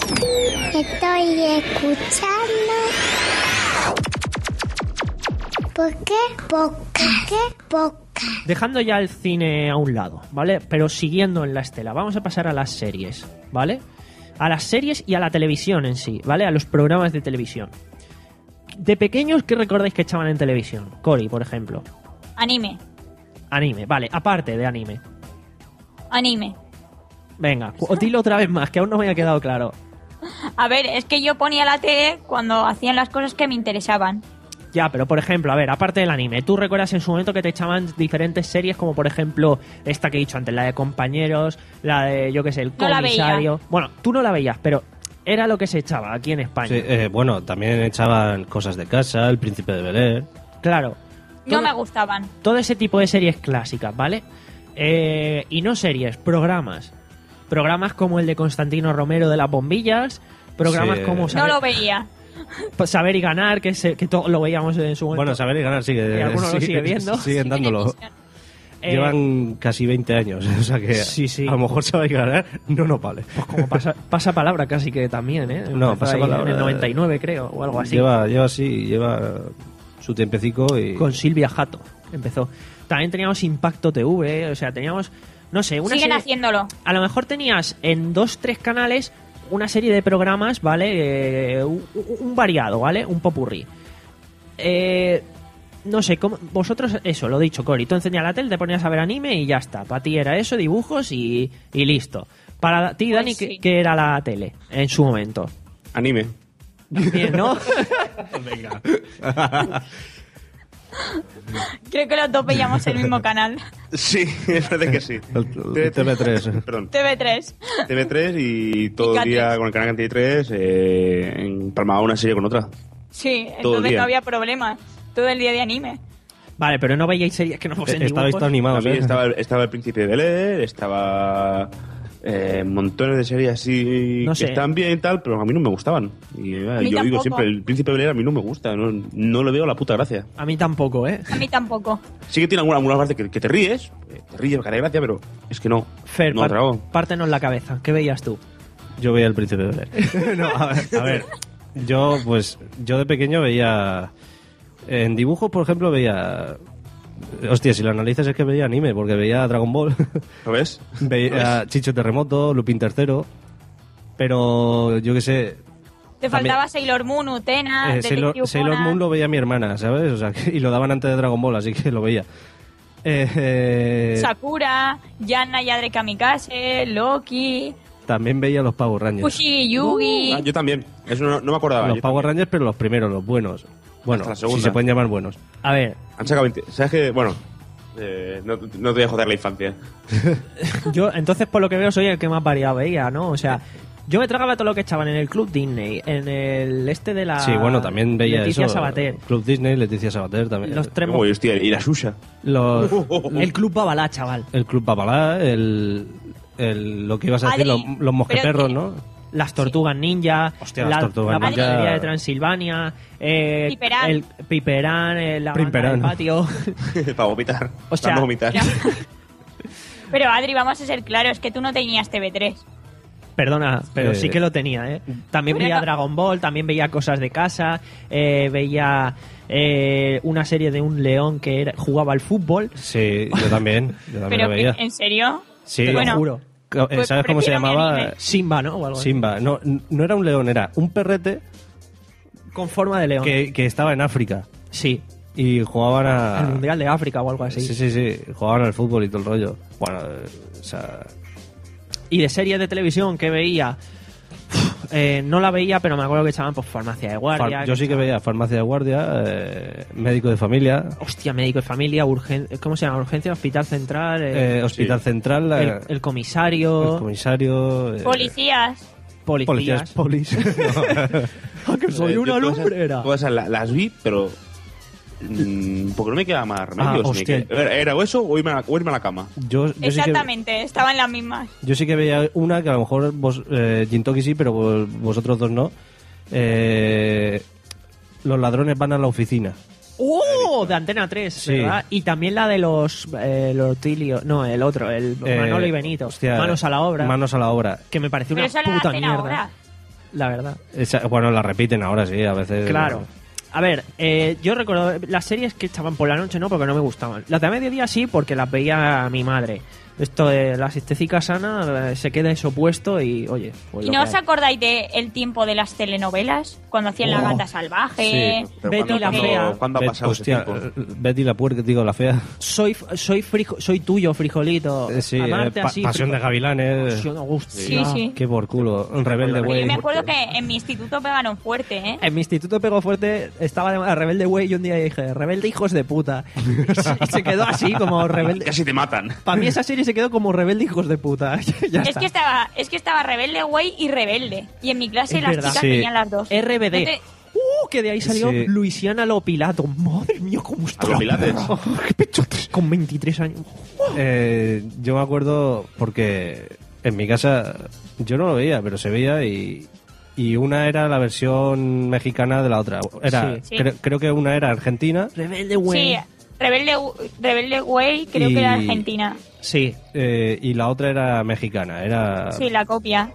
Speaker 19: Estoy escuchando. ¿Por qué? ¿Por qué? ¿Por
Speaker 5: Dejando ya el cine a un lado, ¿vale? Pero siguiendo en la estela, vamos a pasar a las series, ¿vale? A las series y a la televisión en sí, ¿vale? A los programas de televisión. De pequeños, ¿qué recordáis que echaban en televisión? Cory, por ejemplo.
Speaker 1: Anime,
Speaker 5: Anime, vale, aparte de anime.
Speaker 1: anime.
Speaker 5: Venga, cu- dilo otra vez más, que aún no me ha quedado claro.
Speaker 1: A ver, es que yo ponía la tele cuando hacían las cosas que me interesaban.
Speaker 5: Ya, pero por ejemplo, a ver, aparte del anime, ¿tú recuerdas en su momento que te echaban diferentes series como por ejemplo esta que he dicho antes, la de compañeros, la de, yo qué sé, el
Speaker 1: No la veía.
Speaker 5: comisario? bueno, tú no la veías, pero era lo que se echaba aquí en España.
Speaker 3: Sí, eh, bueno, también echaban cosas de casa, El Príncipe de Bel Air.
Speaker 5: Claro.
Speaker 1: No
Speaker 5: Todo-
Speaker 1: me gustaban.
Speaker 5: Todo ese tipo de series clásicas, ¿vale? Eh, y no series, programas. Programas como el de Constantino Romero de las bombillas, programas
Speaker 3: Sí.
Speaker 5: como
Speaker 1: No
Speaker 5: Saber, Pues
Speaker 1: lo veía.
Speaker 5: Saber y Ganar, que, se- que todo lo veíamos en su momento.
Speaker 3: Bueno, saber y ganar sigue.
Speaker 5: pues Y algunos lo sigue viendo.
Speaker 3: Siguen dándolo.
Speaker 5: Eh,
Speaker 3: Llevan casi 20 años, o sea que
Speaker 5: Sí, sí. Pues
Speaker 3: a lo mejor saber y ganar no nos vale.
Speaker 5: como pasa, pasa palabra casi que también, ¿eh?
Speaker 3: No,
Speaker 5: Empezó
Speaker 3: pasa
Speaker 5: ahí
Speaker 3: palabra.
Speaker 5: En el 99, creo, o algo así.
Speaker 3: Lleva, lleva así, lleva su tiempecico y...
Speaker 5: Con Silvia Jato empezó. También teníamos Impacto TV, o sea, teníamos no sé, una
Speaker 1: Siguen
Speaker 5: serie-
Speaker 1: haciéndolo.
Speaker 5: a lo mejor tenías en dos, tres canales una serie de programas, ¿vale? Eh, un, un variado, ¿vale? Un popurrí. Eh, no sé, ¿cómo- vosotros, eso, lo dicho, Cori, tú encendías la tele, te ponías a ver anime y ya está. Para ti era eso, dibujos y, y listo. Para ti, Dani, ¿qué-
Speaker 1: sí.
Speaker 5: ¿qué era la tele en su momento?
Speaker 7: Anime.
Speaker 5: Bien, ¿no?
Speaker 7: Venga.
Speaker 1: Creo que los dos veíamos el mismo canal.
Speaker 7: sí, me parece que sí.
Speaker 3: TV3.
Speaker 7: Perdón.
Speaker 1: TV3.
Speaker 7: TV3 y todo el día con el canal 23 eh, empalmaba una serie con otra.
Speaker 1: Sí,
Speaker 7: Todo el
Speaker 1: entonces
Speaker 7: día.
Speaker 1: no había problema. Todo el día de anime.
Speaker 5: Vale, pero no veíais series que no fuesen dibujos.
Speaker 7: También estaba, el- estaba el príncipe de Bel Air, estaba eh, montones de series así
Speaker 5: No
Speaker 7: que
Speaker 5: sé.
Speaker 7: están bien y tal, pero a mí no me gustaban. Y, eh, yo
Speaker 1: A mí
Speaker 7: digo
Speaker 1: tampoco.
Speaker 7: siempre, el príncipe de Bel Air a mí no me gusta, no, no le veo la puta gracia.
Speaker 5: A mí tampoco, ¿eh?
Speaker 1: A mí tampoco.
Speaker 7: Sí que tiene alguna, alguna parte que, que te ríes, eh, te ríes, cara de gracia, pero es que no.
Speaker 5: Fer,
Speaker 7: no
Speaker 5: par-
Speaker 7: trago.
Speaker 5: pártenos la cabeza. ¿Qué veías tú?
Speaker 3: Yo veía el príncipe de Bel No, a ver, a ver. Yo, pues, yo de pequeño veía. En dibujos, por ejemplo, veía. Hostia, si lo analizas es que veía anime, porque veía Dragon Ball.
Speaker 7: ¿Lo ves?
Speaker 3: Veía Chicho Terremoto, Lupin III. Pero yo qué sé.
Speaker 1: Te
Speaker 3: También-
Speaker 1: faltaba Sailor Moon, Utena,
Speaker 3: eh, Sailor,
Speaker 1: Ah, Detective
Speaker 3: Sailor
Speaker 1: Conan.
Speaker 3: Moon lo veía mi hermana, ¿sabes? O sea, que- y lo daban antes de Dragon Ball, así que lo veía. Eh, eh,
Speaker 1: Sakura, Yana Yadre Kamikaze, Loki,
Speaker 3: también veía los Power Rangers.
Speaker 1: Fushi Yugi.
Speaker 3: Uh,
Speaker 7: Ah, yo también, eso no, no me acordaba.
Speaker 3: los
Speaker 7: Yo-
Speaker 3: Power Rangers, pero los primeros, los buenos. Bueno,
Speaker 7: Hasta la
Speaker 3: si
Speaker 7: segunda.
Speaker 3: se pueden llamar buenos.
Speaker 5: A ver,
Speaker 7: Han sacado 20. ¿Sabes qué? Bueno, eh, no, no te voy a joder la infancia.
Speaker 5: yo entonces por lo que veo soy el que más variado veía, ¿no? O sea, yo me tragaba todo lo que echaban en el Club Disney, en el este de la...
Speaker 3: Ah, Sí, bueno, también veía
Speaker 5: Leticia
Speaker 3: eso.
Speaker 5: Sabater.
Speaker 3: Club Disney, Leticia Sabater también.
Speaker 5: Los tres
Speaker 7: Uy, hostia, y la Uh. Susha.
Speaker 3: Los-
Speaker 5: El Club Babalá, chaval.
Speaker 3: el Club Babalá, el, el- lo que ibas a
Speaker 5: Adri,
Speaker 3: decir, los, los mosqueperros, ¿no?
Speaker 5: Las Tortugas Ninja,
Speaker 3: Hostia, las
Speaker 5: la,
Speaker 3: Tortugas
Speaker 5: la
Speaker 3: Ninja.
Speaker 5: Panadería de Transilvania, eh,
Speaker 1: Piperán.
Speaker 5: el Piperán, eh, la banda
Speaker 3: Piperán.
Speaker 5: del patio.
Speaker 7: Para vomitar.
Speaker 5: O sea,
Speaker 7: Para vomitar.
Speaker 1: Pero Adri, vamos a ser claros, que tú no tenías TV3.
Speaker 5: Perdona, pero
Speaker 3: Eh.
Speaker 5: sí que lo tenía, ¿eh? También
Speaker 1: Bueno,
Speaker 5: veía
Speaker 1: no.
Speaker 5: Dragon Ball, también veía cosas de casa, eh, veía eh, una serie de un león que era- jugaba al fútbol.
Speaker 3: Sí, yo también. Yo también
Speaker 1: Pero
Speaker 3: lo
Speaker 1: que-
Speaker 3: veía.
Speaker 1: ¿en serio?
Speaker 3: Sí,
Speaker 5: Te
Speaker 3: bueno,
Speaker 5: lo juro.
Speaker 3: co- eh,
Speaker 1: Pues
Speaker 3: ¿Sabes cómo se
Speaker 1: prefiero mi
Speaker 3: llamaba?
Speaker 1: anime.
Speaker 5: Simba, ¿no? O algo así.
Speaker 3: Simba. No, n- no era un león, era un perrete
Speaker 5: Con forma de león.
Speaker 3: que, que estaba en África
Speaker 5: Sí.
Speaker 3: y jugaban
Speaker 5: El
Speaker 3: a.
Speaker 5: Mundial de África o algo así.
Speaker 3: Sí, sí, sí. Jugaban al fútbol y todo el rollo. Bueno, eh, o sea.
Speaker 5: Y de series de televisión que veía. Uf, eh, no la veía, pero me acuerdo que echaban por farmacia de
Speaker 3: far-
Speaker 5: guardia.
Speaker 3: yo sí que veía farmacia de guardia, eh, médico de familia,
Speaker 5: Hostia, médico de familia, urgen... ¿cómo se llama? Urgencia, hospital central, eh,
Speaker 3: eh, hospital
Speaker 7: sí.
Speaker 3: central, la-
Speaker 5: el, el comisario,
Speaker 3: el comisario. eh,
Speaker 1: Policías.
Speaker 5: policías.
Speaker 3: Policías, polis.
Speaker 5: Ah, que soy
Speaker 7: Eh, yo
Speaker 5: una
Speaker 7: todas esas-
Speaker 5: lumbrera.
Speaker 7: todas esas la- las vi, pero. mm, porque no me queda más remedio.
Speaker 5: Ah,
Speaker 7: si me
Speaker 5: hostia.
Speaker 7: queda- era- Era o eso o irme a, la- o irme a la cama.
Speaker 3: Yo, yo sí que,
Speaker 1: Exactamente, estaban las mismas.
Speaker 3: yo sí que veía una que a lo mejor vos, eh, Jintoki sí, pero vos- vosotros dos no. Eh, los ladrones van a la oficina.
Speaker 5: ¡Oh! De Antena 3,
Speaker 3: Sí.
Speaker 5: ¿verdad? Y también la de los, eh, los Tilio- No, el otro, el
Speaker 3: Eh,
Speaker 5: Manolo y Benito.
Speaker 3: hostia,
Speaker 5: manos a la obra.
Speaker 3: Manos a la obra.
Speaker 5: que me pareció
Speaker 1: Pero
Speaker 5: una
Speaker 1: eso lo
Speaker 5: puta
Speaker 1: hacen
Speaker 5: mierda.
Speaker 1: ahora.
Speaker 5: La verdad.
Speaker 3: Esa- bueno, la repiten ahora sí, a veces.
Speaker 5: Claro. A ver, eh, yo recuerdo las series que echaban por la noche, no, porque no me gustaban. Las de a mediodía sí, porque las veía mi madre. Esto de la asistencia sana eh, se queda eso puesto y, oye. pues
Speaker 1: ¿Y
Speaker 5: lo
Speaker 1: no
Speaker 5: que
Speaker 1: os
Speaker 5: hay.
Speaker 1: acordáis de el tiempo de las telenovelas? Cuando hacían La
Speaker 5: Oh.
Speaker 1: Gata Salvaje.
Speaker 7: Sí, pero
Speaker 5: Betty
Speaker 7: ¿cuándo-
Speaker 5: la
Speaker 7: cuándo-
Speaker 5: fea.
Speaker 7: ¿Cuándo ha
Speaker 3: Bet-
Speaker 7: pasado ese
Speaker 3: hostia,
Speaker 7: tiempo?
Speaker 3: eh, Betty la puerca, digo, la fea.
Speaker 5: soy, soy, frijo- soy tuyo, frijolito.
Speaker 3: Eh, sí, eh,
Speaker 5: Amarte
Speaker 3: pa-
Speaker 5: así,
Speaker 3: Pasión
Speaker 5: frijo-
Speaker 3: de Gavilanes.
Speaker 5: Pasión, hostia.
Speaker 1: Sí, sí.
Speaker 3: Qué por culo. Rebelde,
Speaker 7: Pero
Speaker 1: Pero
Speaker 5: Pues,
Speaker 3: güey.
Speaker 1: yo me
Speaker 5: eh.
Speaker 1: acuerdo que en mi instituto pegaron fuerte, ¿eh?
Speaker 5: En mi instituto pegó fuerte, estaba de moda rebelde güey y un día dije, rebelde hijos de puta. Y se, y se quedó así como rebelde.
Speaker 7: Casi te matan.
Speaker 5: Para mí esa serie se quedó como rebelde hijos de puta. ya
Speaker 1: Es
Speaker 5: está.
Speaker 1: que, estaba, es que estaba rebelde, güey, y rebelde. Y en mi clase
Speaker 5: Es
Speaker 1: las
Speaker 5: verdad.
Speaker 1: chicas
Speaker 3: Sí.
Speaker 1: tenían las dos.
Speaker 5: RBD.
Speaker 1: No te-
Speaker 5: Uh, que de ahí salió
Speaker 3: Sí.
Speaker 5: Luisiana Lopilato. Madre mía, cómo está.
Speaker 7: ¿A lo
Speaker 5: la
Speaker 7: Pilates?
Speaker 5: perra. Qué pechotes. Con 23 años.
Speaker 3: Eh, yo me acuerdo porque en mi casa yo no lo veía, pero se veía y, y una era la versión mexicana de la otra. Era,
Speaker 1: Sí.
Speaker 3: cre- creo que una era argentina.
Speaker 5: Rebelde,
Speaker 1: Sí,
Speaker 5: güey.
Speaker 1: rebelde, rebelde, güey, creo
Speaker 3: Y-
Speaker 1: que era argentina.
Speaker 5: Sí.
Speaker 3: eh, y la otra era mexicana, era
Speaker 1: Sí, la copia.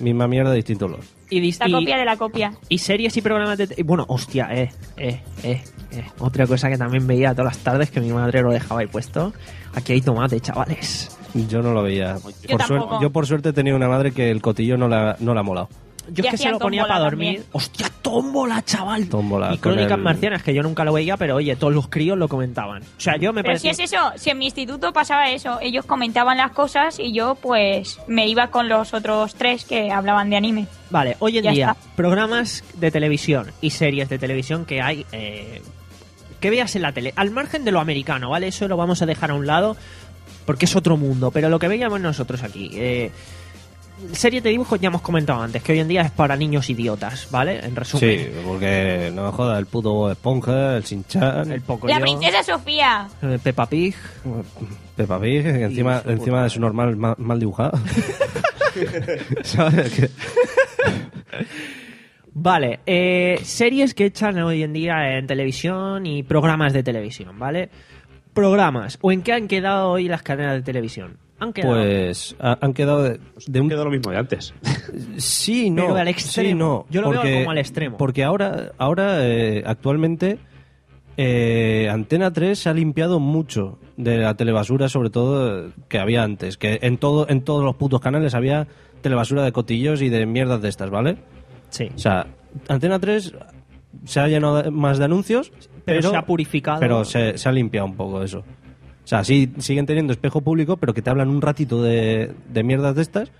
Speaker 3: misma mierda, distinto olor.
Speaker 5: Y, dis-
Speaker 1: La
Speaker 5: y-
Speaker 1: copia de la copia.
Speaker 5: y series y programas de... te- y Bueno, hostia, eh, eh, eh, eh. Otra cosa que también veía todas las tardes que mi madre lo dejaba ahí puesto. Aquí hay tomate, chavales.
Speaker 3: Yo no lo veía.
Speaker 1: Yo
Speaker 3: por suer-
Speaker 1: tampoco.
Speaker 3: yo por suerte he tenido una madre que el cotillo no la, no la ha molado.
Speaker 5: Yo
Speaker 1: Y
Speaker 5: es que se
Speaker 1: hacían
Speaker 5: lo ponía
Speaker 1: tómbola
Speaker 5: para dormir.
Speaker 1: también.
Speaker 5: ¡Hostia, tómbola, chaval!
Speaker 3: Tómbola,
Speaker 5: y crónicas
Speaker 3: con el-
Speaker 5: marcianas, que yo nunca lo veía, pero oye, todos los críos lo comentaban. O sea, yo me
Speaker 1: Pero si
Speaker 5: parecía...
Speaker 1: es eso, si en mi instituto pasaba eso, ellos comentaban las cosas y yo pues me iba con los otros tres que hablaban de anime.
Speaker 5: Vale, hoy en
Speaker 1: Ya
Speaker 5: día,
Speaker 1: está.
Speaker 5: programas de televisión y series de televisión que hay. eh, que veas en la tele. Al margen de lo americano, ¿vale? Eso lo vamos a dejar a un lado porque es otro mundo. Pero lo que veíamos nosotros aquí. Eh, series de dibujos ya hemos comentado antes, que hoy en día es para niños idiotas, ¿vale? En resumen.
Speaker 3: Sí, porque no me joda el puto Bob Esponja, el Sinchan,
Speaker 5: El poco Eh,
Speaker 1: La princesa Sofía.
Speaker 5: Peppa Pig.
Speaker 3: Peppa Pig, que encima,
Speaker 5: su
Speaker 3: encima de su normal ma- mal, dibujado. ¿Sabes? Que-
Speaker 5: Vale, eh, series que echan hoy en día en televisión y programas de televisión, ¿vale? Programas. ¿O en qué han quedado hoy las cadenas de televisión? Han quedado.
Speaker 3: pues ha- han quedado de, de un...
Speaker 7: quedado lo mismo de antes.
Speaker 3: Sí, no.
Speaker 5: Pero al
Speaker 3: Sí,
Speaker 5: extremo.
Speaker 3: no.
Speaker 5: Yo lo veo
Speaker 3: porque-
Speaker 5: como al extremo.
Speaker 3: Porque ahora, ahora eh, actualmente, eh, Antena 3 se ha limpiado mucho de la telebasura, sobre todo eh, que había antes. Que en, todo, en todos los putos canales había telebasura de cotillos y de mierdas de estas, ¿vale?
Speaker 5: Sí.
Speaker 3: O sea, Antena 3 se ha llenado de- más de anuncios, pero,
Speaker 5: Pero se ha purificado.
Speaker 3: Pero se, se ha limpiado un poco eso. O sea, sí, siguen teniendo espejo público, pero que te hablan un ratito de, de mierdas de estas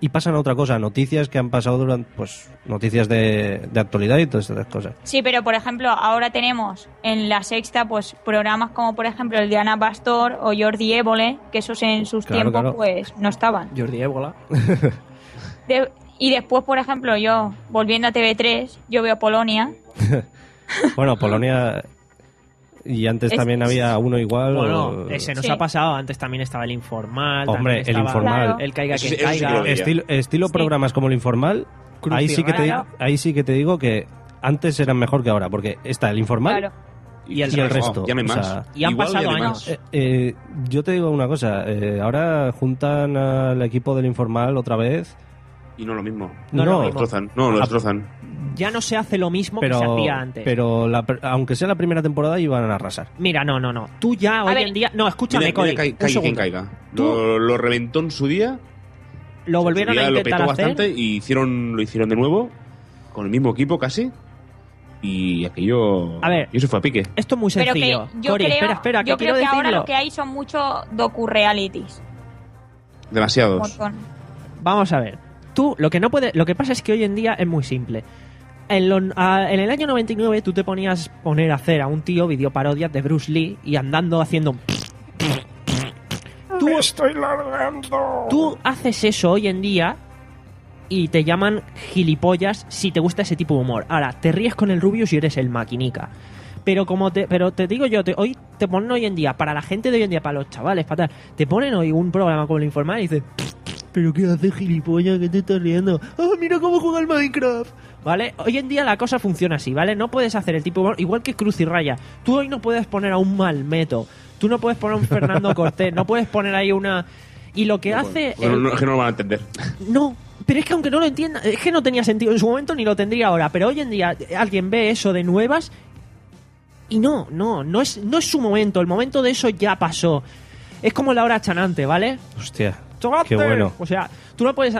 Speaker 3: y pasan a otra cosa, noticias que han pasado durante, pues, noticias de, de actualidad y todas estas cosas.
Speaker 1: Sí, pero por ejemplo, ahora tenemos en la sexta pues programas como por ejemplo el de Ana Pastor o Jordi Évole, que esos en sus
Speaker 3: Claro,
Speaker 1: tiempos
Speaker 3: claro.
Speaker 1: pues no estaban.
Speaker 5: Jordi Ébola.
Speaker 1: De- y después, por ejemplo, yo volviendo a TV3, yo veo Polonia.
Speaker 3: Bueno, Polonia... Y antes
Speaker 1: Es-
Speaker 3: también había uno igual.
Speaker 5: Bueno,
Speaker 3: o-
Speaker 5: ese nos
Speaker 1: Sí.
Speaker 5: ha pasado. Antes también estaba el informal.
Speaker 3: Hombre,
Speaker 5: también
Speaker 3: el
Speaker 5: estaba
Speaker 3: informal.
Speaker 5: El caiga
Speaker 7: Eso
Speaker 5: que
Speaker 7: sí- eso sí que
Speaker 5: caiga.
Speaker 7: lo veía.
Speaker 3: estilo, estilo programas como el informal,
Speaker 5: Cruz
Speaker 3: ahí
Speaker 5: y
Speaker 3: sí, que te,
Speaker 5: raya.
Speaker 3: ahí sí que te digo que antes eran mejor que ahora, porque está el informal
Speaker 1: Claro.
Speaker 5: y el
Speaker 3: y el
Speaker 5: resto.
Speaker 3: resto.
Speaker 7: Ya no hay
Speaker 3: o
Speaker 7: más.
Speaker 3: sea,
Speaker 5: Y han
Speaker 7: Igual
Speaker 5: pasado
Speaker 7: no hay
Speaker 5: años.
Speaker 3: eh, eh, yo te digo una cosa, eh, ahora juntan al equipo del informal otra vez,
Speaker 7: Y no lo mismo.
Speaker 5: No,
Speaker 3: No,
Speaker 5: no,
Speaker 7: Lo destrozan. No, lo destrozan.
Speaker 5: Ya no se hace lo mismo
Speaker 3: pero,
Speaker 5: Ah, que se hacía antes.
Speaker 3: pero la pr- aunque sea la primera temporada iban a arrasar.
Speaker 5: Mira, no, no, no. Tú ya hoy
Speaker 1: ver.
Speaker 5: en día. No, escúchame,
Speaker 7: Mira, mira,
Speaker 5: Cody,
Speaker 7: cai-
Speaker 5: un
Speaker 7: caiga quien
Speaker 5: segundo.
Speaker 7: caiga.
Speaker 5: Tú-
Speaker 7: Lo, lo reventó en su día.
Speaker 5: Lo volvieron
Speaker 7: su
Speaker 5: a
Speaker 7: día lo
Speaker 5: intentar
Speaker 7: petó
Speaker 5: hacer.
Speaker 7: bastante y hicieron, lo hicieron de nuevo. Con el mismo equipo casi. Y aquello.
Speaker 5: A ver.
Speaker 7: Y eso fue a pique.
Speaker 5: Esto es muy
Speaker 1: Pero
Speaker 5: sencillo.
Speaker 1: que yo
Speaker 5: Cori,
Speaker 1: creo,
Speaker 5: espera, espera,
Speaker 1: yo
Speaker 5: que quiero
Speaker 1: creo que ahora
Speaker 5: decirlo.
Speaker 1: lo que hay son muchos docu-realities. Un
Speaker 7: Demasiados.
Speaker 1: montón.
Speaker 5: Vamos a ver. Tú, lo que no puede, lo que pasa es que hoy en día es muy simple. En, lo- a- en el año 99 tú te ponías poner a hacer a un tío videoparodias de Bruce Lee y andando haciendo un tú, estoy largando. Tú haces eso hoy en día y te llaman gilipollas si te gusta ese tipo de humor. Ahora, te ríes con el Rubius y eres el maquinica. Pero como te, pero te digo yo, te- hoy te ponen hoy en día, para la gente de hoy en día, para los chavales, para tal, te ponen hoy un programa como el informal y dices, pero qué haces gilipollas, que te estás riendo. Ah, mira cómo juega el Minecraft. ¿Vale? Hoy en día la cosa funciona así, ¿vale? No puedes hacer el tipo de humor, igual que Cruz y Raya. Tú hoy no puedes poner a un Malmeto, tú no puedes poner a un Fernando Cortés, no puedes poner ahí una y lo que hace
Speaker 7: Bueno,
Speaker 5: el-
Speaker 7: no- es que no lo van a entender.
Speaker 5: no, pero es que aunque no lo entienda, es que no tenía sentido en su momento ni lo tendría ahora. Pero hoy en día eh, alguien ve eso de nuevas y no, no, no es, no es su momento. El momento de eso ya pasó. Es como la hora chanante, ¿vale?
Speaker 3: Hostia,
Speaker 5: ¡Chocante!
Speaker 3: qué bueno.
Speaker 5: O sea, tú no puedes.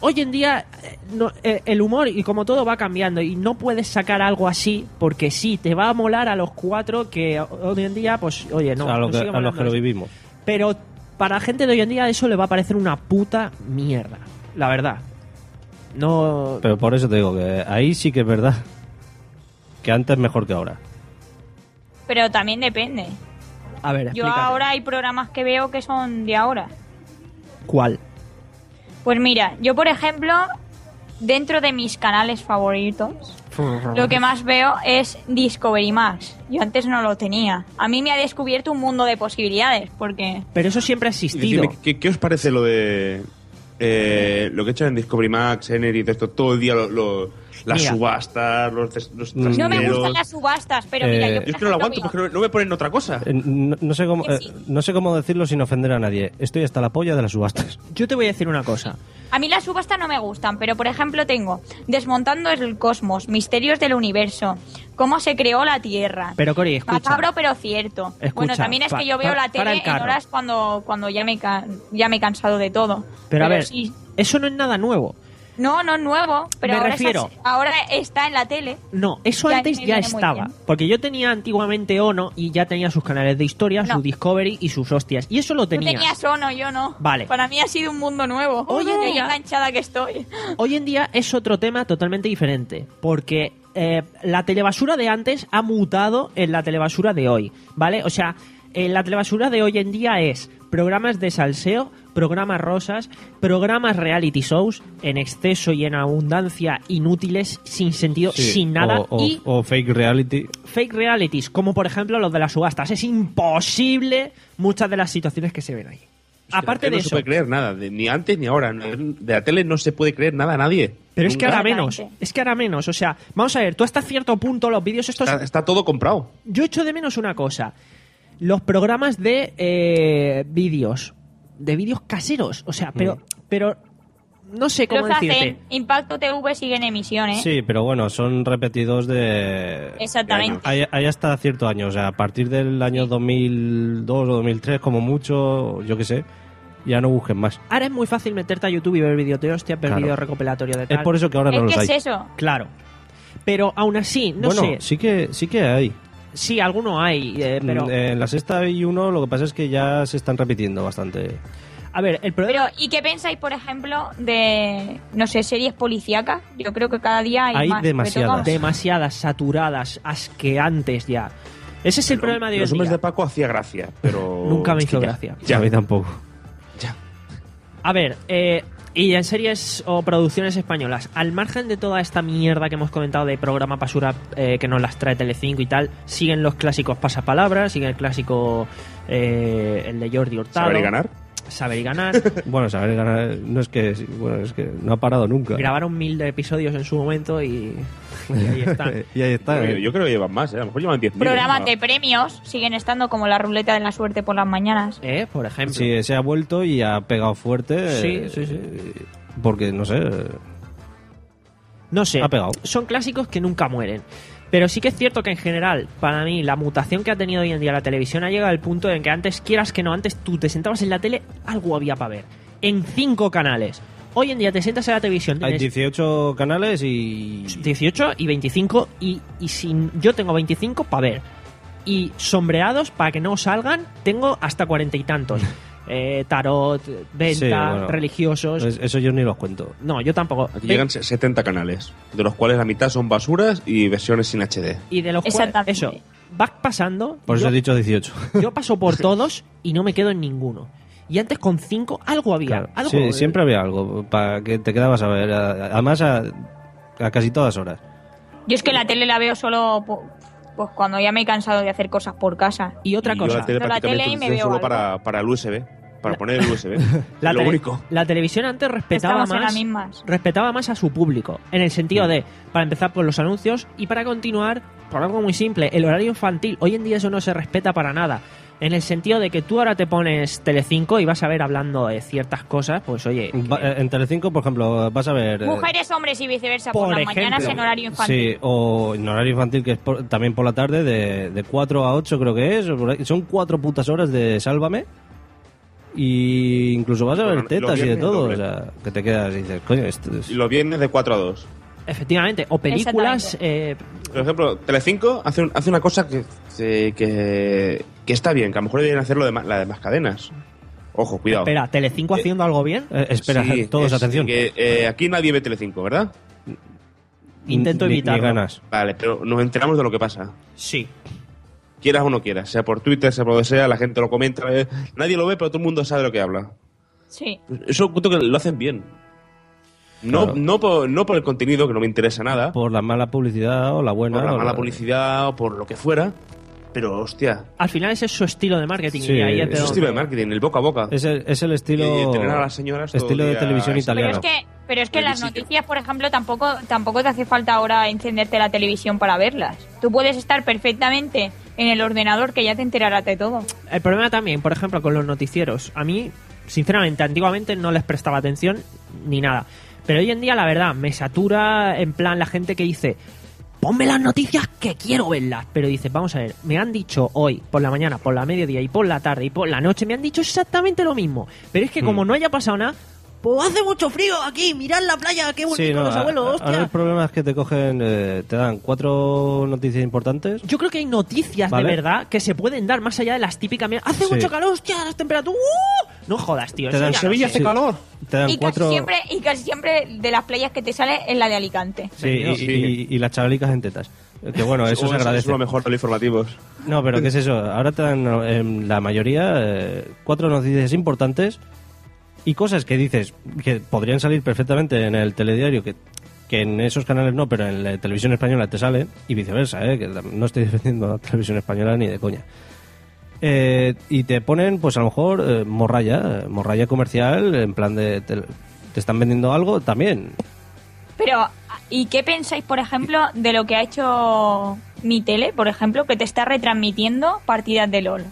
Speaker 5: Hoy en día eh, no- eh, el humor y como todo va cambiando y no puedes sacar algo así porque sí, te va a molar a los cuatro que hoy en día, pues, oye, no.
Speaker 3: a los
Speaker 5: nos
Speaker 3: que,
Speaker 5: sigue
Speaker 3: a los
Speaker 5: molando
Speaker 3: que lo
Speaker 5: eso.
Speaker 3: vivimos.
Speaker 5: Pero para la gente de hoy en día eso le va a parecer una puta mierda. La verdad. No.
Speaker 3: Pero por eso te digo que ahí sí que es verdad que antes mejor que ahora.
Speaker 1: Pero también depende.
Speaker 5: a ver,
Speaker 1: Yo
Speaker 5: explícate.
Speaker 1: ahora hay programas que veo que son de ahora.
Speaker 5: ¿Cuál?
Speaker 1: Pues mira, yo por ejemplo, dentro de mis canales favoritos, lo que más veo es Discovery Max. Yo antes no lo tenía. A mí me ha descubierto un mundo de posibilidades, porque
Speaker 5: Pero eso siempre ha
Speaker 7: Y
Speaker 5: existido.
Speaker 7: decidme, ¿qué, qué os parece lo de eh, lo que echan en Discovery Max, Ener y todo esto? Todo el día lo, lo- Las subastas, los, des- los
Speaker 5: Mm,
Speaker 1: No me
Speaker 7: trasteros.
Speaker 1: gustan las subastas, pero mira,
Speaker 3: Eh,
Speaker 1: yo...
Speaker 3: Yo es
Speaker 7: que no lo aguanto porque no, no me ponen otra cosa.
Speaker 3: Eh, No, no sé cómo, eh, no sé cómo decirlo sin ofender a nadie. Estoy hasta la polla de las subastas.
Speaker 5: Yo te voy a decir una cosa.
Speaker 1: A mí las subastas no me gustan, pero por ejemplo tengo Desmontando el Cosmos, Misterios del Universo, Cómo se creó la Tierra.
Speaker 5: Pero, Cori, escucha.
Speaker 1: Macabro pero cierto.
Speaker 5: Escucha,
Speaker 1: bueno, también es
Speaker 5: pa-
Speaker 1: que yo veo
Speaker 5: pa-
Speaker 1: la
Speaker 5: para
Speaker 1: tele
Speaker 5: el
Speaker 1: en
Speaker 5: carro.
Speaker 1: horas cuando, cuando ya, me ca- ya me he cansado de todo.
Speaker 5: Pero a ver,
Speaker 1: sí.
Speaker 5: eso no es nada nuevo.
Speaker 1: No, no es nuevo, pero
Speaker 5: Me
Speaker 1: ahora,
Speaker 5: refiero-
Speaker 1: es así- ahora está en la tele.
Speaker 5: No, eso
Speaker 1: Ya
Speaker 5: antes
Speaker 1: me
Speaker 5: ya
Speaker 1: viene muy
Speaker 5: estaba.
Speaker 1: bien.
Speaker 5: Porque yo tenía antiguamente Ono y ya tenía sus canales de historia, su Discovery y sus hostias. Y eso lo
Speaker 1: Tú tenías Ono, yo no.
Speaker 5: Vale.
Speaker 1: Para mí ha sido un mundo nuevo.
Speaker 5: Oye,
Speaker 1: qué
Speaker 5: tía.
Speaker 1: enganchada que estoy.
Speaker 5: Hoy en día es otro tema totalmente diferente, porque eh, la telebasura de antes ha mutado en la telebasura de hoy, ¿vale? O sea, eh, la telebasura de hoy en día es programas de salseo, programas rosas, programas reality shows en exceso y en abundancia, inútiles, sin sentido,
Speaker 3: Sí,
Speaker 5: sin nada,
Speaker 3: O, o-
Speaker 5: y
Speaker 3: o fake reality.
Speaker 5: fake realities, como por ejemplo los de las subastas. Es imposible muchas de las situaciones que se ven ahí. Aparte
Speaker 7: la tele
Speaker 5: de
Speaker 7: no se
Speaker 5: eso,
Speaker 7: puede creer nada, de- ni antes ni ahora. De la tele no se puede creer nada a nadie.
Speaker 5: Pero es que
Speaker 7: Nunca.
Speaker 5: ahora menos, es que ahora menos. O sea, vamos a ver, tú hasta cierto punto los vídeos estos...
Speaker 7: Está, está todo comprado.
Speaker 5: Yo echo de menos una cosa. Los programas de eh, vídeos. De vídeos caseros. O sea, pero... pero no sé cómo
Speaker 1: Los hacen.
Speaker 5: decirte.
Speaker 1: Impacto TV sigue en emisión, ¿eh?
Speaker 3: Sí, pero bueno, son repetidos de...
Speaker 1: Exactamente.
Speaker 3: Hay, hay hasta cierto año, o sea, a partir del año 2002 o 2003, como mucho, yo qué sé, ya no busquen más.
Speaker 5: Ahora es muy fácil meterte a YouTube y ver videoteos, te ha
Speaker 3: Claro.
Speaker 5: perdido recopilatorio de
Speaker 3: Es
Speaker 5: tal.
Speaker 3: por eso que ahora no los hay.
Speaker 1: eso?
Speaker 5: Claro. Pero aún así, no
Speaker 3: bueno,
Speaker 5: sé.
Speaker 3: sí que sí que hay.
Speaker 5: Sí, alguno hay, eh, pero...
Speaker 3: Mm, eh, en la sexta hay uno, lo que pasa es que ya se están repitiendo bastante.
Speaker 5: A ver, el problema...
Speaker 1: Pero, ¿y qué pensáis, por ejemplo, de, no sé, series policíacas? Yo creo que cada día hay,
Speaker 5: Hay
Speaker 1: más. sobre todo-
Speaker 5: Demasiadas, saturadas, asqueantes ya. Ese es el problema de hoy
Speaker 7: Los
Speaker 5: en
Speaker 7: hombres
Speaker 5: día.
Speaker 7: de Paco hacía gracia, pero.
Speaker 5: Nunca me
Speaker 7: es que
Speaker 5: hizo
Speaker 7: ya-
Speaker 5: gracia.
Speaker 7: Ya,
Speaker 3: A mí tampoco.
Speaker 5: A ver, eh, y en series o producciones españolas, al margen de toda esta mierda que hemos comentado de programa basura eh, que nos las trae Telecinco y tal, siguen los clásicos pasapalabras, sigue el clásico eh, el de Jordi Hurtado.
Speaker 7: ¿Saber y ganar?
Speaker 5: Saber y ganar.
Speaker 3: Bueno, saber ganar no es que bueno, es que no ha parado nunca.
Speaker 5: Grabaron mil de episodios en su momento y, y ahí está.
Speaker 3: y ahí está.
Speaker 7: Yo,
Speaker 3: eh.
Speaker 7: yo creo que llevan más, ¿eh? a lo mejor llevan 10
Speaker 1: Programas de premios siguen estando como la ruleta de la suerte por las mañanas.
Speaker 5: ¿Eh? Por ejemplo.
Speaker 3: Sí, se ha vuelto y ha pegado fuerte.
Speaker 5: Sí,
Speaker 3: eh,
Speaker 5: sí, sí.
Speaker 3: Porque no sé,
Speaker 5: No sé.
Speaker 3: Ha pegado.
Speaker 5: Son clásicos que nunca mueren. Pero sí que es cierto que en general, para mí, la mutación que ha tenido hoy en día la televisión ha llegado al punto en que antes, quieras que no, antes tú te sentabas en la tele, algo había para ver. En cinco canales. Hoy en día te sientas en la televisión,
Speaker 3: hay
Speaker 5: tienes
Speaker 3: 18 canales y
Speaker 5: 18 y 25 y, y sin, yo tengo 25 para ver. Y sombreados, para que no salgan, tengo hasta cuarenta y tantos. Eh, tarot, venta,
Speaker 3: Sí, bueno. Eh,
Speaker 5: religiosos...
Speaker 3: Es- Eso yo ni los cuento.
Speaker 5: No, yo tampoco.
Speaker 7: Aquí llegan se- 70 canales, de los cuales la mitad son basuras y versiones sin HD.
Speaker 5: Y de los cuales-
Speaker 1: Exactamente.
Speaker 5: Eso, vas pasando...
Speaker 3: Por
Speaker 5: y
Speaker 3: eso
Speaker 5: yo-
Speaker 3: he dicho 18.
Speaker 5: Yo paso por todos y no me quedo en ninguno. Y antes con cinco algo había.
Speaker 3: Claro.
Speaker 5: algo, eh.
Speaker 3: Sí, siempre había algo para que te quedabas a ver. a- Además, a, a casi todas horas.
Speaker 5: pues-
Speaker 1: Yo es que la tele la veo solo po- pues cuando ya me he cansado de hacer cosas por casa.
Speaker 5: Y otra
Speaker 7: Y
Speaker 5: cosa,
Speaker 7: Yo la tele
Speaker 1: Yo la
Speaker 7: prácticamente
Speaker 1: tele y me
Speaker 7: utilizo
Speaker 1: veo
Speaker 7: solo
Speaker 1: algo.
Speaker 7: para, para el USB, para poner el USB.
Speaker 5: la,
Speaker 7: lo
Speaker 5: tele-
Speaker 7: único.
Speaker 5: la televisión antes respetaba
Speaker 1: Estamos en las
Speaker 5: más,
Speaker 1: mismas.
Speaker 5: respetaba más a su público. En el
Speaker 3: Mm.
Speaker 5: sentido de, para empezar por los anuncios y para continuar por algo muy simple, el horario infantil. Hoy en día eso no se respeta para nada. En el sentido de que tú ahora te pones Telecinco y vas a ver hablando de ciertas cosas, pues oye,
Speaker 3: Va- eh, en Telecinco, por ejemplo, vas a ver... eh,
Speaker 1: Mujeres, hombres y viceversa por,
Speaker 5: por
Speaker 1: las mañanas
Speaker 5: ejemplo.
Speaker 1: en horario infantil.
Speaker 3: Sí, o en horario infantil, que es por- también por la tarde, de, de 4 a 8 creo que es. o por ahí. Son cuatro putas horas de Sálvame. Y incluso vas a
Speaker 7: Bueno,
Speaker 3: ver
Speaker 7: los
Speaker 3: tetas y de
Speaker 7: viernes
Speaker 3: todo. O
Speaker 7: doble.
Speaker 3: sea, que te quedas y dices, coño, esto es...
Speaker 7: Y los viernes de 4 a 2.
Speaker 5: efectivamente, o películas... eh,
Speaker 7: Por ejemplo, Telecinco hace, un- hace una cosa que, que, que- que está bien, que a lo mejor deberían hacerlo de ma- la de más cadenas. Ojo, cuidado.
Speaker 5: espera, Telecinco haciendo algo bien.
Speaker 3: Eh, espera,
Speaker 7: Sí,
Speaker 3: todos,
Speaker 7: es
Speaker 3: atención.
Speaker 7: que, eh, aquí nadie ve Telecinco, ¿verdad?
Speaker 5: Intento
Speaker 3: Ni- ni
Speaker 5: evitarlo.
Speaker 3: ganas.
Speaker 7: Vale, pero nos enteramos de lo que pasa.
Speaker 5: Sí,
Speaker 7: Quieras o no quieras, sea por Twitter, sea por donde sea, la gente lo comenta. eh, nadie lo ve, pero todo el mundo sabe de lo que habla.
Speaker 1: Sí.
Speaker 7: Eso cuento que lo hacen bien. No,
Speaker 3: Claro.
Speaker 7: no, por, no por el contenido, que no me interesa nada, por,
Speaker 3: Ah, Por la mala publicidad o la buena.
Speaker 7: la
Speaker 3: o
Speaker 7: mala publicidad o por lo que fuera,
Speaker 10: Pero, hostia.
Speaker 5: Al final ese es su estilo de marketing.
Speaker 3: Sí,
Speaker 5: y ahí
Speaker 3: es
Speaker 5: te
Speaker 3: su
Speaker 5: doy-
Speaker 10: Estilo de marketing, el boca a boca.
Speaker 3: Es el, es el estilo.
Speaker 10: Y tener a las señoras todo
Speaker 3: estilo
Speaker 10: el
Speaker 3: de
Speaker 10: día
Speaker 3: televisión
Speaker 10: así.
Speaker 1: Pero
Speaker 3: italiana.
Speaker 1: es que, pero es que
Speaker 10: Oye,
Speaker 1: las
Speaker 10: sí,
Speaker 1: noticias, por ejemplo, tampoco, tampoco te hace falta ahora encenderte la televisión para verlas. Tú puedes estar perfectamente en el ordenador que ya te enterarás de todo.
Speaker 5: El problema también, por ejemplo, con los noticieros. A mí, sinceramente, antiguamente no les prestaba atención ni nada. Pero hoy en día, la verdad, me satura en plan la gente que dice, ponme las noticias que quiero verlas. Pero dices, vamos a ver, me han dicho hoy, por la mañana, por la mediodía y por la tarde y por la noche, me han dicho exactamente lo mismo. Pero es que como
Speaker 3: Mm.
Speaker 5: no haya pasado nada, pues hace mucho frío aquí, mirad la playa, qué bonito
Speaker 3: Sí, no,
Speaker 5: los
Speaker 3: a-
Speaker 5: abuelos,
Speaker 3: a- ahora
Speaker 5: hostia.
Speaker 3: el problema es que te cogen, eh, te dan cuatro noticias importantes.
Speaker 5: Yo creo que hay noticias
Speaker 3: Vale.
Speaker 5: de verdad que se pueden dar más allá de las típicas. mierda, Hace
Speaker 3: Sí.
Speaker 5: mucho calor, hostia, las temperaturas. ¡uh! No jodas, tío. eso ya no sé.
Speaker 3: sí, Te dan
Speaker 1: Y
Speaker 3: cuatro.
Speaker 1: casi, siempre, y casi siempre de las playas que te sale es la de Alicante.
Speaker 3: Sí, y, y- y las chavalicas en tetas. Que bueno, eso
Speaker 10: O
Speaker 3: se agradece.
Speaker 10: Es lo mejor de los informativos.
Speaker 3: No, pero ¿qué es eso? Ahora te dan en la mayoría eh, cuatro noticias importantes y cosas que dices que podrían salir perfectamente en el telediario, que, que en esos canales no, pero en la televisión española te sale y viceversa, ¿eh? que no estoy defendiendo la televisión española ni de coña. Eh, y te ponen, pues a lo mejor, eh, morralla, eh, morralla comercial, en plan de... Te, te están vendiendo algo también.
Speaker 1: Pero, ¿y qué pensáis, por ejemplo, de lo que ha hecho mi tele, por ejemplo, que te está retransmitiendo partidas de LOL?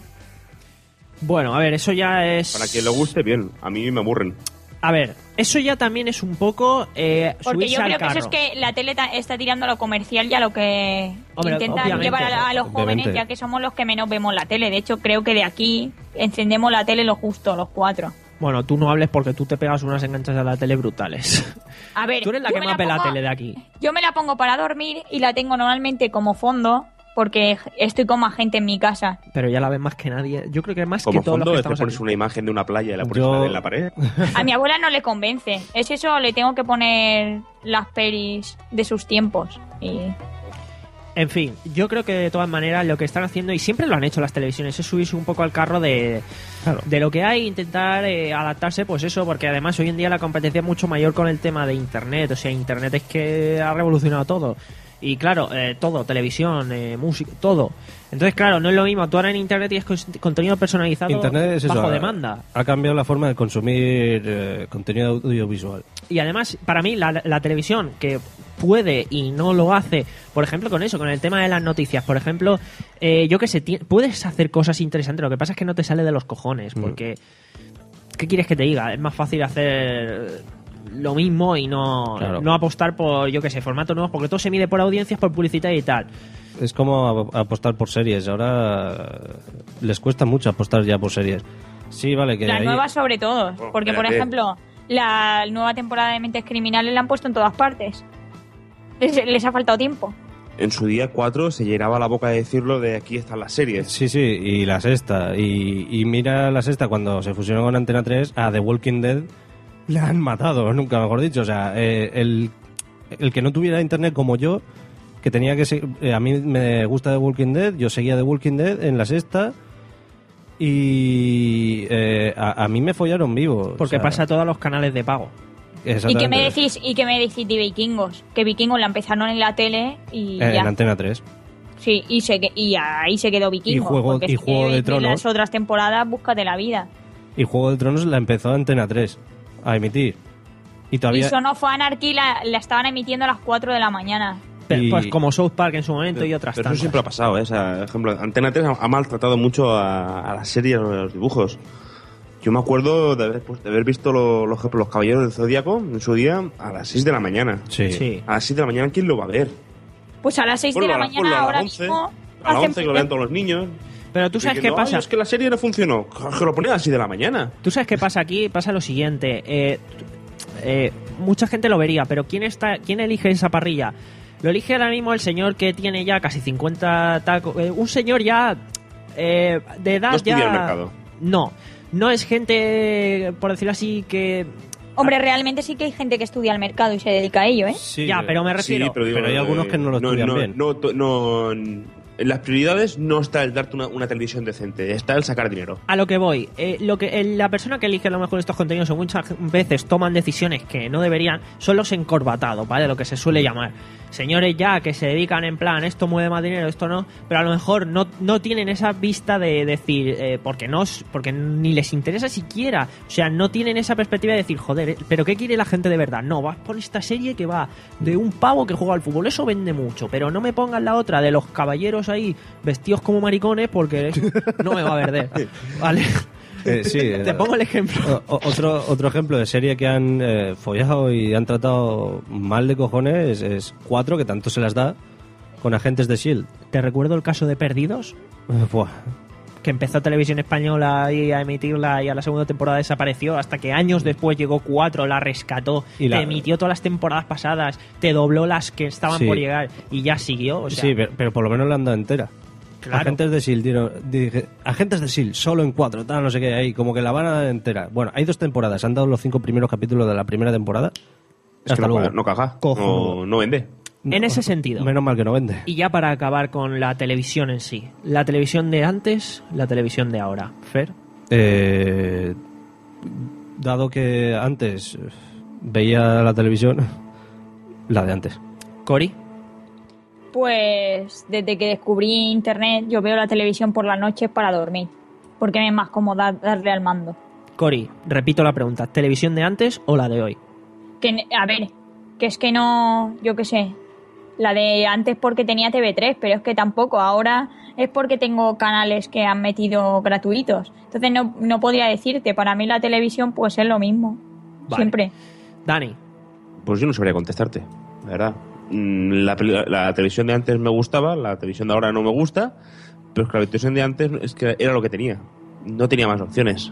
Speaker 5: Bueno, a ver, eso ya es.
Speaker 10: Para quien lo guste, bien. A mí me aburren.
Speaker 5: A ver, eso ya también es un poco. Eh,
Speaker 1: Porque
Speaker 5: subirse
Speaker 1: yo
Speaker 5: al
Speaker 1: creo que eso
Speaker 5: carro.
Speaker 1: es que la tele ta- está tirando a lo comercial y a lo que
Speaker 5: Hombre,
Speaker 1: intenta
Speaker 5: obviamente.
Speaker 1: llevar a, a los jóvenes,
Speaker 5: Obviamente.
Speaker 1: ya que somos los que menos vemos la tele. De hecho, creo que de aquí encendemos la tele lo justo, los cuatro.
Speaker 5: Bueno, tú no hables porque tú te pegas unas enganchas a la tele brutales.
Speaker 1: A ver,
Speaker 5: tú eres la
Speaker 1: yo
Speaker 5: que
Speaker 1: me
Speaker 5: más ve la
Speaker 1: pongo-
Speaker 5: tele de aquí.
Speaker 1: Yo me la pongo para dormir y la tengo normalmente como fondo porque estoy con más gente en mi casa.
Speaker 5: Pero ya la ves más que nadie. Yo creo que más
Speaker 10: Como
Speaker 5: que todos los
Speaker 10: fondo,
Speaker 5: que
Speaker 10: te
Speaker 5: estamos
Speaker 10: pones
Speaker 5: aquí.
Speaker 10: una imagen de una playa y la pones
Speaker 3: Yo-
Speaker 10: en la pared.
Speaker 1: A mi abuela no le convence. Es eso, le tengo que poner las pelis de sus tiempos. Y
Speaker 5: En fin, yo creo que de todas maneras lo que están haciendo, y siempre lo han hecho las televisiones, es subirse un poco al carro de, de lo que hay, intentar eh, adaptarse, pues eso, porque además hoy en día la competencia es mucho mayor con el tema de Internet, o sea, Internet es que ha revolucionado todo. Y claro, eh, todo, televisión, eh, música, todo. Entonces, claro, no es lo mismo actuar en Internet y es cos- contenido personalizado
Speaker 3: Internet es eso.
Speaker 5: bajo
Speaker 3: ha-
Speaker 5: demanda.
Speaker 3: Ha, cambiado la forma de consumir eh, contenido audiovisual.
Speaker 5: Y además, para mí, la, la televisión que puede y no lo hace, por ejemplo, con eso, con el tema de las noticias, por ejemplo, eh, yo que sé, ti- puedes hacer cosas interesantes, lo que pasa es que no te sale de los cojones, porque, ¿qué quieres que te diga? Es más fácil hacer lo mismo y no,
Speaker 3: Claro.
Speaker 5: no apostar por, yo que sé, formatos nuevos, porque todo se mide por audiencias, por publicidad y tal.
Speaker 3: Es como a- apostar por series. Ahora eh, les cuesta mucho apostar ya por series. Sí, vale, que
Speaker 1: las
Speaker 3: ahí-
Speaker 1: nuevas sobre todo.
Speaker 10: Oh,
Speaker 3: Bueno,
Speaker 1: porque, por
Speaker 3: espérate.
Speaker 1: ejemplo, la nueva temporada de Mentes Criminales la han puesto en todas partes. Les, les ha faltado tiempo.
Speaker 10: En su día 4 se llenaba la boca de decirlo de aquí están las series.
Speaker 3: Sí, sí, y la sexta. Y, y mira la sexta cuando se fusionó con Antena 3 a The Walking Dead. La han matado, nunca mejor dicho. O sea, eh, el, el que no tuviera internet como yo, que tenía que... se- eh, a mí me gusta The Walking Dead, yo seguía The Walking Dead en la sexta y eh, a, a mí me follaron vivo.
Speaker 5: Porque pasa a todos los canales de pago.
Speaker 1: Y que me decís, y que me decís de vikingos, que vikingos la empezaron en la tele y ya.
Speaker 3: Eh, En Antena 3.
Speaker 1: Sí, y, se que- y ahí se quedó vikingos.
Speaker 3: Y Juego-
Speaker 1: porque
Speaker 3: y
Speaker 1: es que
Speaker 3: Juego de Tronos.
Speaker 1: Las otras temporadas, búscate la vida.
Speaker 3: Y Juego de Tronos la empezó Antena 3 a emitir. Y todavía...
Speaker 1: Y Son of Anarchy la, la estaban emitiendo a las 4 de la mañana.
Speaker 5: Pero,
Speaker 10: Y-
Speaker 5: Pues como South Park en su momento y otras
Speaker 10: Pero
Speaker 5: tantas.
Speaker 10: eso siempre ha pasado, ¿eh? O sea, por ejemplo, Antena 3 ha, ha maltratado mucho a, a las series, a los dibujos. Yo me acuerdo de haber, pues, de haber visto lo- los, los Caballeros del Zodíaco en su día a las 6 de la mañana.
Speaker 3: Sí.
Speaker 10: A las 6 de la mañana, ¿quién lo va a ver?
Speaker 1: Pues a las 6
Speaker 10: Ponlo
Speaker 1: de
Speaker 10: a
Speaker 1: la
Speaker 10: la- ponlo
Speaker 1: mañana
Speaker 10: a las
Speaker 1: ahora
Speaker 10: 11,
Speaker 1: mismo.
Speaker 10: A las
Speaker 1: hacen
Speaker 10: 11 que lo vean todos los niños.
Speaker 5: Pero tú sabes qué
Speaker 10: Diciendo,
Speaker 5: pasa.
Speaker 10: "Ay, Es que la serie no funcionó. Que lo ponían a las 6 de la mañana.
Speaker 5: Tú sabes qué pasa aquí, pasa lo siguiente. eh, eh, mucha gente lo vería, pero ¿quién, está, ¿quién elige esa parrilla? Lo elige ahora mismo el señor que tiene ya casi 50 tacos. eh, un señor ya eh, de edad
Speaker 10: No estudia
Speaker 5: ya.
Speaker 10: el mercado.
Speaker 5: No, no es gente, por decirlo así, que.
Speaker 1: Hombre, realmente sí que hay gente que estudia el mercado y se dedica a ello, ¿eh?
Speaker 5: ya, pero me refiero.
Speaker 10: Sí, pero, digo, eh, no, no, No, no, no,
Speaker 7: en las prioridades no está el darte una, una, televisión decente, está el sacar dinero.
Speaker 5: A lo que voy, eh, lo que eh, la persona que elige a lo mejor estos contenidos o muchas veces toman decisiones que no deberían son los encorbatados, ¿vale? Lo que se suele llamar. Señores ya que se dedican en plan, esto mueve más dinero, esto no, pero a lo mejor no, no tienen esa vista de decir, eh, porque, no, porque ni les interesa siquiera, o sea, no tienen esa perspectiva de decir, joder, pero ¿qué quiere la gente de verdad? No, vas por esta serie que va de un pavo que juega al fútbol, eso vende mucho, pero no me pongas la otra de los caballeros ahí vestidos como maricones porque no me va a perder. ¿Vale?
Speaker 3: Eh, sí,
Speaker 5: Te pongo el ejemplo.
Speaker 3: O, otro, otro ejemplo de serie que han eh, follado y han tratado mal de cojones es, es, Cuatro, que tanto se las da con agentes de S.H.I.E.L.D.
Speaker 5: ¿Te recuerdo el caso de Perdidos?
Speaker 3: Eh, Buah.
Speaker 5: Que empezó Televisión Española y a emitirla y a la segunda temporada desapareció hasta que años después llegó Cuatro, la rescató, y la... te emitió todas las temporadas pasadas, te dobló las que estaban sí. por llegar y ya siguió. O sea...
Speaker 3: sí, pero, pero por lo menos la han dado entera. Claro. Agentes de SIL, dije, agentes de SIL, E solo en cuatro, tal, no sé qué, ahí, como que la van a dar entera. Bueno, hay dos temporadas, han dado los cinco primeros capítulos de la primera temporada.
Speaker 7: Es Hasta que luego. no, caja, no, no, vende.
Speaker 5: No, en ese sentido.
Speaker 3: Menos mal que no vende.
Speaker 5: Y ya para acabar con la televisión en sí. La televisión de antes, la televisión de ahora. Fer.
Speaker 3: Eh, dado que antes veía la televisión, la de antes.
Speaker 5: Cori
Speaker 1: pues desde que descubrí internet yo veo la televisión por las noches para dormir, porque me es más cómodo darle al mando.
Speaker 5: Cori, repito la pregunta, ¿televisión de antes o la de hoy?
Speaker 1: Que, a ver, que es que no, yo qué sé, la de antes porque tenía TV3, pero es que tampoco, ahora es porque tengo canales que han metido gratuitos, entonces no, no podría decirte, para mí la televisión pues es lo mismo, vale. siempre.
Speaker 5: Dani.
Speaker 7: Pues yo no sabría contestarte, la verdad. Mm, La, la, la, televisión de antes me gustaba, la televisión de ahora no me gusta, pero es que la televisión de antes es que era lo que tenía. No tenía más opciones.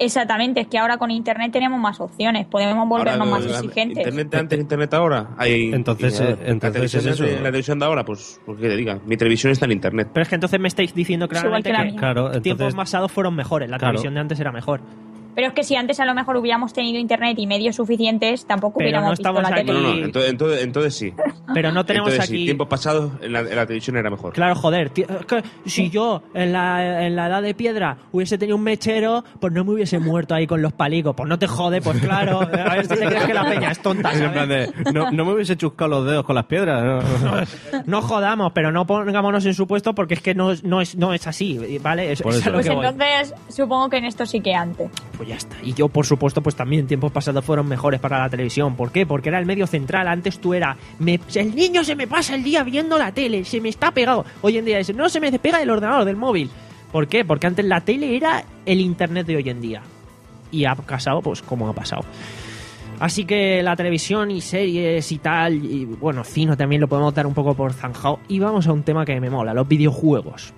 Speaker 1: Exactamente, es que ahora con Internet tenemos más opciones, podemos volvernos ahora, más exigentes.
Speaker 7: Internet antes, Internet ahora. Hay,
Speaker 3: entonces,
Speaker 5: eh,
Speaker 7: hay,
Speaker 3: entonces la televisión,
Speaker 7: es eso. La televisión de ahora, pues, pues que te diga, mi televisión está en Internet.
Speaker 5: Pero es que entonces me estáis diciendo claramente
Speaker 1: que,
Speaker 5: que claro, entonces, tiempos pasados fueron mejores, la claro. televisión de antes era mejor.
Speaker 1: Pero es que si antes a lo mejor hubiéramos tenido internet y medios suficientes, tampoco
Speaker 5: Pero
Speaker 1: hubiéramos
Speaker 5: no estamos
Speaker 1: visto la
Speaker 5: aquí...
Speaker 7: No, no, entonces, entonces, entonces, sí.
Speaker 5: Pero no tenemos
Speaker 7: entonces,
Speaker 5: aquí...
Speaker 7: Sí. Tiempo pasado en la, en la, televisión era mejor.
Speaker 5: Claro, joder. Tío, es que si yo en la, en la edad de piedra hubiese tenido un mechero, pues no me hubiese muerto ahí con los palicos. Pues no te jode, pues claro. A ver si te crees que la peña es tonta, ¿sabes?
Speaker 3: En plan de, no, no, me hubiese chuscado los dedos con las piedras.
Speaker 5: No, no jodamos, pero no pongámonos en su puesto porque es que no, no, es, no es así, ¿vale? Es,
Speaker 1: pues,
Speaker 5: es lo que voy.
Speaker 1: entonces supongo que en esto sí que antes.
Speaker 5: Pues ya está. Y yo, por supuesto, pues también tiempos pasados fueron mejores para la televisión. ¿Por qué? Porque era el medio central. Antes tú era, me, el niño se me pasa el día viendo la tele, se me está pegado. Hoy en día es, no se me despega del ordenador, del móvil. ¿Por qué? Porque antes la tele era el internet de hoy en día. Y ha pasado, pues, como ha pasado. Así que la televisión y series y tal, y bueno, cine también lo podemos dar un poco por zanjado. Y vamos a un tema que me mola, los videojuegos.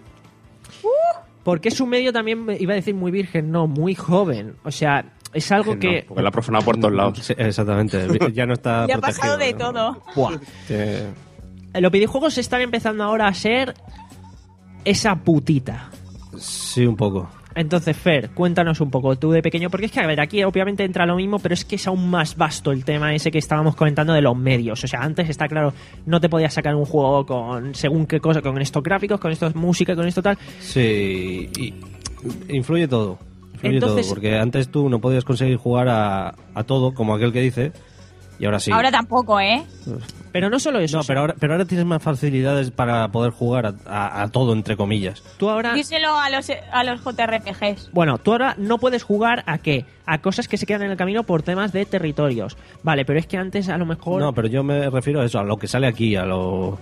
Speaker 5: Porque es un medio también, iba a decir muy virgen, no, muy joven. O sea, es algo
Speaker 7: no,
Speaker 5: que.
Speaker 7: porque la ha profanado por todos lados.
Speaker 3: Sí, exactamente. Ya no pues, está.
Speaker 1: ya ha pasado de todo.
Speaker 5: Buah. Sí. Los videojuegos están empezando ahora a ser esa putita.
Speaker 3: Sí, un poco.
Speaker 5: Entonces, Fer, cuéntanos un poco tú de pequeño, porque es que, a ver, aquí obviamente entra lo mismo, pero es que es aún más vasto el tema ese que estábamos comentando de los medios. O sea, antes está claro, no te podías sacar un juego con según qué cosa, con estos gráficos, con estos música, con esto tal.
Speaker 3: Sí, y influye todo. Influye Entonces, todo, porque antes tú no podías conseguir jugar a, a todo, como aquel que dice, y ahora sí.
Speaker 1: Ahora tampoco, ¿eh?
Speaker 5: Pero no solo eso.
Speaker 3: No, pero ahora, pero ahora tienes más facilidades para poder jugar a, a- a todo, entre comillas.
Speaker 5: Tú ahora...
Speaker 1: Díselo a los, a los JRPGs.
Speaker 5: Bueno, tú ahora no puedes jugar a qué? A cosas que se quedan en el camino por temas de territorios. Vale, pero es que antes a lo mejor...
Speaker 3: No, pero yo me refiero a eso, a lo que sale aquí, a lo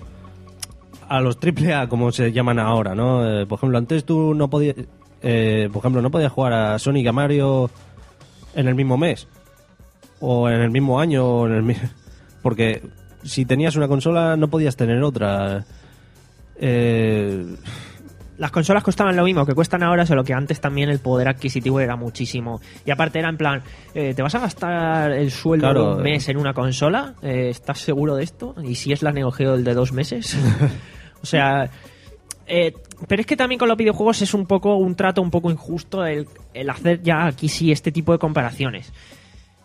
Speaker 3: a los triple A como se llaman ahora, ¿no? Eh, por ejemplo, antes tú no podías eh, por ejemplo, no podías jugar a Sonic y a Mario en el mismo mes o en el mismo año o en el mi- porque si tenías una consola no podías tener otra. Eh,
Speaker 5: las consolas costaban lo mismo que cuestan ahora, solo que antes también el poder adquisitivo era muchísimo. Y aparte era en plan, eh, ¿te vas a gastar el sueldo
Speaker 3: Claro,
Speaker 5: de un
Speaker 3: eh.
Speaker 5: mes en una consola? Eh, ¿Estás seguro de esto? ¿Y si es la Neo Geo el de dos meses? o sea... eh, pero es que también con los videojuegos es un poco un trato un poco injusto el, el hacer ya aquí sí este tipo de comparaciones.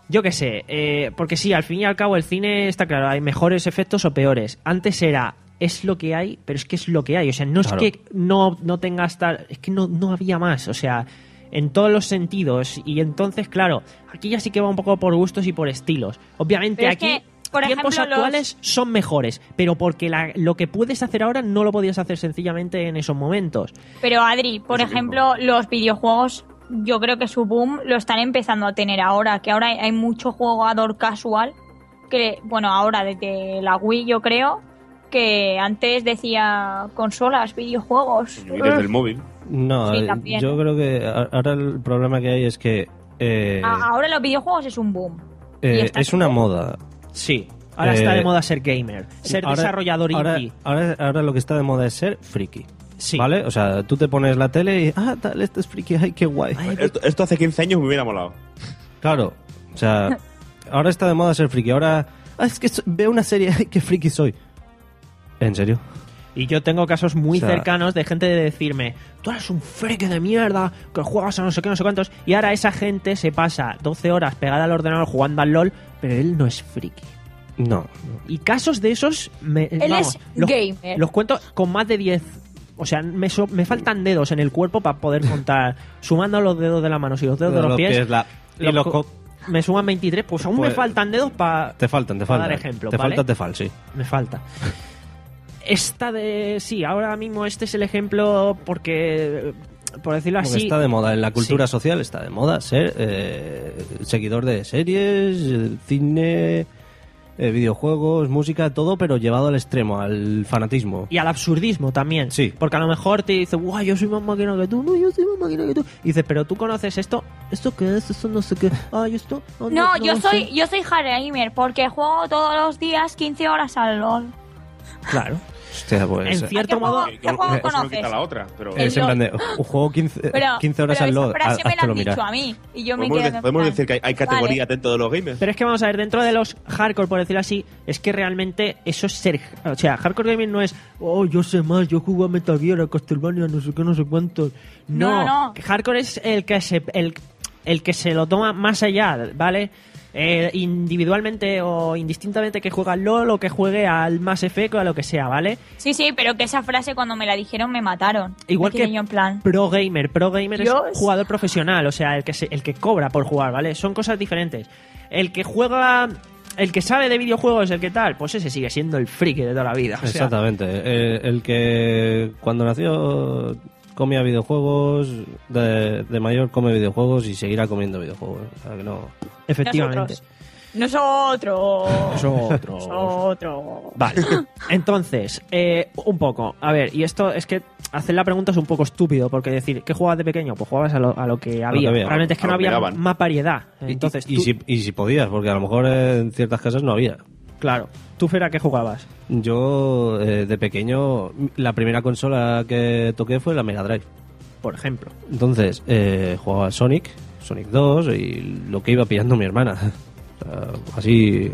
Speaker 5: Yo qué sé, eh, porque sí, al fin y al cabo el cine está claro, hay mejores efectos o peores. Antes era, es lo que hay, pero es que es lo que hay. O sea, no
Speaker 3: Claro.
Speaker 5: es que no, no tengas tal, es que no, no había más, o sea, en todos los sentidos. Y entonces, claro, aquí ya sí que va un poco por gustos y por estilos. Obviamente
Speaker 1: Pero es
Speaker 5: aquí...
Speaker 1: que, por
Speaker 5: tiempos
Speaker 1: ejemplo, los-
Speaker 5: actuales son mejores, pero porque la- lo que puedes hacer ahora no lo podías hacer sencillamente en esos momentos.
Speaker 1: Pero Adri, por ejemplo, los videojuegos, yo creo que su boom lo están empezando a tener ahora, que ahora hay- hay mucho jugador casual, que, bueno, ahora desde la Wii yo creo, que antes decía consolas, videojuegos. Eh,
Speaker 7: Y
Speaker 5: Eh.
Speaker 7: desde el móvil.
Speaker 3: no,
Speaker 1: Sí,
Speaker 3: eh,
Speaker 1: también.
Speaker 3: yo creo que a- ahora el problema que hay es que eh,
Speaker 5: Ah,
Speaker 1: A- Ahora los videojuegos es un boom.
Speaker 3: eh,
Speaker 1: está
Speaker 3: es una moda.
Speaker 5: Sí. Ahora está
Speaker 3: Eh,
Speaker 5: de moda ser gamer, ser
Speaker 3: Ahora-
Speaker 5: desarrollador
Speaker 3: ahora,
Speaker 5: indie.
Speaker 3: Ahora, ahora lo que está de moda es ser friki.
Speaker 5: Sí.
Speaker 3: ¿Vale? O sea, tú te pones la tele y. Ah, tal, este es friki, ay, qué guay.
Speaker 7: Esto, esto hace 15 años me hubiera molado.
Speaker 3: Claro. O sea, ahora está de moda ser friki. Ahora. Ah, es que so- veo una serie, ay, qué friki soy. ¿En serio?
Speaker 5: Y yo tengo casos muy
Speaker 3: O sea-
Speaker 5: cercanos de gente de decirme, tú eres un freak de mierda, que juegas a no sé qué, no sé cuántos. Y ahora esa gente se pasa 12 horas pegada al ordenador jugando al LOL, pero él no es friki.
Speaker 3: No.
Speaker 5: Y casos de esos, me,
Speaker 1: Él
Speaker 5: vamos,
Speaker 1: es
Speaker 5: los,
Speaker 1: gamer.
Speaker 5: los cuento con más de 10. O sea, me, so- me faltan dedos en el cuerpo para poder contar, sumando los dedos de las manos y los dedos de los, pies.
Speaker 3: la- y
Speaker 5: los
Speaker 3: los
Speaker 5: co-
Speaker 3: co-
Speaker 5: me suman 23, pues aún me
Speaker 3: Pues-
Speaker 5: faltan dedos para...
Speaker 3: te faltan, te
Speaker 5: Para
Speaker 3: faltan.
Speaker 5: dar ejemplo,
Speaker 3: Te
Speaker 5: ¿vale?
Speaker 3: falta, te fal, sí.
Speaker 5: me falta. Esta de. Sí, ahora mismo este es el ejemplo porque. Por decirlo
Speaker 3: Porque
Speaker 5: así.
Speaker 3: está de moda. En la cultura
Speaker 5: Sí.
Speaker 3: social está de moda ser eh, seguidor de series, eh, cine, eh, videojuegos, música, todo, pero llevado al extremo, al fanatismo.
Speaker 5: Y al absurdismo también.
Speaker 3: Sí.
Speaker 5: Porque a lo mejor te dice, guau, yo soy más máquina que tú, no, yo soy más máquina que tú. Y dices, pero tú conoces esto, ¿esto qué es? Esto no sé qué. Ah, ¿y esto. Ah,
Speaker 1: No, yo
Speaker 5: lo
Speaker 1: soy,
Speaker 5: sé".
Speaker 1: yo soy gamer porque juego todos los días 15 horas al LOL.
Speaker 5: Claro.
Speaker 3: Hostia, pues,
Speaker 5: en
Speaker 3: eh,
Speaker 5: cierto
Speaker 1: ¿A qué
Speaker 5: modo.
Speaker 1: juego- qué
Speaker 7: Eso
Speaker 1: juego
Speaker 7: no
Speaker 1: conoces?
Speaker 7: quita la otra, pero...
Speaker 1: El
Speaker 3: Es en
Speaker 1: LOL.
Speaker 3: plan de, "Oh, juego 15,
Speaker 1: Pero,
Speaker 3: 15 horas
Speaker 1: pero
Speaker 3: al
Speaker 1: esa
Speaker 3: LOL,
Speaker 1: frase me la
Speaker 3: hazte lo
Speaker 1: han dicho
Speaker 3: mirar.
Speaker 1: a mí y yo me
Speaker 7: Podemos,
Speaker 1: quedo
Speaker 7: de-
Speaker 1: en
Speaker 7: podemos
Speaker 1: plan,
Speaker 7: decir que hay, hay
Speaker 1: vale.
Speaker 7: categorías dentro de los gamers.
Speaker 5: Pero es que vamos a ver, dentro de los hardcore, por decirlo así, es que realmente eso es ser. O sea, hardcore gaming no es, oh, yo sé más, yo juego a Metal Gear, a Castlevania, no sé qué, no sé cuántos. No,
Speaker 1: No, no, no.
Speaker 5: hardcore es el que se, el, el que se lo toma más allá, ¿vale? Eh, individualmente o indistintamente que juega al LOL o que juegue al Mass Effect o a lo que sea, ¿vale?
Speaker 1: Sí, sí, pero que esa frase cuando me la dijeron me mataron.
Speaker 5: Igual
Speaker 1: Me quedé
Speaker 5: que-
Speaker 1: yo en plan.
Speaker 5: Pro gamer, pro gamer
Speaker 1: Dios.
Speaker 5: es jugador profesional, o sea, el que se- el que cobra por jugar, ¿vale? Son cosas diferentes. El que juega, el que sabe de videojuegos, el que tal, pues ese sigue siendo el friki de toda la vida. o sea,
Speaker 3: Exactamente. Eh, el que cuando nació comía videojuegos, de, de mayor come videojuegos y seguirá comiendo videojuegos. O sea, que no.
Speaker 5: efectivamente.
Speaker 1: Nosotros.
Speaker 5: Nosotros.
Speaker 1: Nosotros.
Speaker 5: Vale. Entonces, eh, un poco. A ver, y esto es que hacer la pregunta es un poco estúpido, porque decir, ¿qué jugabas de pequeño? Pues jugabas a lo, a lo que había.
Speaker 3: había.
Speaker 5: Realmente es que
Speaker 7: A
Speaker 5: no
Speaker 7: lo que
Speaker 5: había
Speaker 7: daban.
Speaker 5: más variedad.
Speaker 3: Y-
Speaker 5: Entonces,
Speaker 3: y, y
Speaker 5: tú-
Speaker 3: si, y si podías, porque a lo mejor eh, en ciertas casas no había.
Speaker 5: claro. ¿Tú, Fera, qué jugabas?
Speaker 3: Yo, eh, de pequeño, la primera consola que toqué fue la Mega Drive.
Speaker 5: Por ejemplo.
Speaker 3: Entonces, eh, jugaba al Sonic, Sonic 2 y lo que iba pillando mi hermana. O sea, así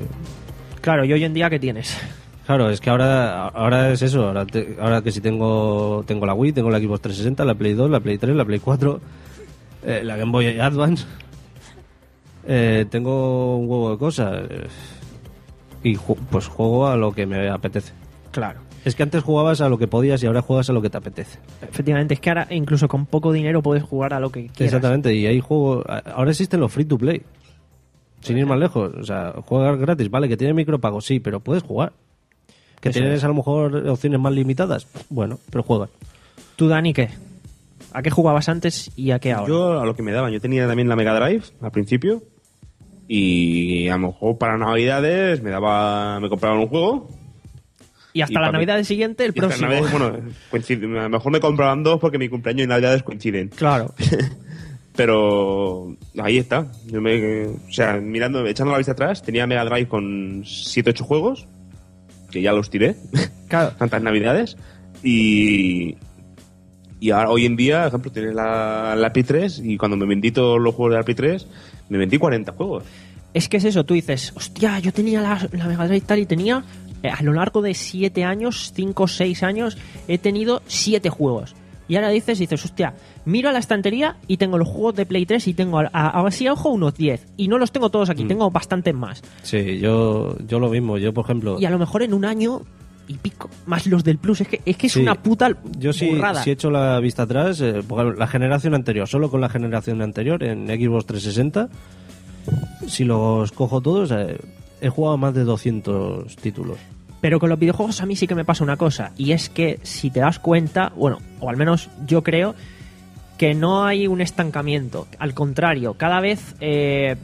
Speaker 5: Claro, ¿y hoy en día qué tienes?
Speaker 3: Claro, es que ahora, ahora es eso. Ahora, te- ahora que si tengo, tengo la Wii, tengo la Xbox 360, la Play 2, la Play 3, la Play 4, eh, la Game Boy Advance. Eh, tengo un huevo de cosas. eh, Y ju- pues juego a lo que me apetece.
Speaker 5: Claro.
Speaker 3: Es que antes jugabas a lo que podías y ahora juegas a lo que te apetece.
Speaker 5: Efectivamente, es que ahora incluso con poco dinero puedes jugar a lo que quieras.
Speaker 3: Exactamente, y hay juegos. a- Ahora existen los free to Pues play. Sin ir más lejos. O sea, jugar gratis, vale, que tiene micropago, sí, pero puedes jugar. Que Eso tienes es. a lo mejor opciones más limitadas. Bueno, pero juegan.
Speaker 5: ¿Tú, Dani, qué? ¿A qué jugabas antes y a qué ahora?
Speaker 7: Yo a lo que me daban. Yo tenía también la Mega Drive al principio. Y a lo mejor para Navidades me daba me compraban un juego.
Speaker 5: Y hasta las Navidades siguiente, el
Speaker 7: y
Speaker 5: próximo.
Speaker 7: hasta Navidades, bueno, coincide- a lo mejor me compraban dos porque mi cumpleaños y Navidades coinciden.
Speaker 5: Claro.
Speaker 7: Pero ahí está. Yo me, o sea, mirando, echando la vista atrás, tenía Mega Drive con 7-8 juegos, que ya los tiré,
Speaker 5: Claro.
Speaker 7: tantas navidades. Y, y ahora, hoy en día, por ejemplo, tienes la, la Play 3 y cuando me vendí todos los juegos de la Play 3, me vendí 40 juegos.
Speaker 5: Es que es eso, tú dices, hostia, yo tenía la, la Mega Drive tal y tenía, eh, a lo largo de 7 años, 5 o 6 años, he tenido 7 juegos. Y ahora dices, dices, hostia, miro a la estantería y tengo los juegos de Play 3 y tengo, a- a- así a ojo, unos 10. Y no los tengo todos aquí, tengo bastantes más.
Speaker 3: Sí, yo, yo lo mismo. Yo, por ejemplo.
Speaker 5: Y a lo mejor en un año y pico, más los del Plus. Es que es, que es una puta
Speaker 3: Yo sí,
Speaker 5: burrada.
Speaker 3: sí he hecho la vista atrás, eh, por ejemplo, la generación anterior, solo con la generación anterior, en Xbox 360, si los cojo todos, eh, he jugado más de 200 títulos.
Speaker 5: Pero con los videojuegos a mí sí que me pasa una cosa, y es que si te das cuenta, bueno, o al menos yo creo, que no hay un estancamiento. Al contrario, cada vez... eh,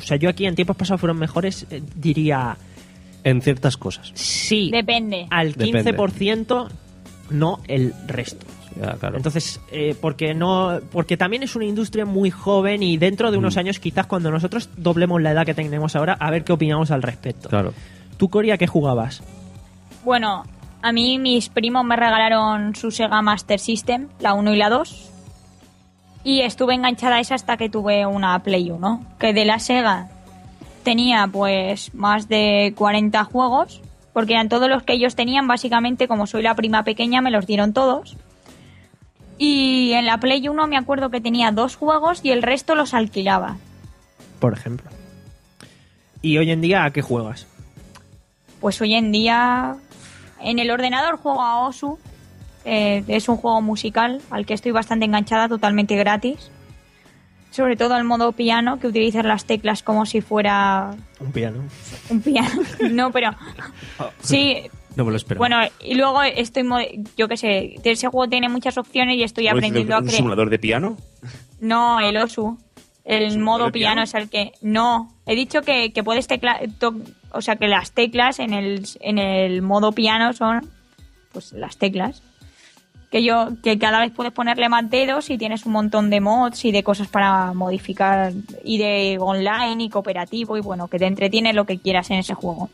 Speaker 5: o sea, yo aquí en tiempos pasados fueron mejores, eh, diría...
Speaker 3: En ciertas cosas.
Speaker 5: Sí.
Speaker 1: Depende.
Speaker 5: Al
Speaker 3: Depende.
Speaker 5: 15%, no el resto.
Speaker 3: Ya, claro.
Speaker 5: Entonces, eh, porque no, porque también es una industria muy joven y dentro de
Speaker 3: Mm.
Speaker 5: unos años, quizás cuando nosotros doblemos la edad que tenemos ahora, a ver qué opinamos al respecto.
Speaker 3: Claro.
Speaker 5: ¿Tú, Coria, qué jugabas?
Speaker 1: Bueno, a mí mis primos me regalaron su Sega Master System, la 1 y la 2. Y estuve enganchada a esa hasta que tuve una Play 1. Que de la Sega tenía pues más de 40 juegos. Porque eran todos los que ellos tenían, básicamente, como soy la prima pequeña, me los dieron todos. Y en la Play 1 me acuerdo que tenía dos juegos y el resto los alquilaba.
Speaker 5: por ejemplo. ¿Y hoy en día a qué juegas?
Speaker 1: Pues hoy en día en el ordenador juego a Osu. eh, es un juego musical al que estoy bastante enganchada, totalmente gratis. Sobre todo al modo piano, que utilizas las teclas como si fuera
Speaker 5: Un piano.
Speaker 1: un piano. No, pero sí.
Speaker 3: No me lo espero.
Speaker 1: Bueno, y luego estoy, mo- yo qué sé, ese juego tiene muchas opciones y estoy
Speaker 7: ¿Cómo
Speaker 1: aprendiendo
Speaker 7: decirlo?
Speaker 1: a
Speaker 7: ¿Un
Speaker 1: creer.
Speaker 7: simulador de piano?
Speaker 1: No, el Osu. El modo
Speaker 7: de piano?
Speaker 1: piano es el que. No, he dicho que, que puedes tecla. to- o sea, que las teclas en el, en el modo piano son. Pues las teclas. Que yo. Que cada vez puedes ponerle más dedos y tienes un montón de mods y de cosas para modificar. Y de online y cooperativo y bueno, que te entretiene lo que quieras en ese juego.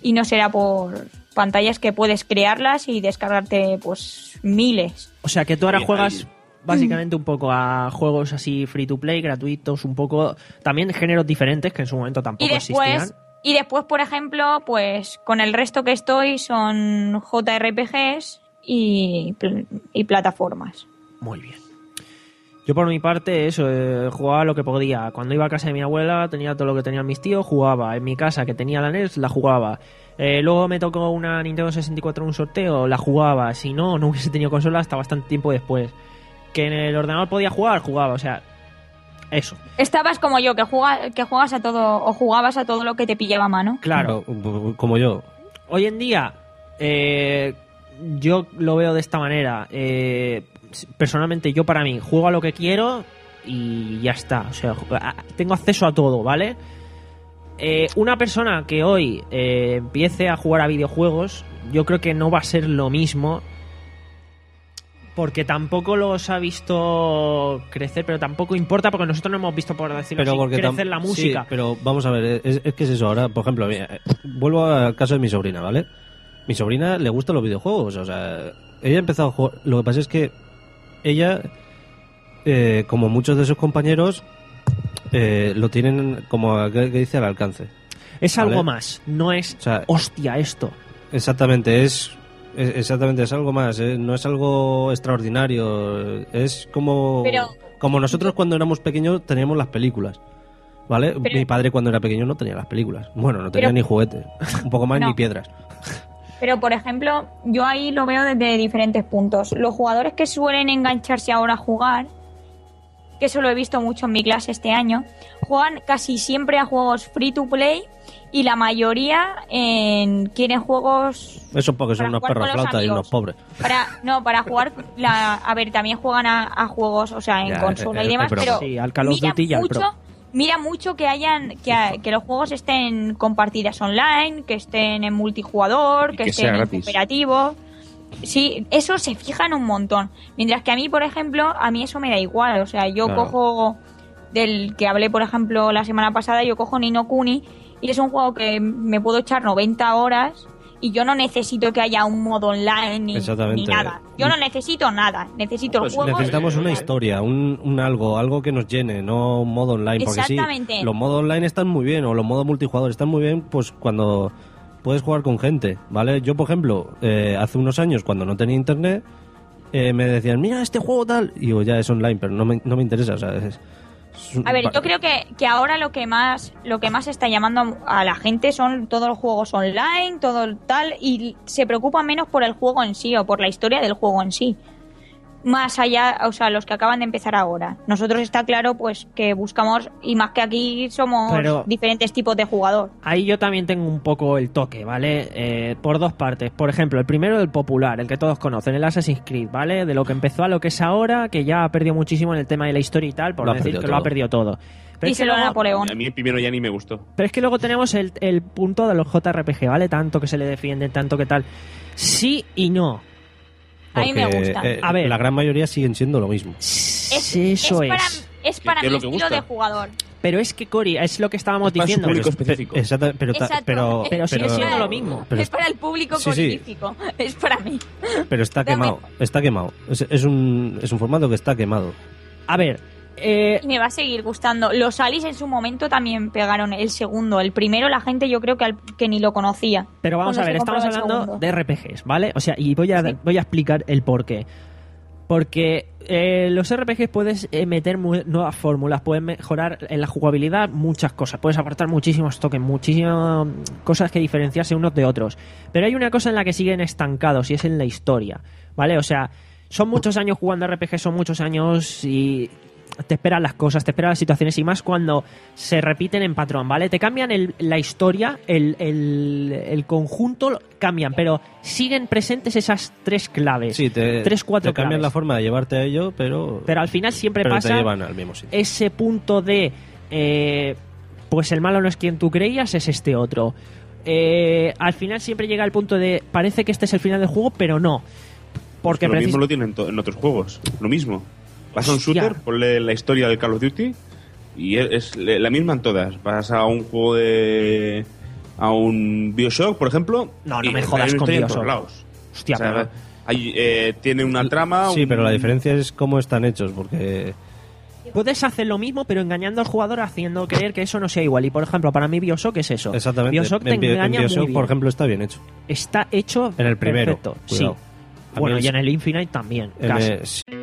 Speaker 1: Y no será por pantallas que puedes crearlas y descargarte, pues, miles.
Speaker 5: O sea, que tú ahora
Speaker 1: Ahí,
Speaker 5: juegas
Speaker 1: ahí.
Speaker 5: básicamente un poco a juegos así free to play, gratuitos, un poco también géneros diferentes que en su momento tampoco
Speaker 1: Y después,
Speaker 5: existían.
Speaker 1: y después, por ejemplo, pues con el resto que estoy son JRPGs y, pl- y plataformas.
Speaker 5: Muy bien. Yo por mi parte, eso, eh, jugaba lo que podía. Cuando iba a casa de mi abuela, tenía todo lo que tenían mis tíos, jugaba. En mi casa, que tenía la NES, la jugaba. Eh, luego me tocó una Nintendo 64 en un sorteo, la jugaba. Si no, no hubiese tenido consola hasta bastante tiempo después. Que en el ordenador podía jugar, jugaba. O sea, eso.
Speaker 1: Estabas como yo, que, juega, que juegas a todo o jugabas a todo lo que te pillaba a mano.
Speaker 5: Claro.
Speaker 3: No, como yo.
Speaker 5: Hoy en día, eh, yo lo veo de esta manera. Eh, personalmente, yo para mí, juego a lo que quiero y ya está. O sea, ju- a- tengo acceso a todo, ¿vale? Eh, una persona que hoy eh, empiece a jugar a videojuegos, yo creo que no va a ser lo mismo. Porque tampoco los ha visto crecer, pero tampoco importa porque nosotros no hemos visto, por decirlo
Speaker 3: Pero
Speaker 5: así,
Speaker 3: porque tam-
Speaker 5: crecer la
Speaker 3: sí,
Speaker 5: música.
Speaker 3: pero vamos a ver, es, es que es eso. Ahora, por ejemplo, mira, eh, vuelvo al caso de mi sobrina, ¿vale? Mi sobrina le gustan los videojuegos, o sea, ella ha empezado a jugar. Lo que pasa es que ella, eh, como muchos de sus compañeros, eh, lo tienen como aquel que dice al alcance.
Speaker 5: Es
Speaker 3: ¿vale?
Speaker 5: algo más, no es,
Speaker 3: O sea,
Speaker 5: hostia, esto.
Speaker 3: Exactamente, es, es- exactamente es algo más, eh, no es algo extraordinario, eh, es como
Speaker 1: Pero-
Speaker 3: como nosotros cuando éramos pequeños teníamos las películas. ¿Vale?
Speaker 1: Pero-
Speaker 3: Mi padre cuando era pequeño no tenía las películas. Bueno, no tenía
Speaker 1: Pero-
Speaker 3: ni juguetes, un poco más
Speaker 1: No.
Speaker 3: ni piedras.
Speaker 1: Pero, por ejemplo, yo ahí lo veo desde diferentes puntos. Los jugadores que suelen engancharse ahora a jugar, que eso lo he visto mucho en mi clase este año, juegan casi siempre a juegos free to play y la mayoría en, quieren juegos.
Speaker 3: Eso porque son unos perros flautas y unos pobres.
Speaker 1: Para, no, para jugar. La, a ver, también juegan a, a juegos, o sea, en
Speaker 2: Ya,
Speaker 3: Eh,
Speaker 1: consola
Speaker 2: el-
Speaker 1: y
Speaker 2: el
Speaker 1: demás,
Speaker 2: pro.
Speaker 1: pero.
Speaker 2: Sí, al Call of
Speaker 1: mira
Speaker 2: Duty y al
Speaker 1: mucho,
Speaker 2: pro.
Speaker 1: Mira mucho que hayan que, que los juegos estén compartidas online, que estén en multijugador, que,
Speaker 7: que sea
Speaker 1: estén en
Speaker 7: gratis.
Speaker 1: cooperativo. Sí, eso se fijan un montón. Mientras que a mí, por ejemplo, a mí eso me da igual. O sea, yo
Speaker 7: Claro.
Speaker 1: cojo del que hablé, por ejemplo, la semana pasada, yo cojo Nino Kuni y es un juego que me puedo echar 90 horas y yo no necesito que haya un modo online ni,
Speaker 3: Exactamente. Pues
Speaker 1: ni nada. Yo no necesito nada. Necesito el juego.
Speaker 3: Necesitamos una historia, un, un algo, algo que nos llene, no un modo online. Porque sí,
Speaker 1: Exactamente.
Speaker 3: los modos online están muy bien, o los modos multijugador están muy bien, pues cuando puedes jugar con gente, ¿vale? Yo, por ejemplo, eh, hace unos años, cuando no tenía internet, eh, me decían, mira este juego tal, y digo, ya es online, pero no me, no me interesa, o sea, es- es un-
Speaker 1: A ver,
Speaker 3: pa-
Speaker 1: yo creo que, que ahora lo que más lo que más está llamando a la gente son todos los juegos online, todo el tal, y se preocupa menos por el juego en sí o por la historia del juego en sí. Más allá, o sea, los que acaban de empezar ahora. Nosotros está claro, pues, que buscamos, y más que aquí somos
Speaker 5: Pero-
Speaker 1: diferentes tipos de jugador.
Speaker 5: Ahí yo también tengo un poco el toque, ¿vale? Eh, por dos partes. Por ejemplo, el primero el popular, el que todos conocen, el Assassin's Creed, ¿vale? De lo que empezó a lo que es ahora, que ya ha perdido muchísimo en el tema de la historia y tal, por
Speaker 3: Lo
Speaker 5: no
Speaker 3: ha
Speaker 5: decir que
Speaker 3: perdido
Speaker 5: lo ha
Speaker 3: todo.
Speaker 5: perdido todo. Pero es que
Speaker 1: Díselo a
Speaker 5: luego-
Speaker 1: Napoleón.
Speaker 7: A mí el primero ya ni me gustó.
Speaker 5: Pero es que luego tenemos el, el punto de los JRPG, ¿vale? Tanto que se le defienden, tanto que tal. Sí y no.
Speaker 1: A mí me
Speaker 3: porque,
Speaker 1: gusta.
Speaker 3: eh,
Speaker 5: A ver.
Speaker 3: la gran mayoría siguen siendo lo mismo.
Speaker 1: Es,
Speaker 5: Eso es.
Speaker 1: es para, es para
Speaker 3: que es
Speaker 1: mi
Speaker 3: lo que
Speaker 1: estilo
Speaker 3: gusta.
Speaker 1: de jugador.
Speaker 5: Pero es que, Cory, es lo que estábamos diciendo.
Speaker 3: Pe- Eh, exacta- pero, ta-
Speaker 1: Exacto.
Speaker 3: pero,
Speaker 1: Pero sigue siendo
Speaker 5: lo mismo.
Speaker 3: pero-
Speaker 1: es para el público
Speaker 3: Sí, sí.
Speaker 1: político. Es para mí.
Speaker 3: pero está quemado, está quemado. Es, es un, es un formato que está quemado.
Speaker 5: A ver, Eh,
Speaker 1: Y me va a seguir gustando. Los Alice en su momento también pegaron el segundo. El primero la gente yo creo que, al- que ni lo conocía.
Speaker 5: Pero vamos
Speaker 1: Cuando
Speaker 5: a ver,
Speaker 1: se compraba
Speaker 5: estamos
Speaker 1: el
Speaker 5: hablando
Speaker 1: segundo.
Speaker 5: de RPGs, ¿vale? O sea, y voy a, voy a explicar el por qué. Porque eh, los RPGs puedes eh, meter mu- nuevas fórmulas, puedes mejorar en la jugabilidad muchas cosas, puedes apartar muchísimos tokens, muchísimas cosas que diferenciarse unos de otros. Pero hay una cosa en la que siguen estancados y es en la historia, ¿vale? O sea, son muchos años jugando RPGs, son muchos años y te esperan las cosas, te esperan las situaciones y más cuando se repiten en patrón, ¿vale? Te cambian el- la historia, el, el- el conjunto lo- cambian, pero siguen presentes esas tres claves.
Speaker 3: Sí, te,
Speaker 5: tres, cuatro
Speaker 3: te cambian la
Speaker 5: claves.
Speaker 3: forma de llevarte a ello, pero,
Speaker 5: Pero al final siempre
Speaker 3: pero
Speaker 5: pasa
Speaker 3: te llevan al mismo sitio.
Speaker 5: ese punto de eh, pues el malo no es quien tú creías, es este otro. Eh, al final siempre llega el punto de parece que este es el final del juego, pero no.
Speaker 7: Porque
Speaker 5: Porque
Speaker 7: Pues lo
Speaker 5: precis-
Speaker 7: mismo lo tienen to- en otros juegos. Lo mismo. Vas a un
Speaker 5: Hostia.
Speaker 7: shooter, ponle la historia del Call of Duty y es, es le- la misma en todas. Vas a un juego de. a un Bioshock, por ejemplo.
Speaker 5: No, no
Speaker 7: y
Speaker 5: me
Speaker 7: hay
Speaker 5: jodas
Speaker 7: una
Speaker 5: con
Speaker 7: historia en
Speaker 5: Bioshock.
Speaker 7: todos lados.
Speaker 5: Hostia,
Speaker 7: O sea,
Speaker 5: pero-
Speaker 7: hay, eh, tiene una trama.
Speaker 3: Sí,
Speaker 7: un-
Speaker 3: pero la diferencia es cómo están hechos, porque
Speaker 5: Puedes hacer lo mismo, pero engañando al jugador, haciendo creer que eso no sea igual. Y por ejemplo, para mí Bioshock es eso.
Speaker 3: exactamente
Speaker 5: Bioshock te
Speaker 3: en, Bio- en
Speaker 5: engaña muy
Speaker 3: Bioshock,
Speaker 5: bien.
Speaker 3: por ejemplo, está bien hecho.
Speaker 5: Está hecho
Speaker 3: En el primero,
Speaker 5: perfecto.
Speaker 3: cuidado.
Speaker 5: Sí.
Speaker 3: También
Speaker 5: Bueno, y
Speaker 3: es-
Speaker 5: en el Infinite también.
Speaker 3: En
Speaker 5: casi.
Speaker 3: el- sí, eh,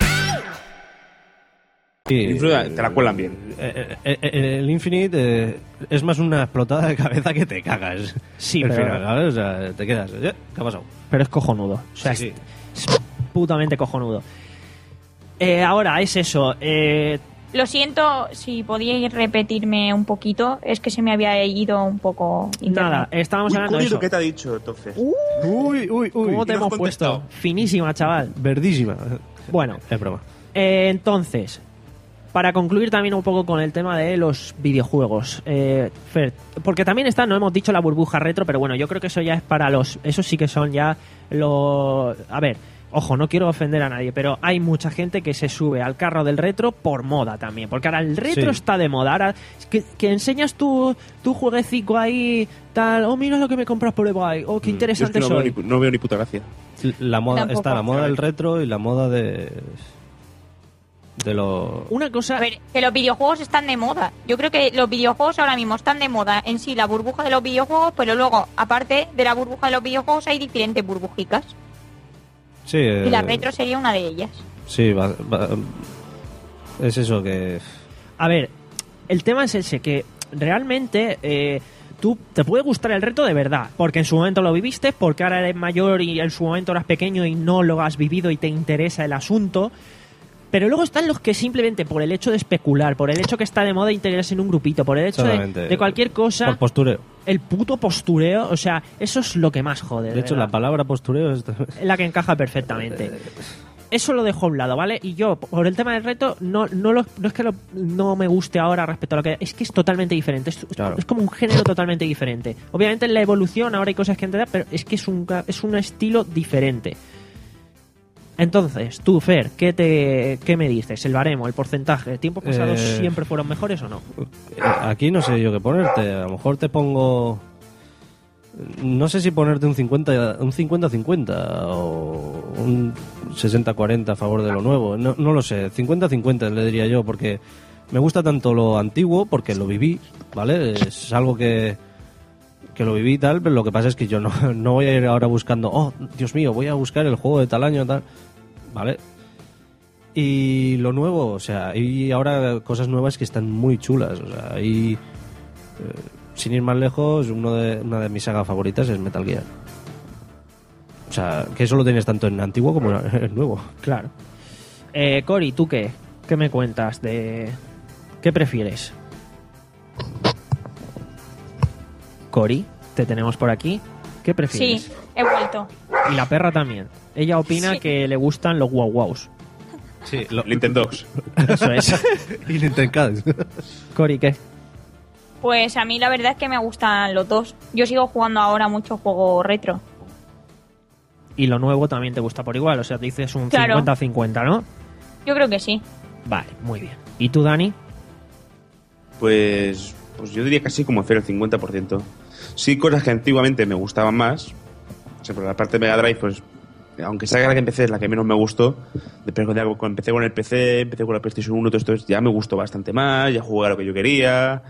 Speaker 7: Influye- te la cuelan bien.
Speaker 3: Eh, eh, eh, el Infinite eh, es más una explotada de cabeza que te cagas.
Speaker 5: Sí,
Speaker 3: al
Speaker 5: pero-
Speaker 3: final, ¿sabes? O sea, te quedas. "Eh, ¿Qué ha pasado?
Speaker 5: Pero es cojonudo. O sea,
Speaker 3: Sí,
Speaker 5: es, es putamente cojonudo. Eh, ahora, es eso. eh,
Speaker 1: Lo siento, si podíais repetirme un poquito, es que se me había ido un poco.
Speaker 5: nada, estábamos
Speaker 7: Uy,
Speaker 5: hablando de
Speaker 7: Curi,
Speaker 5: eso.
Speaker 7: ¿lo que te ha dicho entonces?
Speaker 5: Uh,
Speaker 3: Uy, uy, uy.
Speaker 5: ¿Cómo te
Speaker 7: no has
Speaker 5: hemos puesto? Finísima, chaval.
Speaker 3: Verdísima.
Speaker 5: Bueno,
Speaker 3: Es broma.
Speaker 5: eh, entonces, Para concluir también un poco con el tema de los videojuegos, eh, Fer, porque también está, no hemos dicho la burbuja retro, pero bueno, yo creo que eso ya es para los, eso sí que son ya los, a ver, ojo, no quiero ofender a nadie, pero hay mucha gente que se sube al carro del retro por moda también. Porque ahora el retro sí. está de moda. Ahora que, que enseñas tu, tu jueguecico ahí, tal, oh, mira lo que me compras por eBay, oh, qué
Speaker 7: Yo
Speaker 5: interesante
Speaker 7: es que no
Speaker 5: soy.
Speaker 7: Veo ni, no veo ni puta gracia.
Speaker 3: La moda, Tampoco. está la moda del retro y la moda de. De lo...
Speaker 5: Una cosa...
Speaker 1: A ver, que los videojuegos están de moda. Yo creo que los videojuegos ahora mismo están de moda en sí, la burbuja de los videojuegos, pero luego, aparte de la burbuja de los videojuegos, hay diferentes burbujicas.
Speaker 3: Sí, eh,
Speaker 1: y la retro sería una de ellas.
Speaker 3: Sí, va, va, es eso que...
Speaker 5: A ver, el tema es ese, que realmente eh, tú te puede gustar el reto de verdad, porque en su momento lo viviste, porque ahora eres mayor y en su momento eras pequeño y no lo has vivido y te interesa el asunto. Pero luego están los que simplemente por el hecho de especular, por el hecho que está de moda integrarse en un grupito, por el hecho de, de, cualquier cosa.
Speaker 3: Por postureo.
Speaker 5: El puto postureo, o sea, eso es lo que más jode.
Speaker 3: De hecho,
Speaker 5: ¿verdad?
Speaker 3: la palabra postureo es
Speaker 5: la que encaja perfectamente. Eso lo dejo a un lado, ¿vale? Y yo, por el tema del reto, no, no, lo, no es que lo, no me guste ahora respecto a lo que... Es que es totalmente diferente. Es, claro. es como un género totalmente diferente. Obviamente en la evolución ahora hay cosas que entender, pero es que es un, es un estilo diferente. Entonces, tú, Fer, ¿qué, te, ¿qué me dices? ¿El baremo, el porcentaje, tiempos pasados eh, siempre fueron mejores o no?
Speaker 3: Aquí no sé yo qué ponerte. A lo mejor te pongo. No sé si ponerte un 50 un 50, 50 o un 60-40 a favor de lo nuevo. No, no lo sé. 50-50 le diría yo, porque me gusta tanto lo antiguo, porque lo viví, ¿vale? Es algo que que lo viví y tal, pero lo que pasa es que yo no, no, voy a ir ahora buscando, oh, Dios mío, voy a buscar el juego de tal año, tal. ¿Vale? Y lo nuevo, o sea, y ahora cosas nuevas que están muy chulas, o sea, y. Eh, sin ir más lejos, uno de, una de mis sagas favoritas es Metal Gear. O sea, que eso lo tienes tanto en antiguo como en nuevo.
Speaker 5: Claro. Eh, Cory, ¿tú qué? ¿Qué me cuentas de. ¿Qué prefieres? Cori, te tenemos por aquí. ¿Qué prefieres?
Speaker 1: Sí, he vuelto.
Speaker 5: Y la perra también. Ella opina sí. que le gustan los guau guaus.
Speaker 7: Sí, los Nintendogs.
Speaker 5: Eso es.
Speaker 3: y Nintendogs.
Speaker 5: Cori, ¿qué?
Speaker 1: Pues a mí la verdad es que me gustan los dos. Yo sigo jugando ahora mucho juego retro.
Speaker 5: Y lo nuevo también te gusta por igual, o sea, te dices un 50-50, claro. ¿no?
Speaker 1: Yo creo que sí.
Speaker 5: Vale, muy bien. ¿Y tú, Dani?
Speaker 7: Pues pues yo diría casi como hacer el 50%. Sí, cosas que antiguamente me gustaban más. O sea, por la parte de Mega Drive, pues, aunque sea la que empecé, es la que menos me gustó. Después, cuando empecé con el PC, empecé con la PlayStation 1, todo esto, ya me gustó bastante más, ya jugué a lo que yo quería.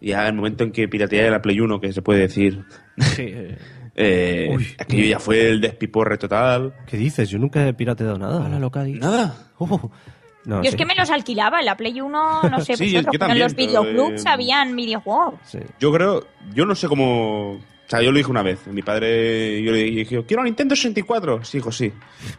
Speaker 7: Ya el momento en que pirateé la Play 1, que se puede decir. Sí. eh, Uy, aquello ya fue el despiporre total.
Speaker 3: ¿Qué dices? Yo nunca he pirateado nada.
Speaker 5: Hola, loca, dices.
Speaker 7: Nada.
Speaker 5: Oh.
Speaker 1: No, yo Ah, sí. es que me los alquilaba, en la Play 1, no sé, sí, vosotros, yo, yo también, en los videoclubs eh, habían videojuegos. Sí.
Speaker 7: Yo creo, yo no sé cómo... O sea, yo lo dije una vez, mi padre, yo le dije, quiero un Nintendo 64. Sí, hijo, sí. Y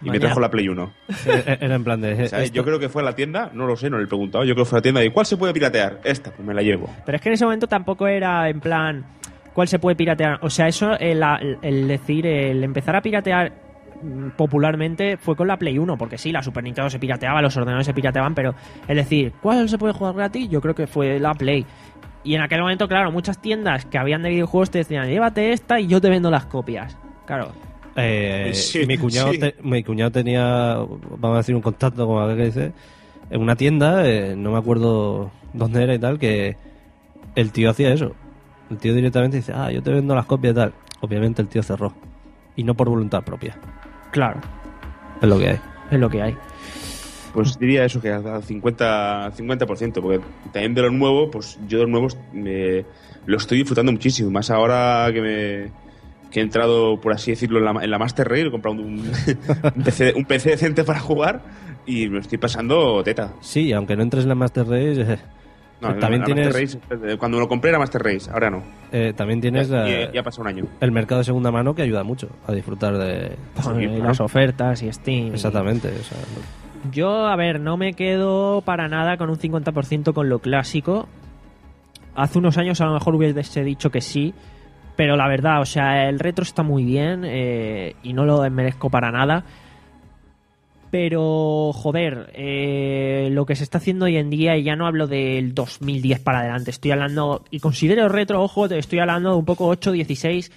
Speaker 7: Mañana. me trajo la Play 1.
Speaker 3: Era en plan de...
Speaker 7: O sea, yo creo que fue a la tienda, no lo sé, no le he preguntado, yo creo que fue a la tienda y ¿cuál se puede piratear? Esta, pues me la llevo.
Speaker 5: Pero es que en ese momento tampoco era en plan, ¿cuál se puede piratear? O sea, eso, el, el decir, el empezar a piratear mm, popularmente fue con la Play 1, porque sí, la Super Nintendo se pirateaba, los ordenadores se pirateaban, pero es decir, ¿cuál se puede jugar gratis? Yo creo que fue la Play. Y en aquel momento, claro, muchas tiendas que habían de videojuegos te decían, llévate esta y yo te vendo las copias. Claro.
Speaker 3: Eh, sí, mi, cuñado sí. te, mi cuñado tenía, vamos a decir, un contacto, como a que dice, en una tienda, eh, no me acuerdo dónde era y tal, que el tío hacía eso. El tío directamente dice, ah, yo te vendo las copias y tal. Obviamente el tío cerró. Y no por voluntad propia.
Speaker 5: Claro.
Speaker 3: Es lo que hay.
Speaker 5: Es lo que hay.
Speaker 7: Pues diría eso, que al 50, 50%, porque también de lo nuevo, pues yo de los nuevos me, lo estoy disfrutando muchísimo, más ahora que me que he entrado, por así decirlo, en la, en la Master Rail, he comprado un, un, PC, un, PC, decente para jugar y me estoy pasando teta.
Speaker 3: Sí, aunque no entres en la Master Race... Eh,
Speaker 7: no, también la, la tienes... Master Race, cuando lo compré era Master Race, ahora no.
Speaker 3: Eh, también tienes
Speaker 7: ya, ya, ya pasó un año.
Speaker 3: el mercado de segunda mano que ayuda mucho a disfrutar de
Speaker 5: sí, y las ofertas y Steam.
Speaker 3: Exactamente. O sea,
Speaker 5: yo, a ver, no me quedo para nada con un 50% con lo clásico. Hace unos años a lo mejor hubiese dicho que sí, pero la verdad, o sea, el retro está muy bien eh, y no lo merezco para nada. Pero, joder, eh, lo que se está haciendo hoy en día, y ya no hablo del 2010 para adelante, estoy hablando, y considero retro, ojo, estoy hablando de un poco 8, 16,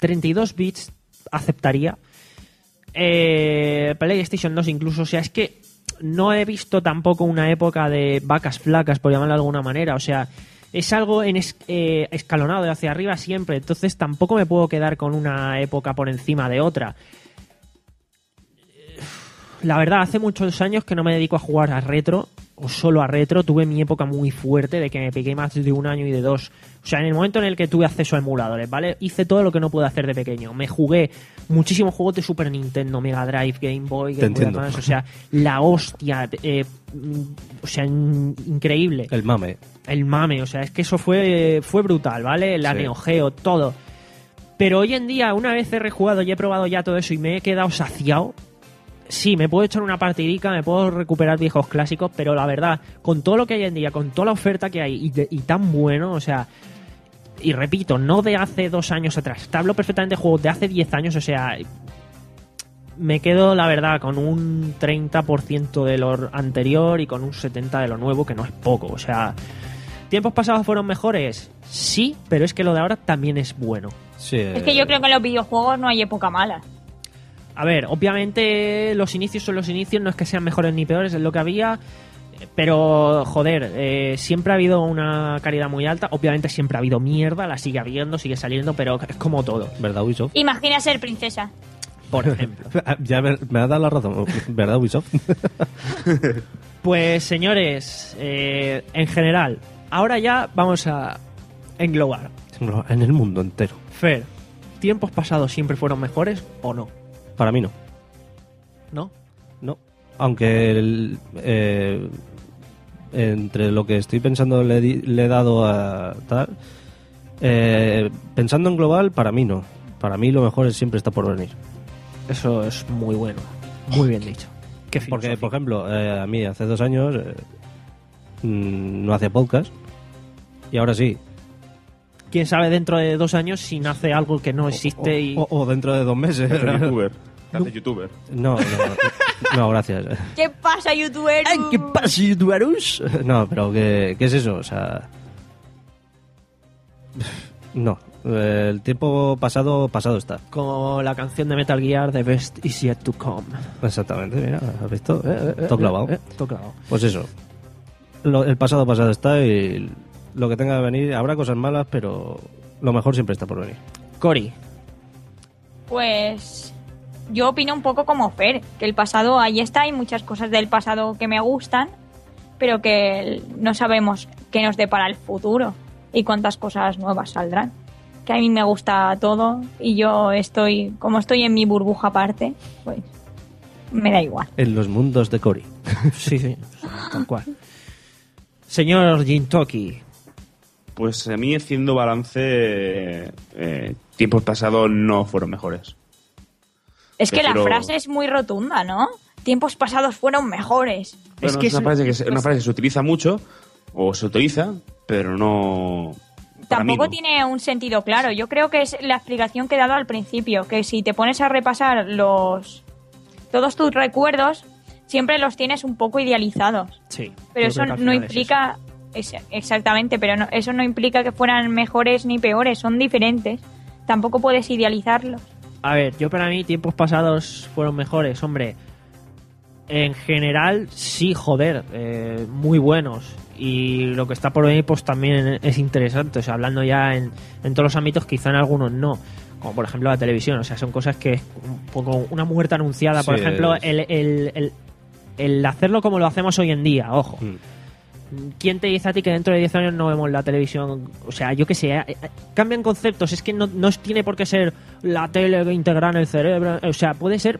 Speaker 5: 32 bits aceptaría. Eh, PlayStation 2 incluso, o sea, es que no he visto tampoco una época de vacas flacas, por llamarlo de alguna manera, o sea, es algo en es, eh, escalonado de hacia arriba siempre, entonces tampoco me puedo quedar con una época por encima de otra. La verdad, hace muchos años que no me dedico a jugar a retro o solo a retro, tuve mi época muy fuerte de que me pegué más de un año y de dos. O sea, en el momento en el que tuve acceso a emuladores, ¿vale? Hice todo lo que no pude hacer de pequeño. Me jugué muchísimos juegos de Super Nintendo, Mega Drive, Game Boy, Game Boy Advance. O sea, la hostia. Eh, o sea, increíble.
Speaker 3: El mame.
Speaker 5: El mame. O sea, es que eso fue, fue brutal, ¿vale? La sí. Neo Geo, todo. Pero hoy en día, una vez he rejugado y he probado ya todo eso y me he quedado saciado, sí, me puedo echar una partidica, me puedo recuperar viejos clásicos, pero la verdad, con todo lo que hay en día, con toda la oferta que hay y, de, y tan bueno, o sea, y repito, no de hace dos años atrás, te hablo perfectamente de juegos de hace diez años, o sea, me quedo, la verdad, con un 30% de lo anterior y con un 70% de lo nuevo, que no es poco, o sea, ¿tiempos pasados fueron mejores? Sí, pero es que lo de ahora también es bueno.
Speaker 3: Sí.
Speaker 1: Es que yo creo que en los videojuegos no hay época mala.
Speaker 5: A ver, obviamente los inicios son los inicios, no es que sean mejores ni peores, es lo que había. Pero, joder, eh, siempre ha habido una calidad muy alta. Obviamente siempre ha habido mierda, la sigue habiendo, sigue saliendo, pero es como todo.
Speaker 3: ¿Verdad, Ubisoft? Ah,
Speaker 1: Imagina ser princesa.
Speaker 5: Por ejemplo.
Speaker 3: ya me, me ha dado la razón, ¿verdad, Ubisoft?
Speaker 5: pues, señores, eh, en general, ahora ya vamos a englobar.
Speaker 3: En el mundo entero.
Speaker 5: Fer, ¿tiempos pasados siempre fueron mejores o no?
Speaker 3: Para mí no.
Speaker 5: ¿No?
Speaker 3: No. Aunque el, eh, entre lo que estoy pensando le, di, le he dado a tal, eh, pensando en global, para mí no. Para mí lo mejor es siempre está por venir.
Speaker 5: Eso es muy bueno. Muy bien dicho. Qué
Speaker 3: Porque, por ejemplo, eh, a mí hace dos años eh, mm, no hacía podcast y ahora sí
Speaker 5: quién sabe dentro de dos años si nace algo que no existe
Speaker 3: o, o,
Speaker 5: y...
Speaker 3: O, o, dentro de dos meses.
Speaker 7: youtuber. No. youtuber.
Speaker 3: No, no, no, gracias.
Speaker 1: ¿Qué pasa, youtuber?
Speaker 3: ¿Qué pasa, youtuberus? No, pero ¿qué, ¿qué, es eso? O sea... No, el tiempo pasado, pasado está.
Speaker 5: Como la canción de Metal Gear, The Best Is Yet To Come.
Speaker 3: Exactamente, mira, ¿has visto? Eh, eh, todo clavado. Eh,
Speaker 5: todo clavado.
Speaker 3: Pues eso. Lo, el pasado, pasado está y lo que tenga que venir. Habrá cosas malas, pero lo mejor siempre está por venir.
Speaker 5: Cori.
Speaker 1: Pues yo opino un poco como Fer, que el pasado ahí está, hay muchas cosas del pasado que me gustan, pero que no sabemos qué nos depara el futuro y cuántas cosas nuevas saldrán. Que a mí me gusta todo y yo estoy, como estoy en mi burbuja aparte, pues me da igual.
Speaker 3: En los mundos de Cori.
Speaker 5: sí, sí, tal cual. Señor Jintoki,
Speaker 7: pues a mí haciendo balance, eh, eh, tiempos pasados no fueron mejores.
Speaker 1: Es Prefiero... que la frase es muy rotunda, ¿no? Tiempos pasados fueron mejores.
Speaker 7: Bueno, es, que es, una, frase que se, una frase que se utiliza mucho, o se utiliza, pero no...
Speaker 1: Tampoco no. tiene un sentido claro. Yo creo que es la explicación que he dado al principio, que si te pones a repasar los todos tus recuerdos, siempre los tienes un poco idealizados.
Speaker 5: Sí.
Speaker 1: Pero eso no implica... Es eso exactamente, pero no, eso no implica que fueran mejores ni peores, son diferentes. Tampoco puedes idealizarlos.
Speaker 5: A ver, yo para mí tiempos pasados fueron mejores, hombre. En general, sí, joder, eh, muy buenos. Y lo que está por venir, pues también es interesante. O sea, hablando ya en, en todos los ámbitos, quizá en algunos no como por ejemplo la televisión, o sea, son cosas que es un poco una muerte anunciada, por sí, ejemplo, el, el, el, el, hacerlo como lo hacemos hoy en día, ojo. Mm. ¿Quién te dice a ti que dentro de 10 años no vemos la televisión? O sea, yo qué sé, ¿eh? cambian conceptos, es que no, no, tiene por qué ser la tele que integra en el cerebro, o sea, puede ser,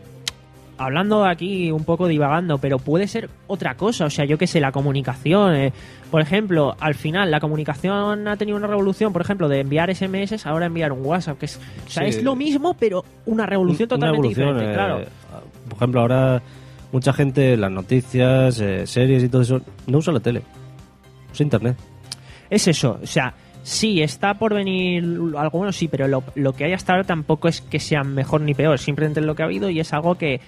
Speaker 5: hablando aquí un poco divagando, pero puede ser otra cosa, o sea, yo qué sé, la comunicación, eh. por ejemplo, al final la comunicación ha tenido una revolución, por ejemplo, de enviar SMS, ahora enviar un WhatsApp, que es, o sea, sí. es lo mismo, pero una revolución una totalmente evolución, diferente, eh, claro.
Speaker 3: Por ejemplo, ahora... Mucha gente, las noticias, eh, series y todo eso, no usa la tele internet.
Speaker 5: Es eso, o sea, sí, está por venir algunos, sí, pero lo, lo, que hay hasta ahora tampoco es que sean mejor ni peor, simplemente es lo que ha habido y es algo que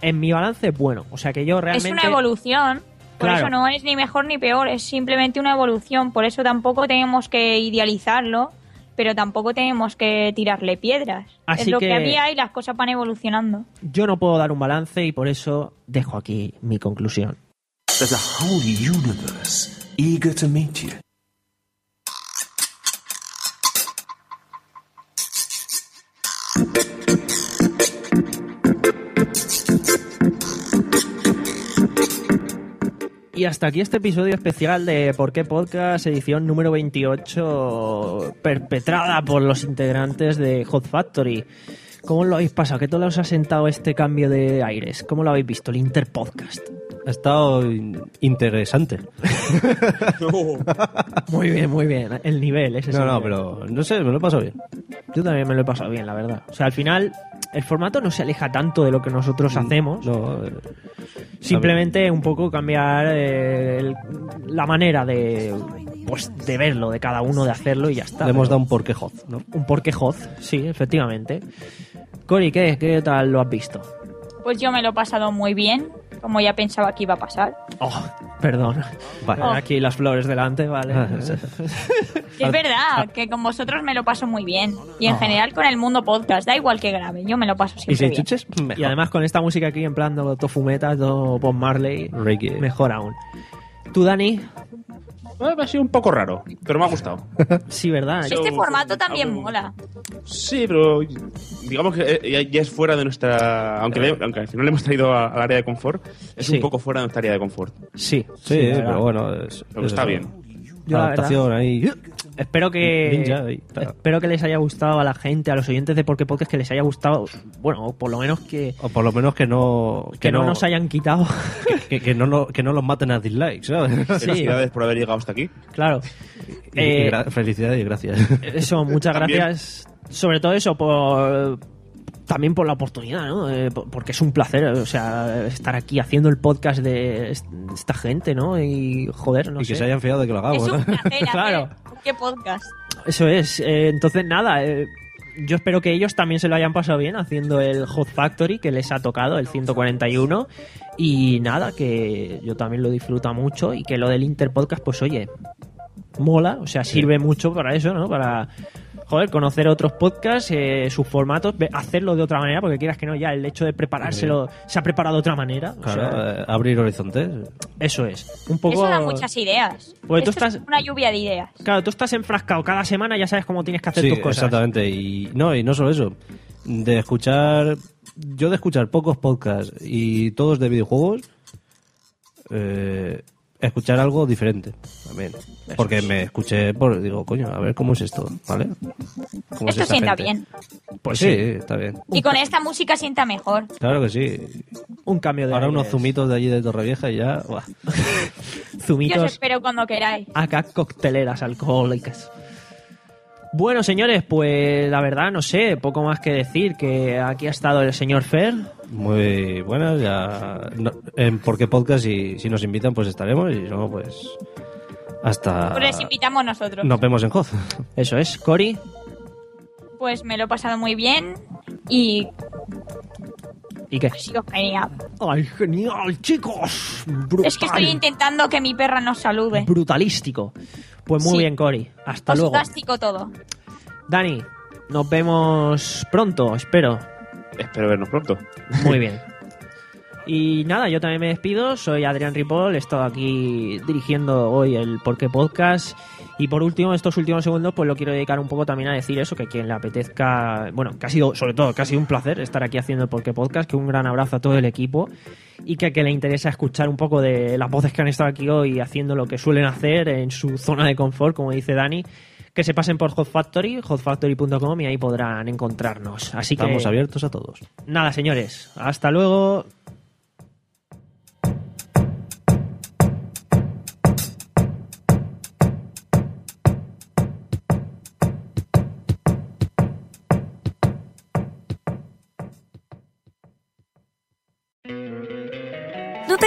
Speaker 5: en mi balance es bueno. O sea que yo realmente.
Speaker 1: Es una evolución. Por
Speaker 5: Claro.
Speaker 1: eso no es ni mejor ni peor, es simplemente una evolución. Por eso tampoco tenemos que idealizarlo, pero tampoco tenemos que tirarle piedras.
Speaker 5: Así
Speaker 1: es lo que...
Speaker 5: que-
Speaker 1: había y las cosas van evolucionando.
Speaker 5: Yo no puedo dar un balance y por eso dejo aquí mi conclusión.
Speaker 20: There's a whole universe eager to meet you.
Speaker 5: Y hasta aquí este episodio especial de Por qué Podcast, edición número 28, perpetrada por los integrantes de Hot Factory. ¿Cómo lo habéis pasado? ¿Qué tal os ha sentado este cambio de aires? ¿Cómo lo habéis visto? El Interpodcast.
Speaker 3: Ha estado in- interesante.
Speaker 5: Muy bien, muy bien. El nivel, ese es
Speaker 3: No,
Speaker 5: el
Speaker 3: no,
Speaker 5: nivel.
Speaker 3: pero no sé, me lo he pasado bien.
Speaker 5: Yo también me lo he pasado bien, la verdad. O sea, al final, el formato no se aleja tanto de lo que
Speaker 3: Mm,
Speaker 5: nosotros hacemos. Simplemente un poco cambiar eh, el- la manera de, pues, de verlo, de cada uno, de hacerlo y ya está.
Speaker 3: Le hemos
Speaker 5: Pero-
Speaker 3: dado un porquejoz, ¿no?
Speaker 5: un porquejoz, sí, efectivamente. Cori, ¿qué, ¿qué tal lo has visto?
Speaker 1: Pues yo me lo he pasado muy bien, como ya pensaba que iba a pasar.
Speaker 5: Perdón.
Speaker 1: Vale.
Speaker 5: Aquí las flores delante, vale.
Speaker 3: Ah,
Speaker 1: Que es verdad, que con vosotros me lo paso muy bien. Y en
Speaker 5: Ah.
Speaker 1: general con el mundo podcast, da igual que grabe, yo me lo paso siempre bien.
Speaker 5: Y además con esta música aquí en plan todo fumeta, todo Bob Marley, mejor aún. ¿Tú, Dani?
Speaker 7: Eh, Ha sido un poco raro, pero me ha gustado.
Speaker 5: Sí, ¿verdad?
Speaker 1: Este formato también mola.
Speaker 7: Sí, pero digamos que eh, ya, ya es fuera de nuestra. Aunque, le- aunque al final le hemos traído a- al área de confort, es
Speaker 5: Sí.
Speaker 7: un poco fuera de nuestra área de confort.
Speaker 5: Sí,
Speaker 3: Sí,
Speaker 5: la verdad.
Speaker 3: pero bueno. es-
Speaker 7: Pero está
Speaker 3: es-
Speaker 7: bien.
Speaker 5: Yo, la
Speaker 3: adaptación
Speaker 5: verdad,
Speaker 3: ahí.
Speaker 5: Espero
Speaker 3: Ninja
Speaker 5: que
Speaker 3: y tal.
Speaker 5: espero que les haya gustado a la gente, a los oyentes de Porque Podcast, que les haya gustado, bueno, o por lo menos que,
Speaker 3: O por lo menos que no.
Speaker 5: que, no, nos hayan quitado.
Speaker 3: que, que no, lo- que no los maten a dislikes, ¿sabes?
Speaker 7: Felicidades por haber llegado hasta aquí.
Speaker 5: Claro.
Speaker 3: Y-
Speaker 5: Eh,
Speaker 3: y gra- felicidades y gracias.
Speaker 5: Eso, muchas
Speaker 3: También.
Speaker 5: gracias. Sobre todo eso, por también por la oportunidad, ¿no? Eh, por- porque es un placer, o sea, estar aquí haciendo el podcast de est- esta gente, ¿no? Y joder, no
Speaker 3: y
Speaker 5: sé.
Speaker 3: que se hayan fiado de que lo hagamos. ¿no?
Speaker 5: claro.
Speaker 1: ¿Qué podcast?
Speaker 5: Eso es. eh, entonces, nada, eh, yo espero que ellos también se lo hayan pasado bien haciendo el Hot Factory que les ha tocado, el 141. Y nada, que yo también lo disfruto mucho y que lo del Interpodcast, pues oye, mola, o sea, sirve mucho para eso, ¿no? Para, joder, conocer otros podcasts, eh, sus formatos, ve- hacerlo de otra manera, porque quieras que no, ya el hecho de preparárselo se ha preparado de otra manera. o
Speaker 3: Claro,
Speaker 5: sea,
Speaker 3: eh, abrir horizontes.
Speaker 5: eso es. Un poco...
Speaker 1: Eso da muchas ideas.
Speaker 5: Porque tú
Speaker 1: Esto es
Speaker 5: estás-
Speaker 1: una lluvia de ideas.
Speaker 5: Claro, tú estás enfrascado cada semana, ya sabes cómo tienes que hacer
Speaker 3: Sí,
Speaker 5: tus cosas.
Speaker 3: exactamente. Y no, y no solo eso. De escuchar. Yo de escuchar pocos podcasts y todos de videojuegos. eh, escuchar algo diferente también. Porque me escuché por. Digo, coño, a ver cómo es esto, ¿vale? ¿Cómo es
Speaker 1: Esto
Speaker 3: esta
Speaker 1: sienta
Speaker 3: gente?
Speaker 1: bien.
Speaker 3: Pues sí, está bien.
Speaker 1: Y con esta música sienta mejor.
Speaker 3: Claro que sí.
Speaker 5: Un cambio de
Speaker 3: Ahora unos
Speaker 5: aires.
Speaker 3: zumitos de allí de Torrevieja y ya. buah.
Speaker 1: Yo os
Speaker 5: Zumitos
Speaker 1: espero cuando queráis.
Speaker 5: acá cocteleras alcohólicas. Bueno, señores, pues la verdad no sé, poco más que decir, que Eh, aquí ha estado el señor Fer.
Speaker 3: Muy buenas, ya. no- en Porque Podcast, si, si nos invitan, pues estaremos. Y si no, pues. Hasta.
Speaker 1: Pues les invitamos nosotros.
Speaker 3: Nos vemos en Hoz.
Speaker 5: Eso es, Cori.
Speaker 1: Pues me lo he pasado muy bien y
Speaker 5: ¿Y qué?
Speaker 1: ha sido genial.
Speaker 5: ¡Ay, genial, chicos!
Speaker 1: Es que estoy intentando que mi perra nos salude.
Speaker 5: Brutalístico. Pues muy
Speaker 1: Sí.
Speaker 5: bien, Cori. Hasta luego.
Speaker 1: Fantástico todo.
Speaker 5: Dani, nos vemos pronto, espero.
Speaker 7: Espero vernos pronto.
Speaker 5: Muy bien. Y nada, yo también me despido. Soy Adrián Ripoll. He estado aquí dirigiendo hoy el Porqué Podcast. Y por último, estos últimos segundos, pues lo quiero dedicar un poco también a decir eso, que quien le apetezca, bueno, que ha sido, sobre todo, que ha sido un placer estar aquí haciendo el Porqué Podcast, que un gran abrazo a todo el equipo y que a quien le interesa escuchar un poco de las voces que han estado aquí hoy haciendo lo que suelen hacer en su zona de confort, como dice Dani, que se pasen por Hot Factory, hotfactory.com y ahí podrán encontrarnos. Así que
Speaker 3: Estamos abiertos a todos.
Speaker 5: Nada, señores. Hasta luego.
Speaker 21: ¿No te